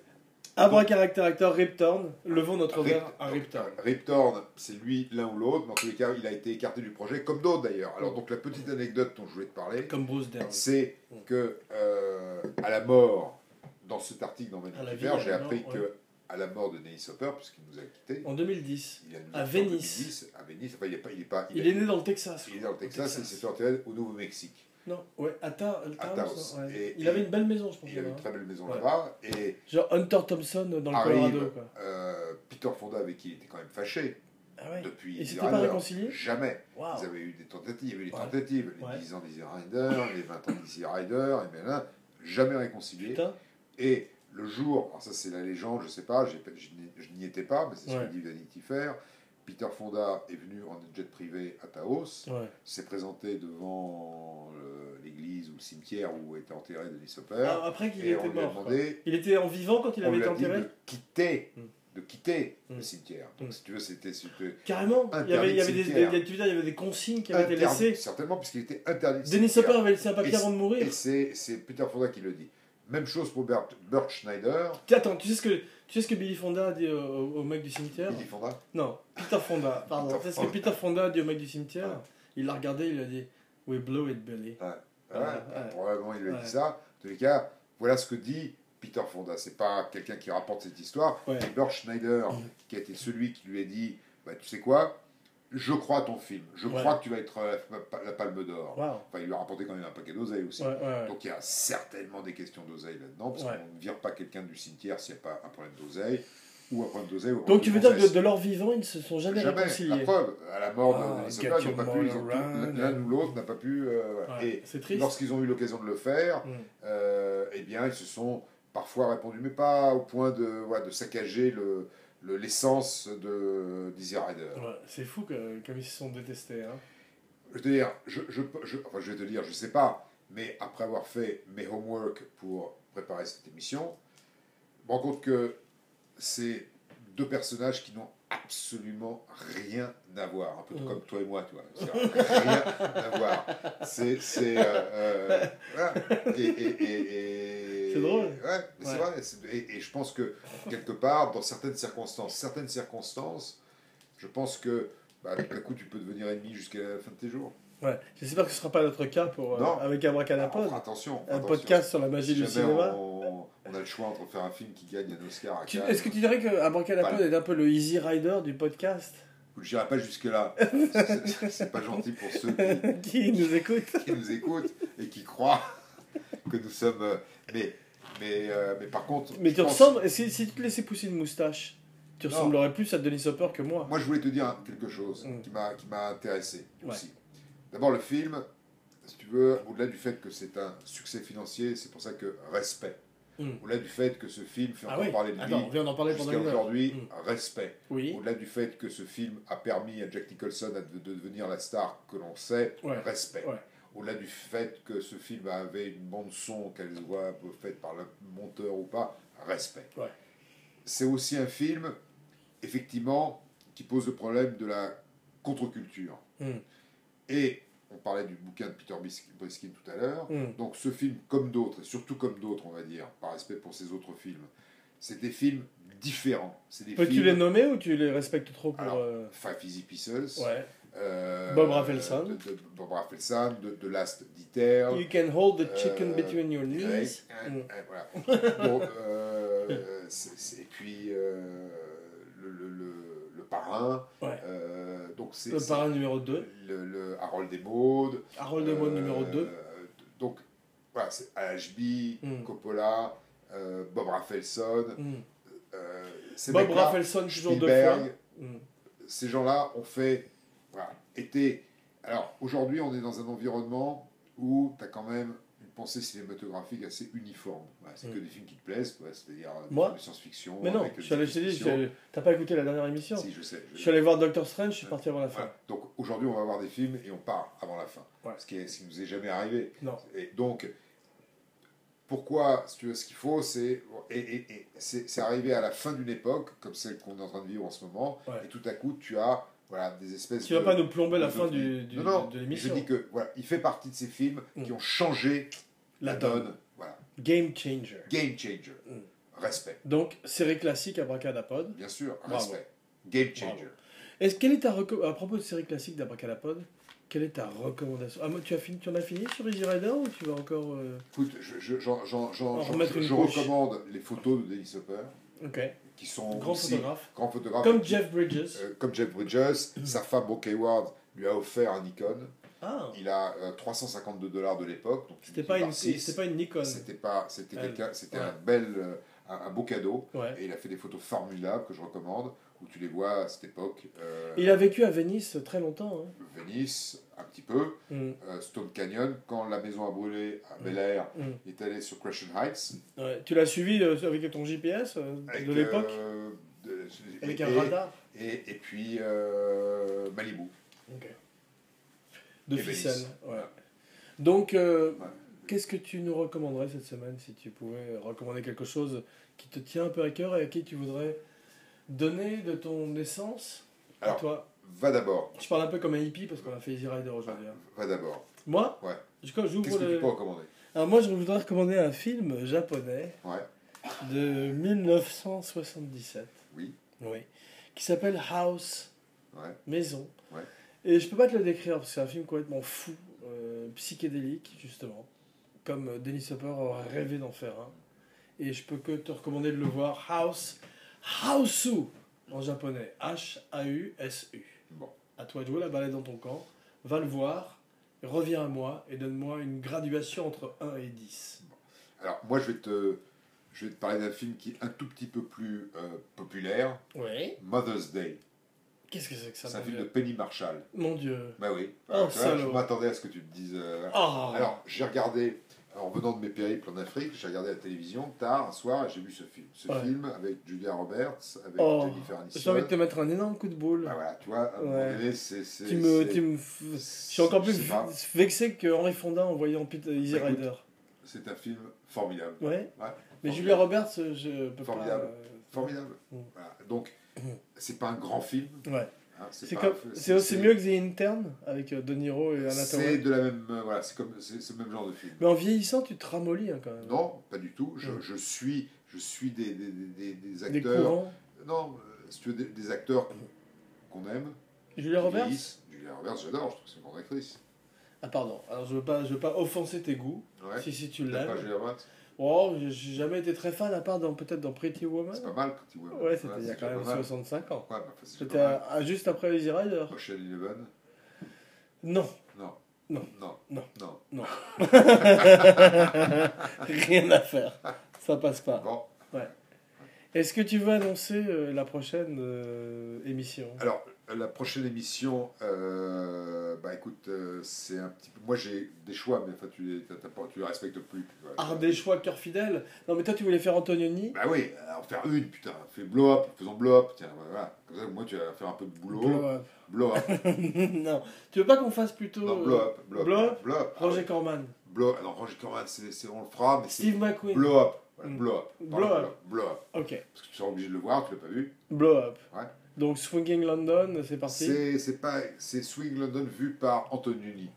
Speaker 3: Abra caractère acteur, Rip Torn. Levons notre
Speaker 4: Rip-
Speaker 3: verre à Rip Torn.
Speaker 4: Rip Torn, c'est lui l'un ou l'autre, mais en tous les cas, il a été écarté du projet, comme d'autres d'ailleurs. Alors, donc, la petite anecdote dont je voulais te parler,
Speaker 3: Comme Bruce Dern.
Speaker 4: c'est que euh, à la mort, dans cet article dans
Speaker 3: À la
Speaker 4: Vanity
Speaker 3: vie,
Speaker 4: Fair,
Speaker 3: à
Speaker 4: j'ai
Speaker 3: la mort,
Speaker 4: appris
Speaker 3: ouais.
Speaker 4: que à la mort de Denis Hopper, puisqu'il nous a quittés,
Speaker 3: En 2010.
Speaker 4: il a nous
Speaker 3: à
Speaker 4: a quittés en
Speaker 3: Venise.
Speaker 4: 2010, à Venise, enfin, il n'est pas, il est pas, il
Speaker 3: Il
Speaker 4: est-
Speaker 3: est né dans le Texas.
Speaker 4: il est dans le
Speaker 3: Au
Speaker 4: Texas, et il s'est fait enterrer au Nouveau-Mexique.
Speaker 3: Non, ouais, à Ta-
Speaker 4: À
Speaker 3: Taos,
Speaker 4: Taos.
Speaker 3: ouais.
Speaker 4: Et-
Speaker 3: Il
Speaker 4: et-
Speaker 3: avait une belle maison, je pense.
Speaker 4: Il
Speaker 3: là-bas.
Speaker 4: avait une très Ah belle maison
Speaker 3: Ouais.
Speaker 4: là-bas, et
Speaker 3: Genre Hunter Thompson dans le Colorado,
Speaker 4: arrive
Speaker 3: quoi.
Speaker 4: euh, Peter Fonda, avec qui il était quand même fâché
Speaker 3: Ah ouais.
Speaker 4: depuis.
Speaker 3: Et
Speaker 4: Easy
Speaker 3: c'était pas
Speaker 4: Rider.
Speaker 3: réconcilié
Speaker 4: Jamais.
Speaker 3: Waouh.
Speaker 4: Ils avaient eu des tentatives, il y avait eu des
Speaker 3: Ouais.
Speaker 4: tentatives, les
Speaker 3: Ouais.
Speaker 4: 10 ans d'Easy Rider, les 20 ans d'Easy Rider, et bien là, jamais réconciliés.
Speaker 3: Putain.
Speaker 4: Et le jour, alors ça c'est la légende, je sais pas, j'ai- je n'y- je n'y étais pas, mais c'est ce
Speaker 3: Ouais.
Speaker 4: que dit Vanity Fair, Peter Fonda est venu en jet privé à Taos,
Speaker 3: Ouais.
Speaker 4: s'est présenté devant euh, l'église ou le cimetière où était enterré Denis Hopper,
Speaker 3: Ah, après qu'il
Speaker 4: et
Speaker 3: était
Speaker 4: on lui a
Speaker 3: mort. quoi.
Speaker 4: demandé,
Speaker 3: Il était en vivant quand il
Speaker 4: on
Speaker 3: avait
Speaker 4: lui
Speaker 3: été
Speaker 4: a dit
Speaker 3: enterré
Speaker 4: de quitter
Speaker 3: Hmm.
Speaker 4: de quitter le
Speaker 3: Mm.
Speaker 4: cimetière. Donc,
Speaker 3: Mm.
Speaker 4: si tu veux, c'était c'était
Speaker 3: Carrément, il y avait, il y avait des,
Speaker 4: Interdit de
Speaker 3: des- tu veux dire, il y avait des consignes qui avaient été
Speaker 4: interdit,
Speaker 3: laissées.
Speaker 4: certainement, puisqu'il était interdit. de
Speaker 3: Denis
Speaker 4: cimetière.
Speaker 3: Hopper avait laissé un papier
Speaker 4: Et-
Speaker 3: avant de mourir.
Speaker 4: Et c'est c'est Peter Fonda qui le dit. Même chose pour Bert, Bert Schneider.
Speaker 3: Tu- Attends, tu sais ce que, tu sais ce que Billy Fonda a dit au, au- au mec du cimetière
Speaker 4: Billy Fonda.
Speaker 3: Non, Peter Fonda, pardon.
Speaker 4: Peter
Speaker 3: Tu sais ce que
Speaker 4: Fonda. Ah.
Speaker 3: Peter Fonda a dit au mec du cimetière
Speaker 4: Ouais.
Speaker 3: Il l'a regardé, il a dit We blew it, Billy.
Speaker 4: Ouais,
Speaker 3: Ouais,
Speaker 4: bah,
Speaker 3: Ah, ouais.
Speaker 4: Probablement il lui a
Speaker 3: Ouais.
Speaker 4: dit ça. En tous les cas, voilà ce que dit Peter Fonda. C'est pas quelqu'un qui rapporte cette histoire.
Speaker 3: Ouais.
Speaker 4: C'est Bert Schneider
Speaker 3: Mhm.
Speaker 4: qui a été celui qui lui a dit bah, Tu sais quoi Je crois à ton film. Je
Speaker 3: Ouais.
Speaker 4: crois que tu vas être euh, la, la palme d'or.
Speaker 3: Waouh.
Speaker 4: Enfin, il lui a rapporté quand même un paquet d'oseilles aussi.
Speaker 3: Ouais, ouais, ouais.
Speaker 4: Donc il y a certainement des questions d'oseille là-dedans, parce
Speaker 3: Ouais.
Speaker 4: qu'on ne vire pas quelqu'un du cimetière s'il n'y a pas un problème d'oseille, ou un problème d'oseille. ou un
Speaker 3: Donc
Speaker 4: problème
Speaker 3: tu veux dire que de,
Speaker 4: gonzesse.
Speaker 3: de leur vivant, ils ne se sont jamais,
Speaker 4: Jamais. La
Speaker 3: réconciliés
Speaker 4: preuve, à la mort de
Speaker 3: Ah,
Speaker 4: Denis
Speaker 3: get
Speaker 4: Hopper, ils
Speaker 3: your
Speaker 4: n'ont pas pu, ils ont tout-
Speaker 3: moral
Speaker 4: l'un
Speaker 3: and-
Speaker 4: ou l'autre n'a pas pu. euh, voilà.
Speaker 3: Ouais, C'est
Speaker 4: Et
Speaker 3: triste.
Speaker 4: lorsqu'ils ont eu l'occasion de le faire,
Speaker 3: Mm.
Speaker 4: euh, eh bien, ils se sont parfois répandus, mais pas au point de, voilà, de saccager le le- l'essence de Dizzy Rider.
Speaker 3: Ouais, c'est fou que, comme ils se sont détestés. Hein.
Speaker 4: Je vais te dire, je, je, peux- je- enfin, je vais te dire, je sais pas, mais après avoir fait mes homework pour préparer cette émission, je me rends compte que c'est deux personnages qui n'ont absolument rien à voir, un peu
Speaker 3: Mm.
Speaker 4: comme toi et moi, tu vois. C'est-à-dire, Rien à voir. C'est, c'est, euh, euh, voilà. Et- et- et- et-
Speaker 3: C'est drôle.
Speaker 4: Ouais, mais c'est
Speaker 3: Ouais.
Speaker 4: vrai. C'est- Et, et je pense que quelque part, dans certaines circonstances, certaines circonstances, je pense que bah, tout à coup, tu peux devenir ennemi jusqu'à la fin de tes jours.
Speaker 3: Ouais. J'espère que ce ne sera pas notre cas pour, euh,
Speaker 4: Non.
Speaker 3: avec
Speaker 4: Alors,
Speaker 3: Abracadapod,
Speaker 4: enfin, attention.
Speaker 3: un
Speaker 4: attention.
Speaker 3: podcast sur la magie
Speaker 4: Si
Speaker 3: du
Speaker 4: jamais
Speaker 3: cinéma.
Speaker 4: on, on a le choix entre faire un film qui gagne un Oscar à
Speaker 3: Tu-
Speaker 4: Cannes,
Speaker 3: Est-ce que tu dirais que Abracadapod
Speaker 4: Voilà.
Speaker 3: est un peu le Easy Rider du podcast
Speaker 4: je n'irai pas jusque-là. C'est- c'est- C'est pas gentil pour ceux
Speaker 3: qui
Speaker 4: qui,
Speaker 3: nous écoute
Speaker 4: qui nous écoutent et qui croient que nous sommes. euh, Mais, mais, euh, mais par contre.
Speaker 3: Mais
Speaker 4: je
Speaker 3: tu
Speaker 4: pense-
Speaker 3: ressembles, si, si tu te laissais pousser une moustache, tu
Speaker 4: Non.
Speaker 3: ressemblerais plus à Denis Hopper que moi.
Speaker 4: Moi, je voulais te dire quelque chose
Speaker 3: Mm.
Speaker 4: qui m'a qui m'a intéressé
Speaker 3: Ouais.
Speaker 4: aussi. D'abord, le film, si tu veux, au-delà du fait que c'est un succès financier, c'est pour ça que respect.
Speaker 3: Mm.
Speaker 4: Au-delà du fait que ce film fait
Speaker 3: Ah
Speaker 4: encore
Speaker 3: oui
Speaker 4: parler de lui
Speaker 3: Attends, on vient d'en parler pendant
Speaker 4: jusqu'à
Speaker 3: une heure.
Speaker 4: aujourd'hui,
Speaker 3: Mm.
Speaker 4: respect.
Speaker 3: Oui.
Speaker 4: Au-delà du fait que ce film a permis à Jack Nicholson à de, de devenir la star que l'on sait,
Speaker 3: Ouais.
Speaker 4: respect.
Speaker 3: Ouais.
Speaker 4: Au-delà du fait que ce film avait une bande-son, qu'elle soit un peu faite par le monteur ou pas, respect.
Speaker 3: Ouais.
Speaker 4: C'est aussi un film, effectivement, qui pose le problème de la contre-culture.
Speaker 3: Mm.
Speaker 4: Et on parlait du bouquin de Peter Bis- Briskin tout à l'heure.
Speaker 3: Mm.
Speaker 4: Donc ce film, comme d'autres, et surtout comme d'autres, on va dire, par respect pour ses autres films, c'est des films différents. C'est des
Speaker 3: Peux-tu
Speaker 4: films-
Speaker 3: les nommer ou tu les respectes trop pour.
Speaker 4: Alors,
Speaker 3: euh,
Speaker 4: Five Easy Pieces,
Speaker 3: Ouais.
Speaker 4: euh,
Speaker 3: Bob Rafelson.
Speaker 4: de, de Bob Rafelson, de, de Last Dieter,
Speaker 3: You can hold the chicken
Speaker 4: Ah euh,
Speaker 3: between your knees.
Speaker 4: Greg, hein,
Speaker 3: Mm.
Speaker 4: hein, voilà. Bon, euh, c'est- c'est- et puis euh, le, le, le, le parrain,
Speaker 3: Ouais.
Speaker 4: euh, donc c'est
Speaker 3: Le
Speaker 4: c'est
Speaker 3: parrain numéro 2.
Speaker 4: le, le Harold des Maudes,
Speaker 3: Harold de Maude
Speaker 4: euh,
Speaker 3: numéro 2.
Speaker 4: donc voilà, c'est HB,
Speaker 3: Mm.
Speaker 4: Coppola, euh, Bob Rafelson, euh, ces
Speaker 3: Bob
Speaker 4: mecs-là,
Speaker 3: Rafelson, toujours deux fois.
Speaker 4: Spielberg,
Speaker 3: Mm.
Speaker 4: ces gens-là ont fait, voilà, étaient. Alors aujourd'hui, on est dans un environnement où tu as quand même une pensée cinématographique assez uniforme. Voilà, c'est
Speaker 3: Mm.
Speaker 4: que des films qui te plaisent, quoi, c'est-à-dire euh, des
Speaker 3: Moi
Speaker 4: films de science-fiction.
Speaker 3: Mais non,
Speaker 4: avec
Speaker 3: je
Speaker 4: des
Speaker 3: suis allé chez lui,
Speaker 4: science-fiction.
Speaker 3: je- t'as pas écouté la dernière émission
Speaker 4: Si, je sais. je-
Speaker 3: Je suis allé voir Doctor Strange, je suis parti avant la fin.
Speaker 4: voilà. Donc aujourd'hui, on va voir des films et on part avant la fin.
Speaker 3: Ouais.
Speaker 4: Ce, qui est, ce qui nous est jamais arrivé.
Speaker 3: Non.
Speaker 4: Et donc, pourquoi, si tu veux, ce qu'il faut, c'est et, et- et c'est c'est arrivé à la fin d'une époque, comme celle qu'on est en train de vivre en ce moment,
Speaker 3: Ouais.
Speaker 4: et tout à coup, tu as voilà, des espèces
Speaker 3: Tu
Speaker 4: de.
Speaker 3: vas pas nous plomber la
Speaker 4: de-
Speaker 3: fin du, du-
Speaker 4: non, non,
Speaker 3: de
Speaker 4: je
Speaker 3: l'émission.
Speaker 4: dis que voilà, il fait partie de ces films qui
Speaker 3: Mm.
Speaker 4: ont changé
Speaker 3: La
Speaker 4: la
Speaker 3: donne.
Speaker 4: donne. Voilà.
Speaker 3: Game changer.
Speaker 4: Game changer.
Speaker 3: Mm.
Speaker 4: Respect.
Speaker 3: Donc, série classique Abracadapod.
Speaker 4: Bien sûr,
Speaker 3: Bravo.
Speaker 4: respect. Game changer.
Speaker 3: Est-ce quelle est ta reco- à propos de série classique d'Abracadapod Quelle est ta recommandation Ah, moi, tu as fini, tu en as fini sur Easy Rider ou tu vas encore euh,
Speaker 4: Écoute, je, je, j'en- j'en- j'en-
Speaker 3: On va
Speaker 4: j'en-
Speaker 3: remettre
Speaker 4: je-
Speaker 3: une
Speaker 4: je
Speaker 3: couche.
Speaker 4: recommande les photos de Denis Hopper,
Speaker 3: Ok.
Speaker 4: qui sont
Speaker 3: Grand
Speaker 4: aussi-
Speaker 3: photographe.
Speaker 4: grand photographe.
Speaker 3: Comme
Speaker 4: qui-
Speaker 3: Jeff Bridges.
Speaker 4: Ah, euh, comme Jeff Bridges, sa femme Brooke Hayward lui a offert un Nikon.
Speaker 3: ah.
Speaker 4: Il a euh, 352 dollars de l'époque. donc tu
Speaker 3: C'était
Speaker 4: multiplies
Speaker 3: pas
Speaker 4: par
Speaker 3: une,
Speaker 4: six.
Speaker 3: c'était pas une Nikon.
Speaker 4: C'était pas, c'était
Speaker 3: Elle.
Speaker 4: quelqu'un- c'était
Speaker 3: Ouais.
Speaker 4: un bel, euh, un, un beau cadeau.
Speaker 3: Ouais.
Speaker 4: Et il a fait des photos formidables que je recommande, où tu les vois à cette époque. euh,
Speaker 3: Il a vécu à Venise très longtemps. hein.
Speaker 4: Venise, un petit peu,
Speaker 3: Mm,
Speaker 4: euh, Stone Canyon, quand la maison a brûlé à Bel Air,
Speaker 3: mm.
Speaker 4: il est allé sur Crescent Heights.
Speaker 3: Ouais. Tu l'as suivi euh, avec ton GPS euh,
Speaker 4: avec,
Speaker 3: de l'époque
Speaker 4: euh, de-
Speaker 3: Avec
Speaker 4: et,
Speaker 3: un radar
Speaker 4: Et, et puis euh, Malibu.
Speaker 3: Ok. De
Speaker 4: Et
Speaker 3: ficelle,
Speaker 4: Belize.
Speaker 3: ouais. Donc, euh,
Speaker 4: Ouais.
Speaker 3: qu'est-ce que tu nous recommanderais cette semaine si tu pouvais recommander quelque chose qui te tient un peu à cœur et à qui tu voudrais donner de ton essence à
Speaker 4: Alors,
Speaker 3: toi.
Speaker 4: Va d'abord.
Speaker 3: Je parle un peu comme un hippie parce qu'on a fait Easy Rider aujourd'hui. hein.
Speaker 4: Va d'abord.
Speaker 3: Moi,
Speaker 4: ah, Ouais.
Speaker 3: je- quand j'ouvre
Speaker 4: Qu'est-ce que
Speaker 3: le-
Speaker 4: tu peux recommander
Speaker 3: Alors moi, je voudrais recommander un film japonais
Speaker 4: Ouais.
Speaker 3: de 1977.
Speaker 4: Oui.
Speaker 3: Oui. Qui s'appelle House.
Speaker 4: Ouais.
Speaker 3: maison.
Speaker 4: Ouais.
Speaker 3: Et je peux pas te le décrire parce que c'est un film complètement fou, euh, psychédélique justement, comme euh, Dennis Hopper aurait rêvé d'en faire un. Et je peux que te recommander de le voir. House, Houseu en japonais, H A U S U.
Speaker 4: Bon.
Speaker 3: À toi de jouer la balade dans ton camp. Va le voir, reviens à moi et donne-moi une graduation entre 1 et 10.
Speaker 4: Alors, moi, je vais te, je vais te parler d'un film qui est un tout petit peu plus euh, populaire
Speaker 3: Oui.
Speaker 4: Mother's Day.
Speaker 3: Qu'est-ce que c'est que ça
Speaker 4: C'est un
Speaker 3: mon
Speaker 4: film de
Speaker 3: Dieu
Speaker 4: Penny Marshall.
Speaker 3: Mon Dieu.
Speaker 4: Bah oui.
Speaker 3: Oh,
Speaker 4: Alors, tu vois, je
Speaker 3: salaud.
Speaker 4: m'attendais à ce que tu me dises. euh,
Speaker 3: Ah.
Speaker 4: Alors, j'ai regardé, en venant de mes périples en Afrique, j'ai regardé la télévision tard un soir et j'ai vu ce film. Ce
Speaker 3: Ouais.
Speaker 4: film avec Julia Roberts, avec
Speaker 3: Oh.
Speaker 4: Jennifer Aniston.
Speaker 3: J'ai envie de te mettre un énorme coup de boule.
Speaker 4: Bah voilà, tu vois, à un moment
Speaker 3: Ouais.
Speaker 4: donné, c'est. c'est-
Speaker 3: Tu me,
Speaker 4: c'est-
Speaker 3: tu me f- Je suis encore plus
Speaker 4: je sais pas.
Speaker 3: v- vexé que Henri Fonda en voyant Pete Easy
Speaker 4: Bah, écoute,
Speaker 3: Rider.
Speaker 4: C'est un film formidable.
Speaker 3: Ouais.
Speaker 4: Ouais,
Speaker 3: Mais
Speaker 4: formidable.
Speaker 3: Julia Roberts, euh, je peux
Speaker 4: Formidable.
Speaker 3: pas. euh,
Speaker 4: Formidable.
Speaker 3: Mm.
Speaker 4: Voilà. Donc, c'est pas un grand film.
Speaker 3: Ouais.
Speaker 4: hein,
Speaker 3: C'est
Speaker 4: pas
Speaker 3: comme,
Speaker 4: un-
Speaker 3: c'est aussi mieux que The Intern avec euh, De Niro et Anna
Speaker 4: C'est
Speaker 3: Torrey.
Speaker 4: de la même. euh, Voilà, c'est comme c'est c'est le même genre de film.
Speaker 3: Mais en vieillissant, tu te ramollis hein, quand même.
Speaker 4: Non, pas du tout. Je,
Speaker 3: Mm.
Speaker 4: je suis, je suis des, des, des, des- des
Speaker 3: Des
Speaker 4: acteurs.
Speaker 3: courants.
Speaker 4: Non, euh, si tu veux, des, des acteurs qu'on aime.
Speaker 3: Julia
Speaker 4: qui
Speaker 3: Roberts.
Speaker 4: vieillissent. Julia Roberts, j'adore. Je trouve que c'est une grande actrice.
Speaker 3: Ah pardon. Alors je veux pas, je veux pas offenser tes goûts.
Speaker 4: Ouais.
Speaker 3: Si si tu
Speaker 4: T'aimes
Speaker 3: l'aimes.
Speaker 4: pas Julia Roberts
Speaker 3: Oh, j'ai j'ai jamais été très fan à part dans peut-être dans Pretty Woman.
Speaker 4: C'est pas mal quand tu vois.
Speaker 3: Ouais, c'était il y a
Speaker 4: c'est
Speaker 3: quand
Speaker 4: déjà
Speaker 3: même
Speaker 4: pas mal.
Speaker 3: 65 ans.
Speaker 4: Ouais, bah, enfin, c'est
Speaker 3: C'était
Speaker 4: pas mal.
Speaker 3: à- à juste après Easy Rider.
Speaker 4: Ocean Eleven
Speaker 3: Non,
Speaker 4: Non.
Speaker 3: Non.
Speaker 4: Non.
Speaker 3: Non.
Speaker 4: Non.
Speaker 3: rien à faire. Ça passe pas.
Speaker 4: Bon,
Speaker 3: Est-ce que tu veux annoncer euh, la prochaine euh, émission
Speaker 4: alors, la prochaine émission, euh, bah écoute, euh, c'est un petit peu. Moi j'ai des choix, mais enfin, tu les, t'as- t'as pas- tu les respectes plus. tu vois.
Speaker 3: Art des choix, cœur fidèle Non, mais toi, tu voulais faire Antonioni
Speaker 4: Bah oui, en faire une, putain. Fais blow up, faisons blow up, tiens, voilà. Comme ça, moi tu vas faire un peu de boulot. Blow up.
Speaker 3: Blow up.
Speaker 4: Blow up.
Speaker 3: non. Tu veux pas qu'on fasse plutôt.
Speaker 4: non,
Speaker 3: euh,
Speaker 4: blow up. Blow up.
Speaker 3: blow up
Speaker 4: Blow up. Ah
Speaker 3: Roger
Speaker 4: oui,
Speaker 3: Corman,
Speaker 4: blow up. Non, Roger Corman, c'est, c'est- on le fera, mais c'est.
Speaker 3: Steve McQueen.
Speaker 4: Blow up. Voilà,
Speaker 3: Mm.
Speaker 4: Blow up.
Speaker 3: Blow
Speaker 4: Pardon,
Speaker 3: up.
Speaker 4: Blow up.
Speaker 3: Ok,
Speaker 4: Parce que tu seras obligé de le voir, tu l'as pas vu.
Speaker 3: blow up.
Speaker 4: Ouais.
Speaker 3: Donc Swinging London, c'est parti.
Speaker 4: C'est c'est pas c'est Swing London vu par Antonioni.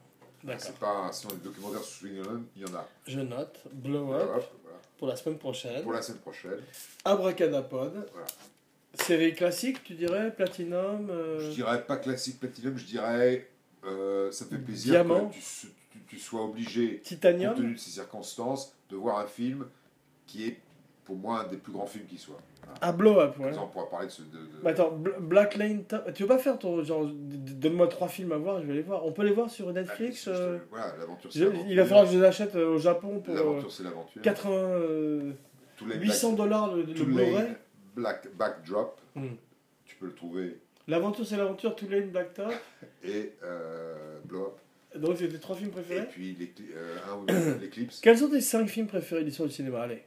Speaker 3: D'accord.
Speaker 4: C'est pas si on a des documentaires sur Swing London, il y en a.
Speaker 3: Je note blow
Speaker 4: Voilà,
Speaker 3: up
Speaker 4: voilà.
Speaker 3: pour la semaine prochaine.
Speaker 4: Pour la semaine prochaine,
Speaker 3: Abracadapod.
Speaker 4: Voilà.
Speaker 3: Série classique, tu dirais Platinum. euh,
Speaker 4: je dirais pas classique platinum, je dirais euh, ça me fait plaisir
Speaker 3: Diamant.
Speaker 4: que tu, s- tu- tu sois obligé, compte
Speaker 3: Titanium.
Speaker 4: tenu de ces circonstances, de voir un film qui est pour moi un des plus grands films qui soit.
Speaker 3: Ah, blow up, ouais.
Speaker 4: Par exemple, on pourra parler de ce. de- de-
Speaker 3: Bah attends, Bl- Black Lane, Top- tu veux pas faire ton genre, d- d- donne-moi trois films à voir, je vais les voir. On peut les voir sur Netflix.
Speaker 4: Ah, je- je-
Speaker 3: euh,
Speaker 4: Voilà, l'aventure c'est
Speaker 3: je-
Speaker 4: l'aventure.
Speaker 3: il va falloir que je les achète euh, au Japon pour euh,
Speaker 4: L'aventure c'est l'aventure.
Speaker 3: 80, euh,
Speaker 4: Tous les
Speaker 3: 800 dollars le, le
Speaker 4: black, tous les
Speaker 3: Blu-ray.
Speaker 4: black backdrop,
Speaker 3: Hmm.
Speaker 4: tu peux le trouver.
Speaker 3: L'aventure c'est l'aventure, Too Lane, Black Top.
Speaker 4: Et euh, Blow Up.
Speaker 3: Donc c'est tes trois films
Speaker 4: Et
Speaker 3: préférés.
Speaker 4: puis l'écli- euh, un ou deux, l'éclipse.
Speaker 3: Quels sont tes cinq films préférés de l'histoire du cinéma Allez,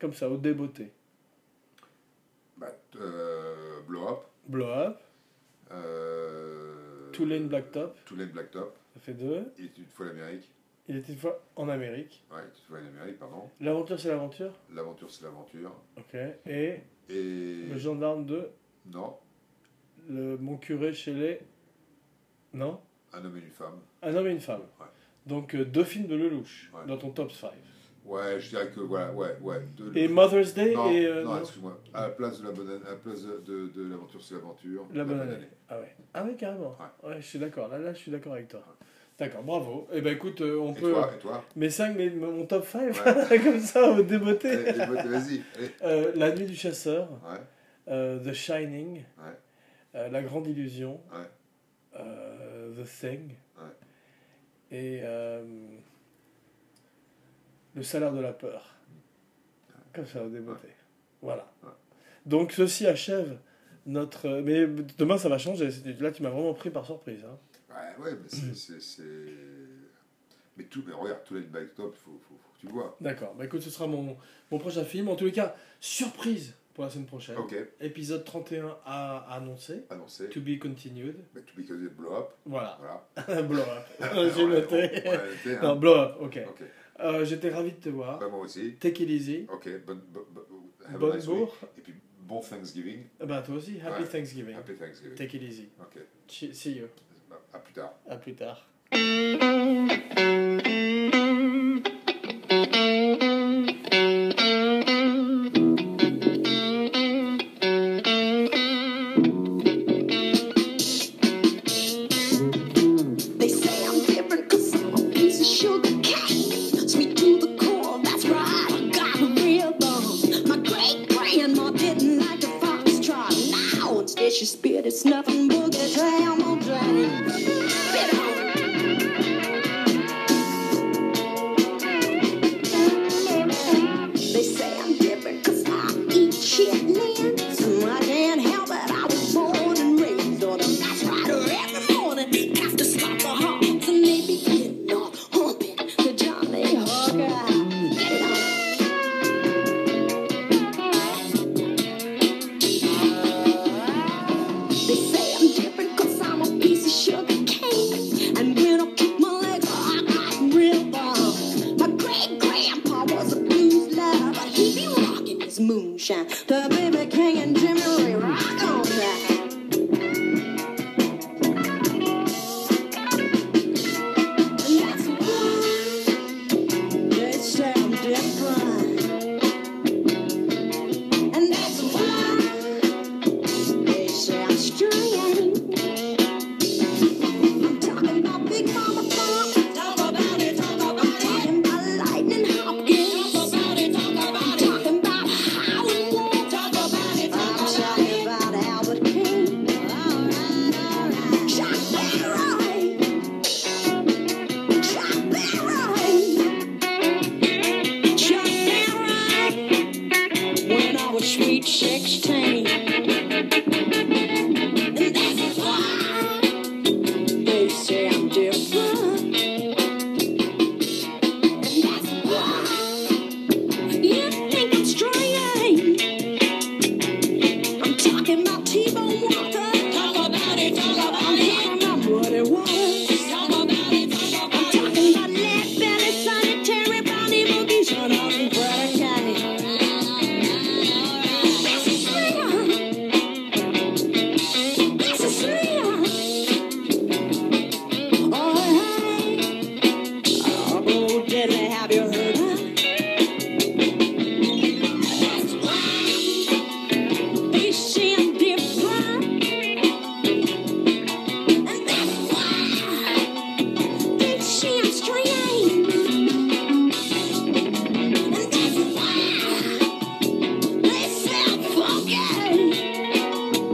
Speaker 3: comme ça, au débeauté.
Speaker 4: Bah, euh, blow Up.
Speaker 3: Blow Up,
Speaker 4: Euh,
Speaker 3: Too Lane, Black Top,
Speaker 4: Tulane Black Top.
Speaker 3: ça fait deux.
Speaker 4: Il était une fois l'Amérique.
Speaker 3: Il était une fois en Amérique.
Speaker 4: Ouais, il était une fois l'Amérique, pardon.
Speaker 3: L'aventure c'est l'aventure.
Speaker 4: L'aventure, c'est l'aventure.
Speaker 3: Ok. Et
Speaker 4: Et.
Speaker 3: le gendarme de
Speaker 4: Non,
Speaker 3: le, mon curé chez les. Non
Speaker 4: un homme et une femme.
Speaker 3: Un homme et une femme.
Speaker 4: Ouais.
Speaker 3: Donc euh, deux films de Lelouch
Speaker 4: Ouais.
Speaker 3: dans ton top 5.
Speaker 4: Ouais, je dirais que voilà, ouais, ouais. de-
Speaker 3: Et Mother's Day
Speaker 4: Non,
Speaker 3: et. euh,
Speaker 4: non,
Speaker 3: non.
Speaker 4: excuse-moi. À la place de la bonne année- à la place de, de, de l'aventure, c'est l'aventure.
Speaker 3: La bonne année. Ah ouais. Ah ouais, carrément. Ouais, je suis d'accord. Là, là, je suis d'accord avec toi. D'accord, bravo. Eh ben écoute, euh, on
Speaker 4: Et
Speaker 3: peut.
Speaker 4: toi, et toi
Speaker 3: Mes 5, mais mon top 5, comme ça, au débeauté.
Speaker 4: Allez, les bottes, Vas-y. allez.
Speaker 3: Euh, La nuit du chasseur,
Speaker 4: Ouais,
Speaker 3: euh, The Shining,
Speaker 4: Ouais.
Speaker 3: euh, La grande illusion,
Speaker 4: Ouais.
Speaker 3: euh, The Thing,
Speaker 4: Ouais.
Speaker 3: et euh, Le salaire de la peur. Comme ça, au débeauté. Voilà.
Speaker 4: Ouais.
Speaker 3: Donc ceci achève notre... euh, Mais demain, ça va changer. C'est- Là, tu m'as vraiment pris par surprise. hein.
Speaker 4: ouais, ouais, mais c'est- c'est. c'est- Mais, tout, mais regarde, Tulane Black Top, il faut, faut, faut que tu le vois.
Speaker 3: D'accord. Bah écoute, ce sera mon, mon prochain film. En tous les cas, surprise pour la semaine prochaine.
Speaker 4: Ok,
Speaker 3: Épisode 31 à annoncer.
Speaker 4: annoncé.
Speaker 3: To be continued.
Speaker 4: Bah, to be continued, blow up.
Speaker 3: Voilà.
Speaker 4: Voilà.
Speaker 3: blow up.
Speaker 4: On
Speaker 3: Ah, J'ai
Speaker 4: l'a-
Speaker 3: noté.
Speaker 4: on- on l'a noté, hein.
Speaker 3: Non, blow up, ok.
Speaker 4: Ok.
Speaker 3: Euh, J'étais ravi de te voir.
Speaker 4: Bah, moi aussi.
Speaker 3: Take it easy.
Speaker 4: Ok, bonne. bo- bo- have a
Speaker 3: Bonne
Speaker 4: nice
Speaker 3: bourre.
Speaker 4: week. Et puis, bon Thanksgiving.
Speaker 3: Ah Bah, toi aussi, Happy
Speaker 4: Ouais.
Speaker 3: Thanksgiving.
Speaker 4: Happy Thanksgiving.
Speaker 3: Take it easy.
Speaker 4: Ok.
Speaker 3: Chi- See you.
Speaker 4: À plus tard.
Speaker 3: À plus tard.
Speaker 5: They say I'm different cause I'm a piece of sugar cake. Sweet to the core, that's right, I got a real bone. My great grandma didn't like the foxtrot. Now instead she spit, it's nothing but a jam on jam. Spit on. They say I'm different cause I eat shit, man. So I can't help it. I was born and raised on a nice rider every morning. After stop for honks and maybe getting off humping to Johnny Hooker. Get it on. They say I'm different cause I'm a piece of sugar cake. And when I kick my legs, I got real bomb. My great grandpa was a blues lover, but he be rocking his moonshine. The baby king and Jimmy Ray rock on that. And that's why they say I'm different. And that's why. They say I'm strange. I'm talking about Big Mama Funk. Talk about it, talk about it. Talking about Lightning Hopkins. Talk about it, talk about it. Talking about Howard Wolf. Talk about it, talk I'm about it. about Albert King. All right, all right. Chuck Berry. Chuck Berry. Chuck Berry. When I was sweet 16. And that's why they say I'm different. And that's why you think I'm strange. I'm talking about T-Bone Walker. Talk about it, talk about it. I'm talking about Buddy Waters. Talk about it, talk about it. I'm talking about Leadbelly, Sonny Terry, Bonnie Boogie, Sean Austin, Brad Kelly. This is freedom. This is real. Oh, hey. Oh, deadly, have you heard her? That's why they say I'm different. And that's why they say I'm strange. And that's why they say I'm funky.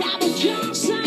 Speaker 5: Robert Johnson.